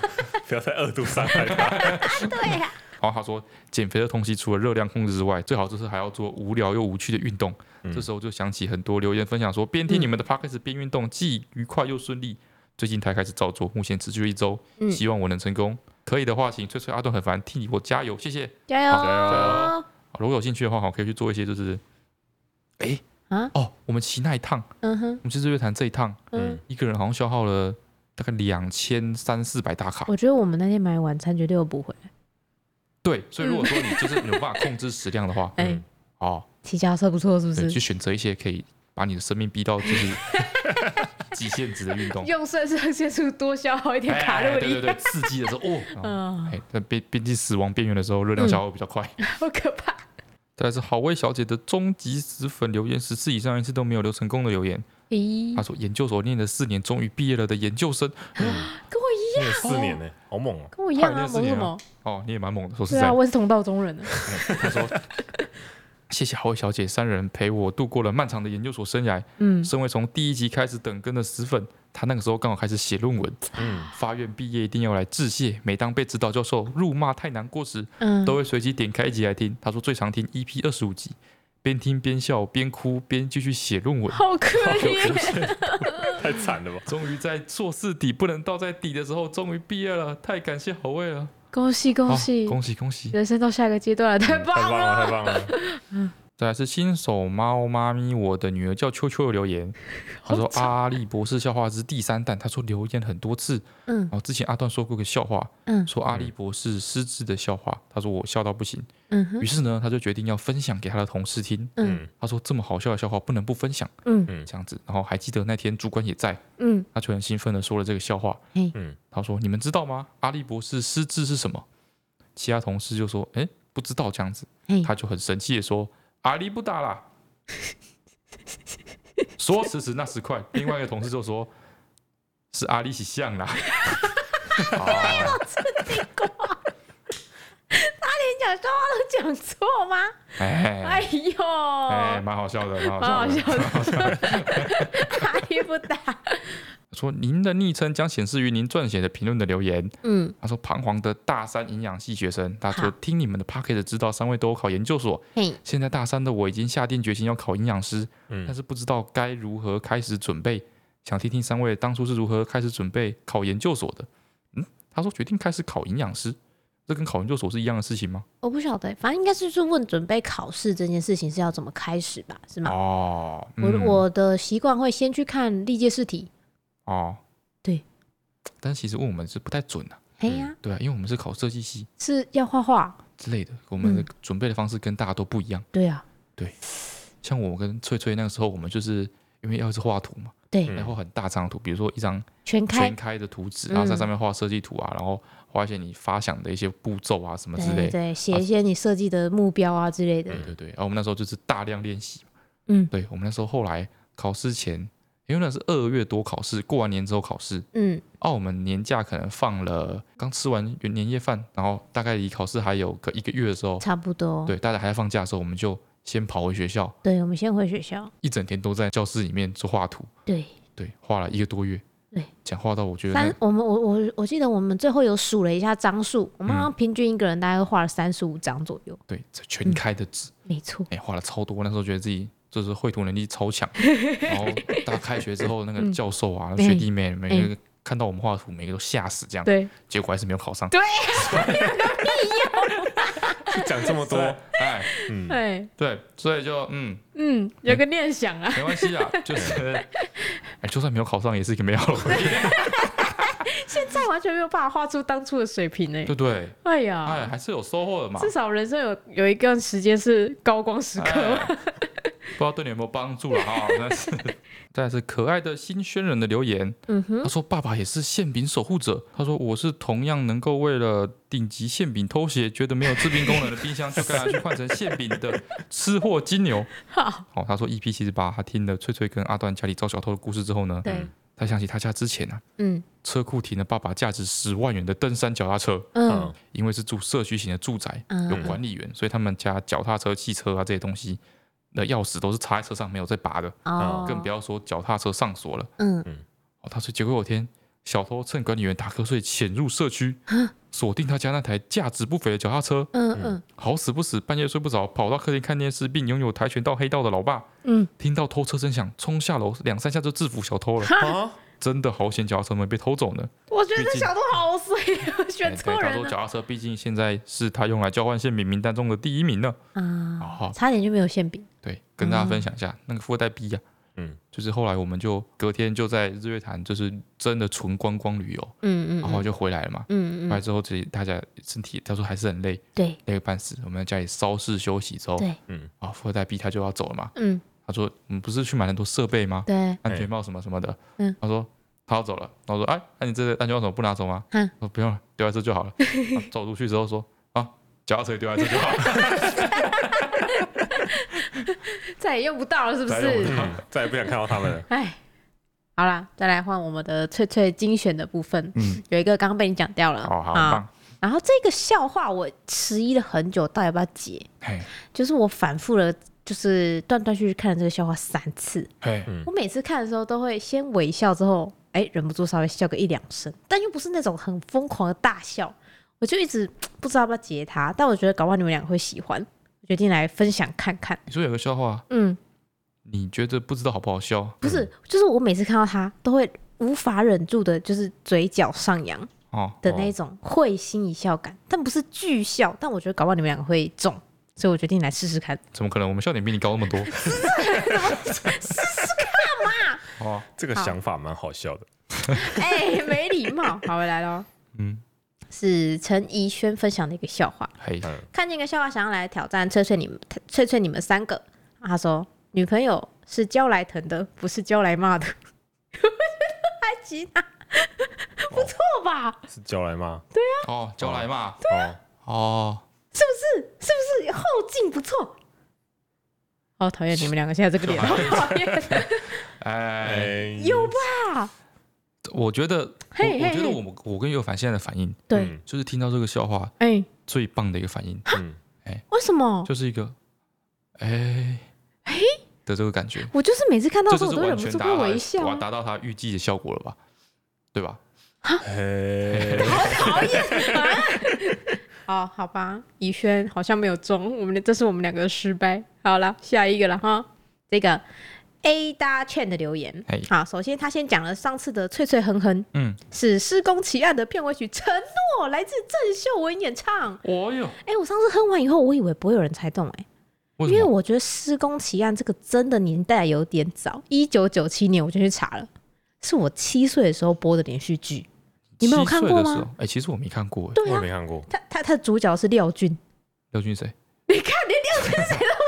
[SPEAKER 3] 不要再二度伤害 他。
[SPEAKER 1] 对呀、
[SPEAKER 2] 然后他说，减肥的东西除了热量控制之外，最好就是还要做无聊又无趣的运动。
[SPEAKER 3] 嗯
[SPEAKER 2] 这时候就想起很多留言分享说，边听你们的 podcast 边运动，既愉快又顺利。最近才开始照做，目前持续了一周，
[SPEAKER 1] 嗯
[SPEAKER 2] 希望我能成功。可以的话，请催催阿段很烦，替我加油，谢谢。
[SPEAKER 1] 加
[SPEAKER 2] 好加
[SPEAKER 1] 油！
[SPEAKER 2] 好如果有兴趣的话，好可以去做一些就是，哎、
[SPEAKER 1] 啊
[SPEAKER 2] 哦，我们骑那一趟，
[SPEAKER 1] 嗯哼
[SPEAKER 2] 我们骑日月潭这一趟，
[SPEAKER 1] 嗯
[SPEAKER 3] 嗯，
[SPEAKER 2] 一个人好像消耗了大概两千三四百大卡。
[SPEAKER 1] 我觉得我们那天买晚餐绝对有补回来。
[SPEAKER 2] 对，所以如果说你就是没有办法控制食量的话，
[SPEAKER 1] 嗯 哎、
[SPEAKER 3] 嗯
[SPEAKER 2] 哦，
[SPEAKER 1] 骑脚踏车不错是不
[SPEAKER 2] 对，
[SPEAKER 1] 是
[SPEAKER 2] 去？选择一些可以把你的生命逼到就是 极限值的运动，
[SPEAKER 1] 用肾上腺素多消耗一点
[SPEAKER 2] 哎
[SPEAKER 1] 卡路
[SPEAKER 2] 对对
[SPEAKER 1] 里，
[SPEAKER 2] 对，刺激的时候哦，哦
[SPEAKER 1] 嗯，
[SPEAKER 2] 哎，在边边近死亡边缘的时候，热量消耗比较快。
[SPEAKER 1] 好可怕。
[SPEAKER 2] 再来是好味小姐的终极死粉留言，十次以上一次都没有留成功的留言。
[SPEAKER 1] 咦
[SPEAKER 2] 她，说研究所念了四年，终于毕业了的研究生，
[SPEAKER 1] 跟我一样，
[SPEAKER 3] 你有四年呢，嗯 好猛哦！
[SPEAKER 1] 跟我一样
[SPEAKER 2] 快
[SPEAKER 1] 啊，
[SPEAKER 2] 乐四
[SPEAKER 1] 萌什
[SPEAKER 2] 年啊
[SPEAKER 1] 么？
[SPEAKER 2] 哦，你也蛮猛的，说实
[SPEAKER 1] 对
[SPEAKER 2] 在
[SPEAKER 1] 啊，
[SPEAKER 2] 的，
[SPEAKER 1] 我也是同道中人呢。
[SPEAKER 2] 她说。谢谢好味小姐三人陪我度过了漫长的研究所生涯。
[SPEAKER 1] 嗯，
[SPEAKER 2] 身为从第一集开始等更的死粉，她那个时候刚好开始写论文，
[SPEAKER 3] 嗯，
[SPEAKER 2] 发愿毕业一定要来致谢。每当被指导教授辱骂太难过时，
[SPEAKER 1] 嗯
[SPEAKER 2] 都会随机点开一集来听。他说最常听 EP 二十五集，边听边笑，边哭边继续写 论文。哦
[SPEAKER 1] 好可怜，
[SPEAKER 3] 嗯太惨了吧？
[SPEAKER 2] 终于在硕士底不能倒在底的时候，终于毕业了，太感谢好味了，
[SPEAKER 1] 恭喜恭喜
[SPEAKER 2] 哦、，恭喜恭喜！
[SPEAKER 1] 人生到下一个阶段了，太
[SPEAKER 3] 太
[SPEAKER 1] 棒
[SPEAKER 3] 棒了，
[SPEAKER 1] 了！
[SPEAKER 3] 太棒了！
[SPEAKER 2] 再啊来是新手猫妈咪，我的女儿叫秋秋的留言，她说阿力博士笑话之第三弹，她说留言很多次，
[SPEAKER 1] 嗯
[SPEAKER 2] 然后之前阿段说过个笑话，
[SPEAKER 1] 嗯
[SPEAKER 2] 说阿力博士失智的笑话，她说我笑到不行，
[SPEAKER 1] 嗯
[SPEAKER 2] 于
[SPEAKER 1] 哼
[SPEAKER 2] 是呢，他就决定要分享给他的同事听。
[SPEAKER 1] 嗯
[SPEAKER 3] 嗯，
[SPEAKER 2] 他说：“这么好笑的笑话不能不分享。”
[SPEAKER 1] 嗯
[SPEAKER 3] 嗯
[SPEAKER 2] 这样子。然后还记得那天主管也在，
[SPEAKER 1] 嗯，
[SPEAKER 2] 他就很兴奋的说了这个笑话。
[SPEAKER 1] 嘿
[SPEAKER 3] 嗯，
[SPEAKER 2] 他说：“你们知道吗？阿笠博士失智是什么？”其他同事就说：“哎，不知道。”这样子
[SPEAKER 1] 嘿，
[SPEAKER 2] 他就很生气的说：“阿笠不打啦。” 说时迟那时快，另外一个同事就说：“是阿笠起像啦。
[SPEAKER 1] 我真的听过，他连讲笑话都讲错吗？”哎
[SPEAKER 2] 哎
[SPEAKER 1] 呦，
[SPEAKER 2] 哎，蛮好笑的，蛮好
[SPEAKER 1] 蛮
[SPEAKER 2] 笑
[SPEAKER 1] 好
[SPEAKER 2] 的。
[SPEAKER 1] 笑 的，阿姨不打，
[SPEAKER 2] 说您的昵称将显示于您撰写的评论的 留言。
[SPEAKER 1] 嗯
[SPEAKER 2] 他说彷徨的大三营养系学生，他说
[SPEAKER 1] 好
[SPEAKER 2] 听你们的 p a c k a g e 知道三位都有考研究所，
[SPEAKER 1] 嘿，
[SPEAKER 2] 现在大三的我已经下定决心要考营养师，
[SPEAKER 3] 嗯
[SPEAKER 2] 但是不知道该如何开始准备。想听听三位当初是如何开始准备考研究所的。嗯，他说决定开始考营养师，这跟考研究所是一样的事情吗？
[SPEAKER 1] 我不晓得，反正应该是就是问准备考试这件事情是要怎么开始吧，是吗？
[SPEAKER 2] 哦，嗯
[SPEAKER 1] 我我的习惯会先去看历届试题，
[SPEAKER 2] 哦，
[SPEAKER 1] 对，
[SPEAKER 2] 但其实问我们是不太准的、
[SPEAKER 1] 哎呀，
[SPEAKER 2] 对啊，因为我们是考设计系
[SPEAKER 1] 是要画画，
[SPEAKER 2] 之类的，我们
[SPEAKER 1] 嗯
[SPEAKER 2] 的准备的方式跟大家都不一样。
[SPEAKER 1] 对啊，
[SPEAKER 2] 像我跟翠翠那个时候，我们就是因为要是画图嘛，
[SPEAKER 1] 对，
[SPEAKER 3] 嗯
[SPEAKER 2] 然后很大张图，比如说一张
[SPEAKER 1] 全开嗯
[SPEAKER 2] 全，开的图纸，然后在上面画设计图啊，然后画一些你发想的一些步骤啊嗯什么之类
[SPEAKER 1] 对
[SPEAKER 2] 的。
[SPEAKER 1] 对，写一些你设计的目标啊之类的，
[SPEAKER 2] 对对对，然后我们那时候就是大量练习。
[SPEAKER 1] 嗯
[SPEAKER 2] 对我们那时候后来考试前，因为那是二月多考试，过完年之后考试，
[SPEAKER 1] 嗯，
[SPEAKER 2] 澳门年假可能放了，刚吃完元年夜饭，然后大概离考试还有个一个月的时候，
[SPEAKER 1] 差不多，
[SPEAKER 2] 哦对，大家还在放假的时候，我们就先跑回学校，
[SPEAKER 1] 对，我们先回学校，
[SPEAKER 2] 一整天都在教室里面做画图，
[SPEAKER 1] 对，
[SPEAKER 2] 对，画了一个多月，
[SPEAKER 1] 对，
[SPEAKER 2] 讲画到我觉得那
[SPEAKER 1] 三，我们我我我记得我们最后有数了一下张数，
[SPEAKER 2] 嗯
[SPEAKER 1] 我们好像平均一个人大概画了三十五张左右，
[SPEAKER 2] 对这
[SPEAKER 1] 嗯
[SPEAKER 2] 全开的纸，
[SPEAKER 1] 没错，
[SPEAKER 2] 哎、画了超多，那时候觉得自己。就是绘图能力超 强，然后大家开学之后，那个教授啊、学弟妹，每个、看到我们画的图，每个都吓死，这样，
[SPEAKER 1] 对，
[SPEAKER 2] 结果还是没有考上。
[SPEAKER 3] 讲这么 多，
[SPEAKER 2] 哎，
[SPEAKER 3] 嗯，
[SPEAKER 5] 哎，
[SPEAKER 2] 对，所以就嗯，
[SPEAKER 5] 嗯，有个念想啊，
[SPEAKER 2] 没关系啊，就是，哎，就算没有考上，也是一个美好的回忆，
[SPEAKER 5] 现在完全没有办法画出当初的水平哎
[SPEAKER 2] 对，不对？
[SPEAKER 5] 哎呀，
[SPEAKER 2] 哎，还是有收获的嘛。
[SPEAKER 5] 至少人生有有一段时间是高光时刻。
[SPEAKER 2] 哎不知道对你有没有帮助 了哈，但是，再来是可爱的新轩人的留言，
[SPEAKER 1] 嗯哼，
[SPEAKER 2] 他说爸爸也是馅饼守护者，他说我是同样能够为了顶级馅饼偷鞋，觉得没有制冰功能的冰箱就该拿去换成馅饼的吃货 金牛。
[SPEAKER 5] 好，
[SPEAKER 2] 哦，他说 EP 七十八，他听了翠翠跟阿段家里遭小偷的故事之后呢，
[SPEAKER 1] 对，
[SPEAKER 2] 他想起他家之前啊，
[SPEAKER 1] 嗯
[SPEAKER 2] 车库停了爸爸价值十万元的登山脚踏车，
[SPEAKER 1] 嗯
[SPEAKER 3] 嗯
[SPEAKER 2] 因为是住社区型的住宅，
[SPEAKER 1] 嗯，
[SPEAKER 2] 有管理员，所以他们家脚踏车、汽车啊这些东西的钥匙都是插在车上，没有再拔的，
[SPEAKER 1] 哦，
[SPEAKER 2] 嗯更不要说脚踏车上锁了。
[SPEAKER 1] 嗯
[SPEAKER 2] 哦，他说结果有天小偷趁管理员打瞌睡潜入社区， 锁定他家那台价值不菲的脚踏车，
[SPEAKER 1] 嗯嗯
[SPEAKER 2] 好死不死半夜睡不着，跑到客厅看电视，并拥有跆拳道黑道的老爸，
[SPEAKER 1] 嗯，
[SPEAKER 2] 听到偷车声响，冲下楼两三下就制服小偷了，
[SPEAKER 3] 啊，
[SPEAKER 2] 真的好险，脚踏车没被偷走呢。
[SPEAKER 5] 我觉得
[SPEAKER 2] 毕
[SPEAKER 5] 这
[SPEAKER 2] 竟
[SPEAKER 5] 小偷好衰，选
[SPEAKER 2] 哎对
[SPEAKER 5] 错
[SPEAKER 2] 他
[SPEAKER 5] 人
[SPEAKER 2] 说
[SPEAKER 5] 了。
[SPEAKER 2] 脚踏车毕竟现在是他用来交换馅饼名单中的第一名呢。
[SPEAKER 5] 嗯
[SPEAKER 1] 啊，
[SPEAKER 2] 哦，
[SPEAKER 1] 差点就没有馅饼，
[SPEAKER 2] 对，跟
[SPEAKER 1] 嗯
[SPEAKER 2] 大家分享一下、那个富二代 B 呀、
[SPEAKER 3] 嗯，
[SPEAKER 2] 就是后来我们就隔天就在日月潭，就是真的纯观光旅游，
[SPEAKER 1] 嗯嗯
[SPEAKER 2] 然后就回来了嘛。
[SPEAKER 1] 嗯
[SPEAKER 2] 回来
[SPEAKER 1] 嗯，
[SPEAKER 2] 之后，其实大家身体他说还是很累，
[SPEAKER 1] 对
[SPEAKER 2] 累个半死。我们在家里稍事休息之后，
[SPEAKER 1] 对，
[SPEAKER 3] 嗯，
[SPEAKER 2] 啊，富二代 B 他就要走了嘛。
[SPEAKER 1] 嗯
[SPEAKER 2] 他说：“你不是去买很多设备吗？
[SPEAKER 1] 对，
[SPEAKER 2] 安全帽什么什么的。”
[SPEAKER 1] 嗯，
[SPEAKER 2] 他说他要走了。然后我说：“哎，那你这个安全帽怎么不拿走吗？”
[SPEAKER 1] 嗯，
[SPEAKER 2] 我说：“不用了，丢在这 就好了。”啊走出去之后说：“啊，脚踏车也丢在这就好了。”
[SPEAKER 5] 再也用不到了，是不
[SPEAKER 2] 再也用不
[SPEAKER 5] 是？
[SPEAKER 3] 嗯再也不想看到他们了。
[SPEAKER 5] 哎，好啦，再来换我们的翠翠精选的部分，
[SPEAKER 2] 嗯，哦
[SPEAKER 5] 有一个刚刚被你讲掉了
[SPEAKER 1] 哦
[SPEAKER 2] 好好
[SPEAKER 5] 啊
[SPEAKER 2] 棒，
[SPEAKER 5] 然后这个笑话我迟疑了很久，到底要不要解？
[SPEAKER 2] 嘿，
[SPEAKER 5] 就是我反复了，就是断断续续看了这个笑话三次。
[SPEAKER 2] 嘿，
[SPEAKER 5] 我每次看的时候都会先微笑，之后哎忍不住稍微笑个一两声，但又不是那种很疯狂的大笑，我就一直不知道要不要截它。但我觉得搞不好你们俩会喜欢，我决定来分享看看。
[SPEAKER 2] 你说有个笑话，
[SPEAKER 5] 嗯，
[SPEAKER 2] 你觉得不知道好不好笑嗯
[SPEAKER 5] 不是，就是我每次看到它都会无法忍住的，就是嘴角上扬
[SPEAKER 2] 哦？
[SPEAKER 5] 的那种会心一笑感，但不是巨笑。但我觉得搞不好你们俩会中，所以我决定来试试看。
[SPEAKER 2] 怎么可能？我们笑点比你高那么 多。试试
[SPEAKER 5] 啊
[SPEAKER 2] 看嘛。哦，
[SPEAKER 3] 这个
[SPEAKER 5] 好
[SPEAKER 3] 想法蛮好笑的，
[SPEAKER 5] 哎、没礼貌。 好，我来喽。
[SPEAKER 2] 嗯，
[SPEAKER 5] 是陈怡轩分享的一个笑话，
[SPEAKER 2] 嘿，
[SPEAKER 3] 嗯
[SPEAKER 5] 看见一个笑话想要来挑战翠翠你们翠翠你们三个。啊他说女朋友是教来疼的，不是教来骂的。我觉得还行啊，不错吧？
[SPEAKER 3] 是叫来吗？
[SPEAKER 2] 哦，叫来嘛。
[SPEAKER 3] 哦，
[SPEAKER 2] 哦，
[SPEAKER 5] 是不是？是不是后劲不错？好讨厌你们两个现在这个脸， 好讨厌。
[SPEAKER 2] 哎，
[SPEAKER 3] 哎，
[SPEAKER 5] 有吧？
[SPEAKER 2] 我觉得，我
[SPEAKER 5] 嘿嘿
[SPEAKER 2] 我觉得
[SPEAKER 5] 嘿
[SPEAKER 2] 我们我跟尤凡现在的反应，
[SPEAKER 5] 对，
[SPEAKER 3] 嗯
[SPEAKER 2] 就是听到这个笑话
[SPEAKER 5] 哎、
[SPEAKER 2] 最棒的一个反应，
[SPEAKER 3] 嗯，
[SPEAKER 5] 为什么？
[SPEAKER 2] 就是一个，哎，的这个感觉。
[SPEAKER 5] 我就是每次看到
[SPEAKER 2] 这
[SPEAKER 5] 的
[SPEAKER 2] 就是
[SPEAKER 5] 时候，我都忍
[SPEAKER 2] 完
[SPEAKER 5] 不
[SPEAKER 2] 全
[SPEAKER 5] 住
[SPEAKER 2] 达
[SPEAKER 5] 会
[SPEAKER 2] 到他
[SPEAKER 5] 微
[SPEAKER 2] 的
[SPEAKER 5] 笑
[SPEAKER 2] 哇
[SPEAKER 5] 啊。
[SPEAKER 2] 达到他预计的效果了吧？对吧？
[SPEAKER 3] 哎，
[SPEAKER 5] 讨厌啊！好好吧，怡轩好像没有中，我们的这是我们两个的失败。好了，下一个了哈。这个 A 搭 Chain 的留言
[SPEAKER 2] 嘿。
[SPEAKER 5] 好，首先他先讲了上次的《脆脆哼哼》
[SPEAKER 2] 嗯，
[SPEAKER 5] 是《施工奇案》的片尾曲《承诺》，来自郑秀文演唱。
[SPEAKER 2] 哦哟，
[SPEAKER 5] 哎、我上次哼完以后，我以为不会有人猜中、哎，
[SPEAKER 2] 为
[SPEAKER 5] 因
[SPEAKER 2] 什
[SPEAKER 5] 为
[SPEAKER 2] 么？
[SPEAKER 5] 我觉得《施工奇案》这个真的年代有点早，一九九七年我就去查了，是我七岁的时候播的连续剧。你们有看过
[SPEAKER 2] 七岁的时
[SPEAKER 5] 吗？
[SPEAKER 2] 候？哎，其实我没看过，哎，
[SPEAKER 5] 对
[SPEAKER 3] 我也
[SPEAKER 5] 啊
[SPEAKER 3] 没，看过。
[SPEAKER 5] 他他他的主角是廖俊，
[SPEAKER 2] 廖俊谁？
[SPEAKER 5] 你看你廖俊谁都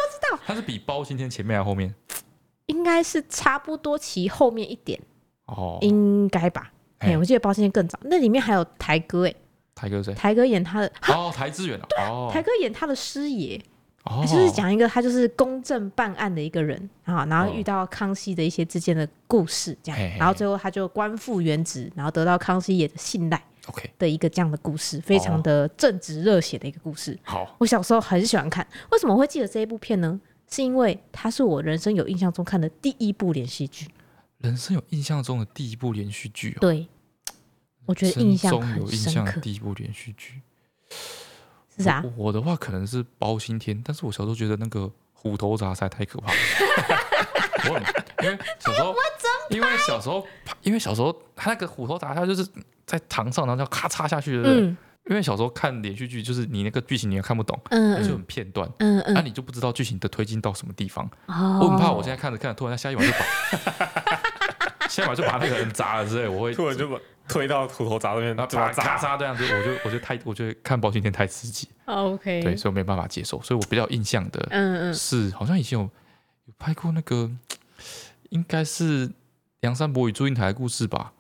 [SPEAKER 2] 他是比包青天前面还是后面？
[SPEAKER 5] 应该是差不多其后面一点，
[SPEAKER 2] 哦，
[SPEAKER 5] 应该吧？哎、
[SPEAKER 2] 哎
[SPEAKER 5] 我记得包青天更早，那里面还有台哥、哎，
[SPEAKER 2] 台哥谁？
[SPEAKER 5] 台哥演他的，
[SPEAKER 2] 哦，台志远啊，哦，
[SPEAKER 5] 台哥演他的师爷，
[SPEAKER 2] 哦，
[SPEAKER 5] 就是讲一个他就是公正办案的一个人啊，然后
[SPEAKER 2] 哦
[SPEAKER 5] 遇到康熙的一些之间的故事，这样，
[SPEAKER 2] 嘿嘿嘿
[SPEAKER 5] 然后最后他就官复原职，然后得到康熙爷的信赖
[SPEAKER 2] OK，
[SPEAKER 5] 的一个这样的故事，非常
[SPEAKER 2] 哦
[SPEAKER 5] 的正直热血的一个故事。
[SPEAKER 2] 好，
[SPEAKER 5] 我小时候很喜欢看，为什么会记得这一部片呢？是因为它是我人生有印象中看的第一部连续剧，
[SPEAKER 2] 哦人生有印象中的第一部连续剧哦，
[SPEAKER 5] 对，我觉得印象
[SPEAKER 2] 中有
[SPEAKER 5] 很
[SPEAKER 2] 印
[SPEAKER 5] 深
[SPEAKER 2] 象的
[SPEAKER 5] 刻，
[SPEAKER 2] 第一部连续剧
[SPEAKER 5] 是啊啥？
[SPEAKER 2] 我我的话可能是包青天，但是我小时候觉得那个虎头铡实在太可怕了。 我很因为小 时候，因为小时候，因为小时候他那个虎头铡，他就是在堂上，然后就咔嚓下去，对不对？
[SPEAKER 5] 嗯
[SPEAKER 2] 因为小时候看连续剧，就是你那个剧情你也看不懂，
[SPEAKER 5] 嗯
[SPEAKER 2] 就
[SPEAKER 5] 嗯
[SPEAKER 2] 很片段，
[SPEAKER 5] 嗯
[SPEAKER 2] 那、
[SPEAKER 5] 嗯，
[SPEAKER 2] 啊你就不知道剧情的推进到什么地方。
[SPEAKER 5] 哦
[SPEAKER 2] 我很怕我现在看着看着，突然下一晚就把，下一晚就把那 个人砸了之类，我会
[SPEAKER 3] 突然就把推到虎头铡那边，
[SPEAKER 2] 然后
[SPEAKER 3] 就
[SPEAKER 2] 把
[SPEAKER 3] 把它
[SPEAKER 2] 咔
[SPEAKER 3] 砸
[SPEAKER 2] 嚓这样子，我就我就太我觉得看包青天太刺激，
[SPEAKER 5] 哦 OK，
[SPEAKER 2] 对，所以我没办法接受，所以我比较有印象的。
[SPEAKER 5] 嗯嗯
[SPEAKER 2] 是好像以前有有拍过那个，应该是梁山伯与祝英台的故事吧，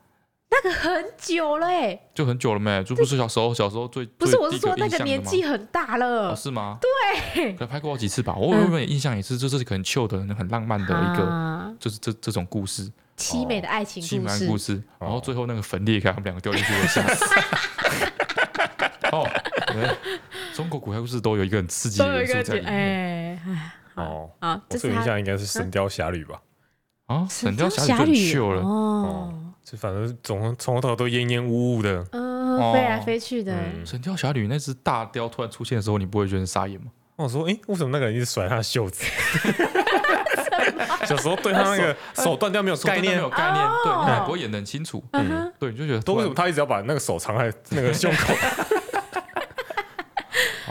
[SPEAKER 5] 很久了哎、
[SPEAKER 2] 就很久了没，就不是小时候小时候最
[SPEAKER 5] 不是，
[SPEAKER 2] 最
[SPEAKER 5] 我是
[SPEAKER 2] 第一
[SPEAKER 5] 说那
[SPEAKER 2] 印
[SPEAKER 5] 个
[SPEAKER 2] 象的
[SPEAKER 5] 年
[SPEAKER 2] 吗
[SPEAKER 5] 纪很大了
[SPEAKER 2] 哦，是吗？对，可能拍过好几次吧。我原本印象也是，这是很旧的、很浪漫的一个，哦
[SPEAKER 5] 啊
[SPEAKER 2] 就是这这种故事，
[SPEAKER 5] 凄美的爱情
[SPEAKER 2] 凄
[SPEAKER 5] 故
[SPEAKER 2] 美
[SPEAKER 5] 事，
[SPEAKER 2] 故事。
[SPEAKER 3] 哦
[SPEAKER 2] 然后最后那个坟裂开，他们两个掉进去，我吓死。 哦，对中国古代故事都有一个很刺激
[SPEAKER 5] 都
[SPEAKER 2] 的
[SPEAKER 5] 有一
[SPEAKER 2] 元
[SPEAKER 5] 个
[SPEAKER 2] 素在里
[SPEAKER 5] 点
[SPEAKER 2] 面
[SPEAKER 5] 哎哎
[SPEAKER 3] 哦。
[SPEAKER 5] 啊，
[SPEAKER 3] 我
[SPEAKER 5] 这
[SPEAKER 3] 最
[SPEAKER 5] 是
[SPEAKER 3] 有印
[SPEAKER 5] 他
[SPEAKER 3] 象应该是《神雕侠侣》吧？
[SPEAKER 2] 啊。神雕侠侣就很秀了，
[SPEAKER 5] 哦
[SPEAKER 3] 哦，就反正总从头到尾都烟烟雾雾的。
[SPEAKER 5] 嗯，
[SPEAKER 2] 哦
[SPEAKER 5] 飞来飞去的，
[SPEAKER 3] 嗯，
[SPEAKER 2] 神雕侠侣那只大雕突然出现的时候，你不会觉得很傻眼吗？
[SPEAKER 3] 我说，诶，为什么那个人一直甩他的袖子？ 小时候对他那个手断掉没有概念
[SPEAKER 2] 没有，概念，对，
[SPEAKER 5] 哦
[SPEAKER 2] 你也不会演得很清楚，
[SPEAKER 5] 嗯哼，
[SPEAKER 2] 对，你就觉得
[SPEAKER 3] 都
[SPEAKER 2] 突
[SPEAKER 3] 为
[SPEAKER 2] 然
[SPEAKER 3] 什么他一直要把那个手藏在那个胸口？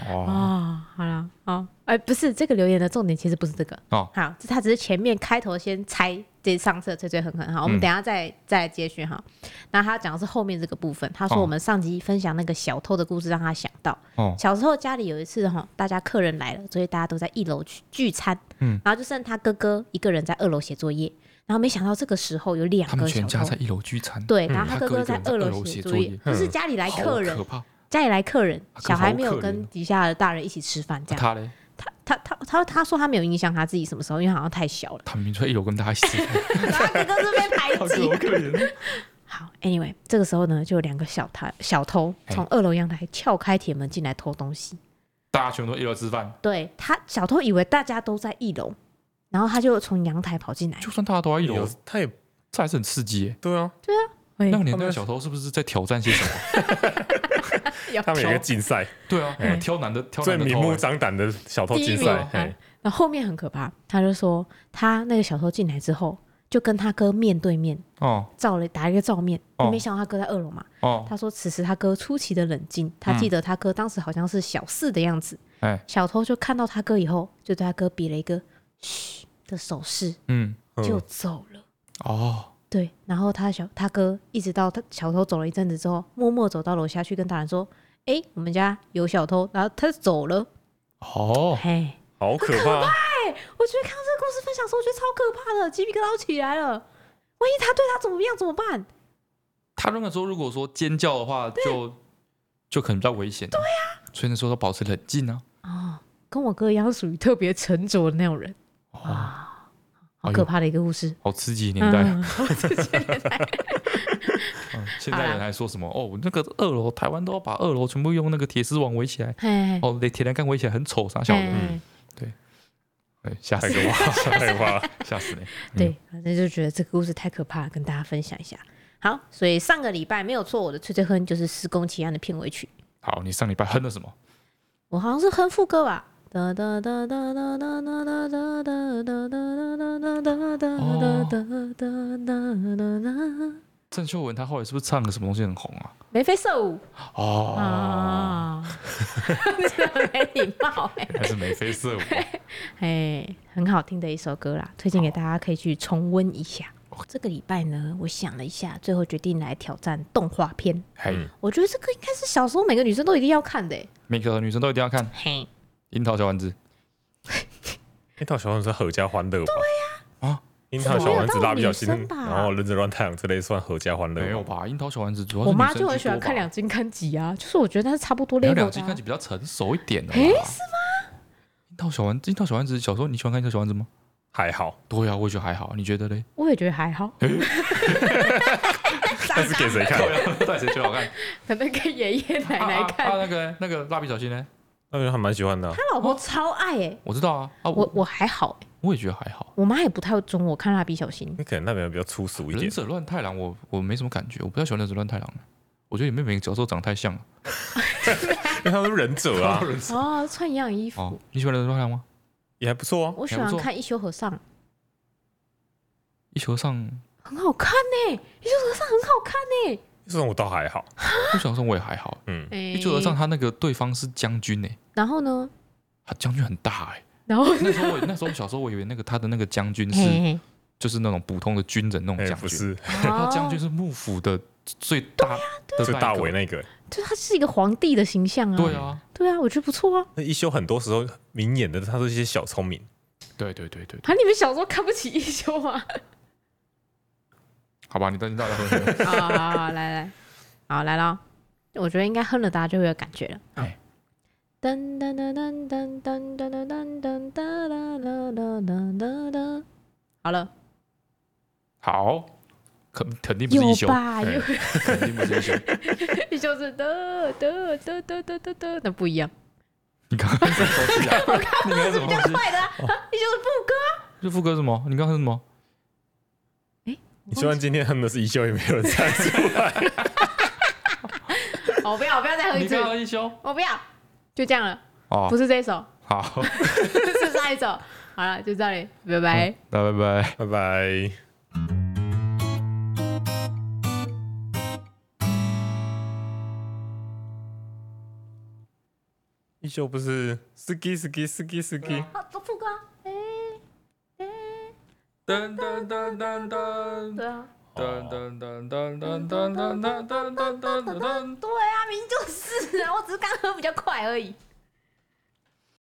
[SPEAKER 2] 哦
[SPEAKER 5] 哦，好了，哦，哎，不是这个留言的重点，其实不是这个，
[SPEAKER 2] 哦
[SPEAKER 5] 好，这他只是前面开头先猜这上次的吹吹很很好，我们
[SPEAKER 2] 嗯
[SPEAKER 5] 等一下再再来接续哈。那他讲的是后面这个部分，他说
[SPEAKER 2] 哦
[SPEAKER 5] 我们上集分享那个小偷的故事，让他想到
[SPEAKER 2] 哦
[SPEAKER 5] 小时候家里有一次哈，大家客人来了，所以大家都在一楼聚聚餐，
[SPEAKER 2] 嗯
[SPEAKER 5] 然后就剩他哥哥一个人在二楼写作业，然后没想到这个时候有两
[SPEAKER 2] 他们
[SPEAKER 5] 个小
[SPEAKER 2] 全家
[SPEAKER 5] 偷
[SPEAKER 2] 在，一楼聚餐，
[SPEAKER 5] 对，
[SPEAKER 3] 嗯
[SPEAKER 5] 然后
[SPEAKER 2] 他
[SPEAKER 5] 哥
[SPEAKER 2] 哥
[SPEAKER 5] 哥
[SPEAKER 2] 一个
[SPEAKER 5] 在
[SPEAKER 2] 人在
[SPEAKER 5] 二
[SPEAKER 2] 二
[SPEAKER 5] 楼
[SPEAKER 2] 楼
[SPEAKER 5] 写
[SPEAKER 2] 写
[SPEAKER 5] 作
[SPEAKER 2] 作
[SPEAKER 5] 业
[SPEAKER 2] 业，嗯
[SPEAKER 5] 就是家里来
[SPEAKER 2] 好
[SPEAKER 5] 客人
[SPEAKER 2] 可，怕。
[SPEAKER 5] 家里来客人，
[SPEAKER 2] 啊可
[SPEAKER 5] 小孩
[SPEAKER 2] 好
[SPEAKER 5] 没有
[SPEAKER 2] 可怜
[SPEAKER 5] 跟
[SPEAKER 2] 哦
[SPEAKER 5] 底下的大人一起吃饭，这
[SPEAKER 2] 那他
[SPEAKER 5] 样。
[SPEAKER 2] 嘞，，
[SPEAKER 5] 他他他他说他没有印象他自己什么时候，因为好像太小了
[SPEAKER 2] 他明明在一楼跟大家一起吃饭，
[SPEAKER 5] 然后哥哥是被排
[SPEAKER 2] 好
[SPEAKER 5] 挤
[SPEAKER 2] 可好。可怜。
[SPEAKER 5] 好，anyway，这个时候呢，就有两个小偷小偷
[SPEAKER 2] 哎
[SPEAKER 5] 从二楼阳台撬开铁门进来偷东西。
[SPEAKER 2] 大家全部都一楼吃饭，
[SPEAKER 5] 对他，小偷以为大家都在一楼，然后他就从阳台跑进来。
[SPEAKER 2] 就算大家都在一楼，
[SPEAKER 3] 他也
[SPEAKER 2] 这还是很刺激耶。
[SPEAKER 3] 对啊，
[SPEAKER 5] 哎
[SPEAKER 2] 那个年代的小偷是不是在挑战些什么？
[SPEAKER 5] 要
[SPEAKER 3] 他们有一
[SPEAKER 5] 挑
[SPEAKER 3] 个竞赛，
[SPEAKER 2] 对啊
[SPEAKER 5] 哎，
[SPEAKER 2] 挑男的，挑
[SPEAKER 3] 最
[SPEAKER 2] 男的哎
[SPEAKER 3] 明
[SPEAKER 2] 头
[SPEAKER 3] 目
[SPEAKER 2] 耶。
[SPEAKER 3] 张胆的小偷
[SPEAKER 5] 第一
[SPEAKER 3] 竞
[SPEAKER 5] 名
[SPEAKER 3] 赛
[SPEAKER 5] 啊。
[SPEAKER 3] 嘿
[SPEAKER 5] 然后后面很可怕，他就说他那个小偷进来之后，就跟他哥面对面
[SPEAKER 2] 哦
[SPEAKER 5] 照了打一个照面，
[SPEAKER 2] 哦
[SPEAKER 5] 没想到他哥在二楼嘛。
[SPEAKER 2] 哦，
[SPEAKER 5] 他说此时他哥出奇的冷静，他记得他哥当时好像是小四的样子。
[SPEAKER 2] 哎，
[SPEAKER 5] 小偷就看到他哥以后，就对他哥比了一个“嘘”的手势，
[SPEAKER 2] 嗯，
[SPEAKER 3] 嗯
[SPEAKER 5] 就走了。
[SPEAKER 2] 哦，
[SPEAKER 5] 对，然后他小他哥一直到他小偷走了一阵子之后，默默走到楼下去跟大人说：“哎、我们家有小偷。”然后他就走了。
[SPEAKER 2] 哦，
[SPEAKER 5] 嘿，
[SPEAKER 3] 好可 怕！
[SPEAKER 5] 我觉得看到这个故事分享的时候，我觉得超可怕的，鸡皮疙瘩都起来了。万一他对他怎么样怎么办？
[SPEAKER 2] 他那个时候如果说尖叫的话，就就可能比较危险。对呀，所以那时候都保持冷静啊。
[SPEAKER 5] 哦，跟我哥一样，属于特别沉着的那种人
[SPEAKER 2] 哦，
[SPEAKER 5] 啊，
[SPEAKER 2] 哎
[SPEAKER 5] 好
[SPEAKER 2] 呦
[SPEAKER 5] 可怕的一个故事。
[SPEAKER 2] 好刺激的年代啊。
[SPEAKER 5] 嗯
[SPEAKER 2] 嗯现在人还说什么哦，那个二楼台湾都要把二楼全部用那个铁丝网围起来，
[SPEAKER 5] 嘿，
[SPEAKER 2] 哦，那铁栏杆围起来很丑，啥小的，
[SPEAKER 5] 嘿
[SPEAKER 2] 哎吓
[SPEAKER 3] 嗯太
[SPEAKER 2] 死
[SPEAKER 3] 可
[SPEAKER 2] 我，
[SPEAKER 3] 怕，太可怕 了！
[SPEAKER 2] 吓死你！
[SPEAKER 5] 对，反正就觉得这个故事太可怕了，跟大家分享一下。好，所以上个礼拜没有错，我的《脆脆哼》就是《施工奇案》的片尾曲，
[SPEAKER 2] 好，你上礼拜哼了什么？
[SPEAKER 5] 我好像是哼副歌吧，哒哒哒哒哒哒哒哒哒哒哒哒哒哒哒哒哒哒哒。
[SPEAKER 2] 郑秀文她后来是不是唱个什么东西很红啊？
[SPEAKER 5] 眉飞色 舞
[SPEAKER 2] 哦，
[SPEAKER 5] 啊，真的没礼貌哎、
[SPEAKER 2] 还是眉飞色舞。
[SPEAKER 5] 哎，很好听的一首歌啦，推荐给大家可以去重温一下。这个礼拜呢，我想了一下，最后决定来挑战动画片。
[SPEAKER 2] 嘿，
[SPEAKER 5] 我觉得这个应该是小时候每个女生都一定要看的、欸。
[SPEAKER 2] 每个女生都一定要看《
[SPEAKER 5] 嘿，
[SPEAKER 2] 樱桃小丸子
[SPEAKER 3] 樱桃小丸子是合家欢乐吧？对
[SPEAKER 2] 呀啊，
[SPEAKER 3] 樱桃小丸子、
[SPEAKER 5] 没有
[SPEAKER 3] 蜡笔小
[SPEAKER 5] 到女
[SPEAKER 3] 新，
[SPEAKER 5] 生吧
[SPEAKER 3] 然后忍者乱太阳这类算合家欢》乐吗
[SPEAKER 2] 没有？吧？《樱桃小丸子》哦主要是
[SPEAKER 5] 我妈
[SPEAKER 2] 女生
[SPEAKER 5] 就很
[SPEAKER 2] 居
[SPEAKER 5] 喜欢
[SPEAKER 2] 多吧
[SPEAKER 5] 看两金刊集啊，就是我觉得它是差不多
[SPEAKER 2] 没有
[SPEAKER 5] level
[SPEAKER 2] 两
[SPEAKER 5] 的、
[SPEAKER 2] 季
[SPEAKER 5] 啊
[SPEAKER 2] 看起。比较成熟一点的。
[SPEAKER 5] 诶
[SPEAKER 2] 是吗？樱桃小丸子，樱桃小丸子，小时候你喜欢看樱桃小丸子吗？
[SPEAKER 3] 还好，
[SPEAKER 2] 对呀、啊，我也觉得还好，你觉得嘞？
[SPEAKER 5] 我也觉得还好，
[SPEAKER 3] 但 是给谁看？
[SPEAKER 2] 带谁最好看？
[SPEAKER 5] 可能给爷爷奶
[SPEAKER 2] 啊
[SPEAKER 5] 奶
[SPEAKER 2] 啊
[SPEAKER 5] 看。
[SPEAKER 2] 啊那个那个蜡笔小新呢？
[SPEAKER 3] 那个还蛮喜欢的啊。
[SPEAKER 5] 他老婆超爱哎、
[SPEAKER 2] 我知道啊啊，
[SPEAKER 5] 我
[SPEAKER 2] 我
[SPEAKER 5] 我还好欸、
[SPEAKER 2] 我也觉得还好。
[SPEAKER 5] 我妈也不太准我看蜡笔小新
[SPEAKER 3] 因。为可能那边比较粗俗一
[SPEAKER 2] 忍
[SPEAKER 3] 点，
[SPEAKER 2] 者乱太郎我，我没什么感觉，我不太喜欢忍者乱太郎，我觉得里面每个角色都长得太像了。
[SPEAKER 3] 因为他是 忍者 啊，
[SPEAKER 2] 忍者
[SPEAKER 5] 哦，穿一样衣服。
[SPEAKER 2] 哦，你喜欢忍者乱太郎吗？
[SPEAKER 3] 也还不错啊。
[SPEAKER 5] 我喜
[SPEAKER 2] 还不
[SPEAKER 5] 欢
[SPEAKER 2] 错
[SPEAKER 5] 看一休和尚，
[SPEAKER 2] 一球上，
[SPEAKER 5] 很好看呢、一休和尚很好看呢、
[SPEAKER 3] 这种我倒还好，
[SPEAKER 2] 一球上我也还好。
[SPEAKER 3] 嗯，
[SPEAKER 5] 欸。
[SPEAKER 2] 一球上他那个对方是将军呢、欸
[SPEAKER 5] 然后呢？
[SPEAKER 2] 他将军很大哎、
[SPEAKER 5] 然后
[SPEAKER 2] 那时候我那时候小时候我以为那个他的那个将军是
[SPEAKER 5] 嘿
[SPEAKER 2] 就是那种普通的军人那种
[SPEAKER 3] 哎，
[SPEAKER 2] 将
[SPEAKER 3] 不
[SPEAKER 2] 军，
[SPEAKER 3] 是
[SPEAKER 5] 嘿，
[SPEAKER 2] 他
[SPEAKER 5] 哦
[SPEAKER 2] 将军是幕府的最大的
[SPEAKER 3] 最大
[SPEAKER 2] 一个
[SPEAKER 3] 为那个，
[SPEAKER 5] 就他是一个皇帝的形象啊。
[SPEAKER 2] 对啊，
[SPEAKER 3] 嗯
[SPEAKER 5] 对啊，我觉得不错啊。
[SPEAKER 3] 那一休很多时候明眼的，他都是一些小聪明，
[SPEAKER 2] 对对对对，
[SPEAKER 5] 啊，你们小时候看不起一休啊吗？
[SPEAKER 2] 好吧，你等你到底要说 什么
[SPEAKER 5] 啊，好好来来，好来了，我觉得应该哼了，大家就会有感觉了。啊
[SPEAKER 2] 哎
[SPEAKER 5] 噔噔噔噔噔噔噔噔噔噔哒啦啦啦啦啦啦，好了，
[SPEAKER 2] 好，肯肯定不是一
[SPEAKER 5] 有
[SPEAKER 2] 休，
[SPEAKER 5] 吧？有，
[SPEAKER 2] 肯定不是一休。
[SPEAKER 5] 一休是的的的的的的的，那不一样。
[SPEAKER 2] 你刚刚什么东西 啊？你刚刚什么东西？
[SPEAKER 5] 坏的啊，一休是副歌。
[SPEAKER 2] 这副歌是什么？你刚刚是什么？
[SPEAKER 3] 你就算今天哼的是一休，也没有人猜出来。
[SPEAKER 5] 哦，我不要，我不要再哼一
[SPEAKER 2] 你
[SPEAKER 5] 次
[SPEAKER 2] 刚，刚一休
[SPEAKER 5] 我不要，就这样了，
[SPEAKER 2] 哦
[SPEAKER 5] 不，是这一首，
[SPEAKER 2] 好，
[SPEAKER 5] 是下一首。好了，就这里，拜拜。
[SPEAKER 2] 那拜拜。
[SPEAKER 3] 拜拜。一休不是 ski ski ski ski，
[SPEAKER 5] 好，副歌，哎哎，
[SPEAKER 2] 噔噔噔噔噔
[SPEAKER 5] 对啊。
[SPEAKER 2] 噔噔噔噔噔噔噔噔噔噔噔噔。
[SPEAKER 5] 对啊，明明就是啊，我只是刚喝比较快而已。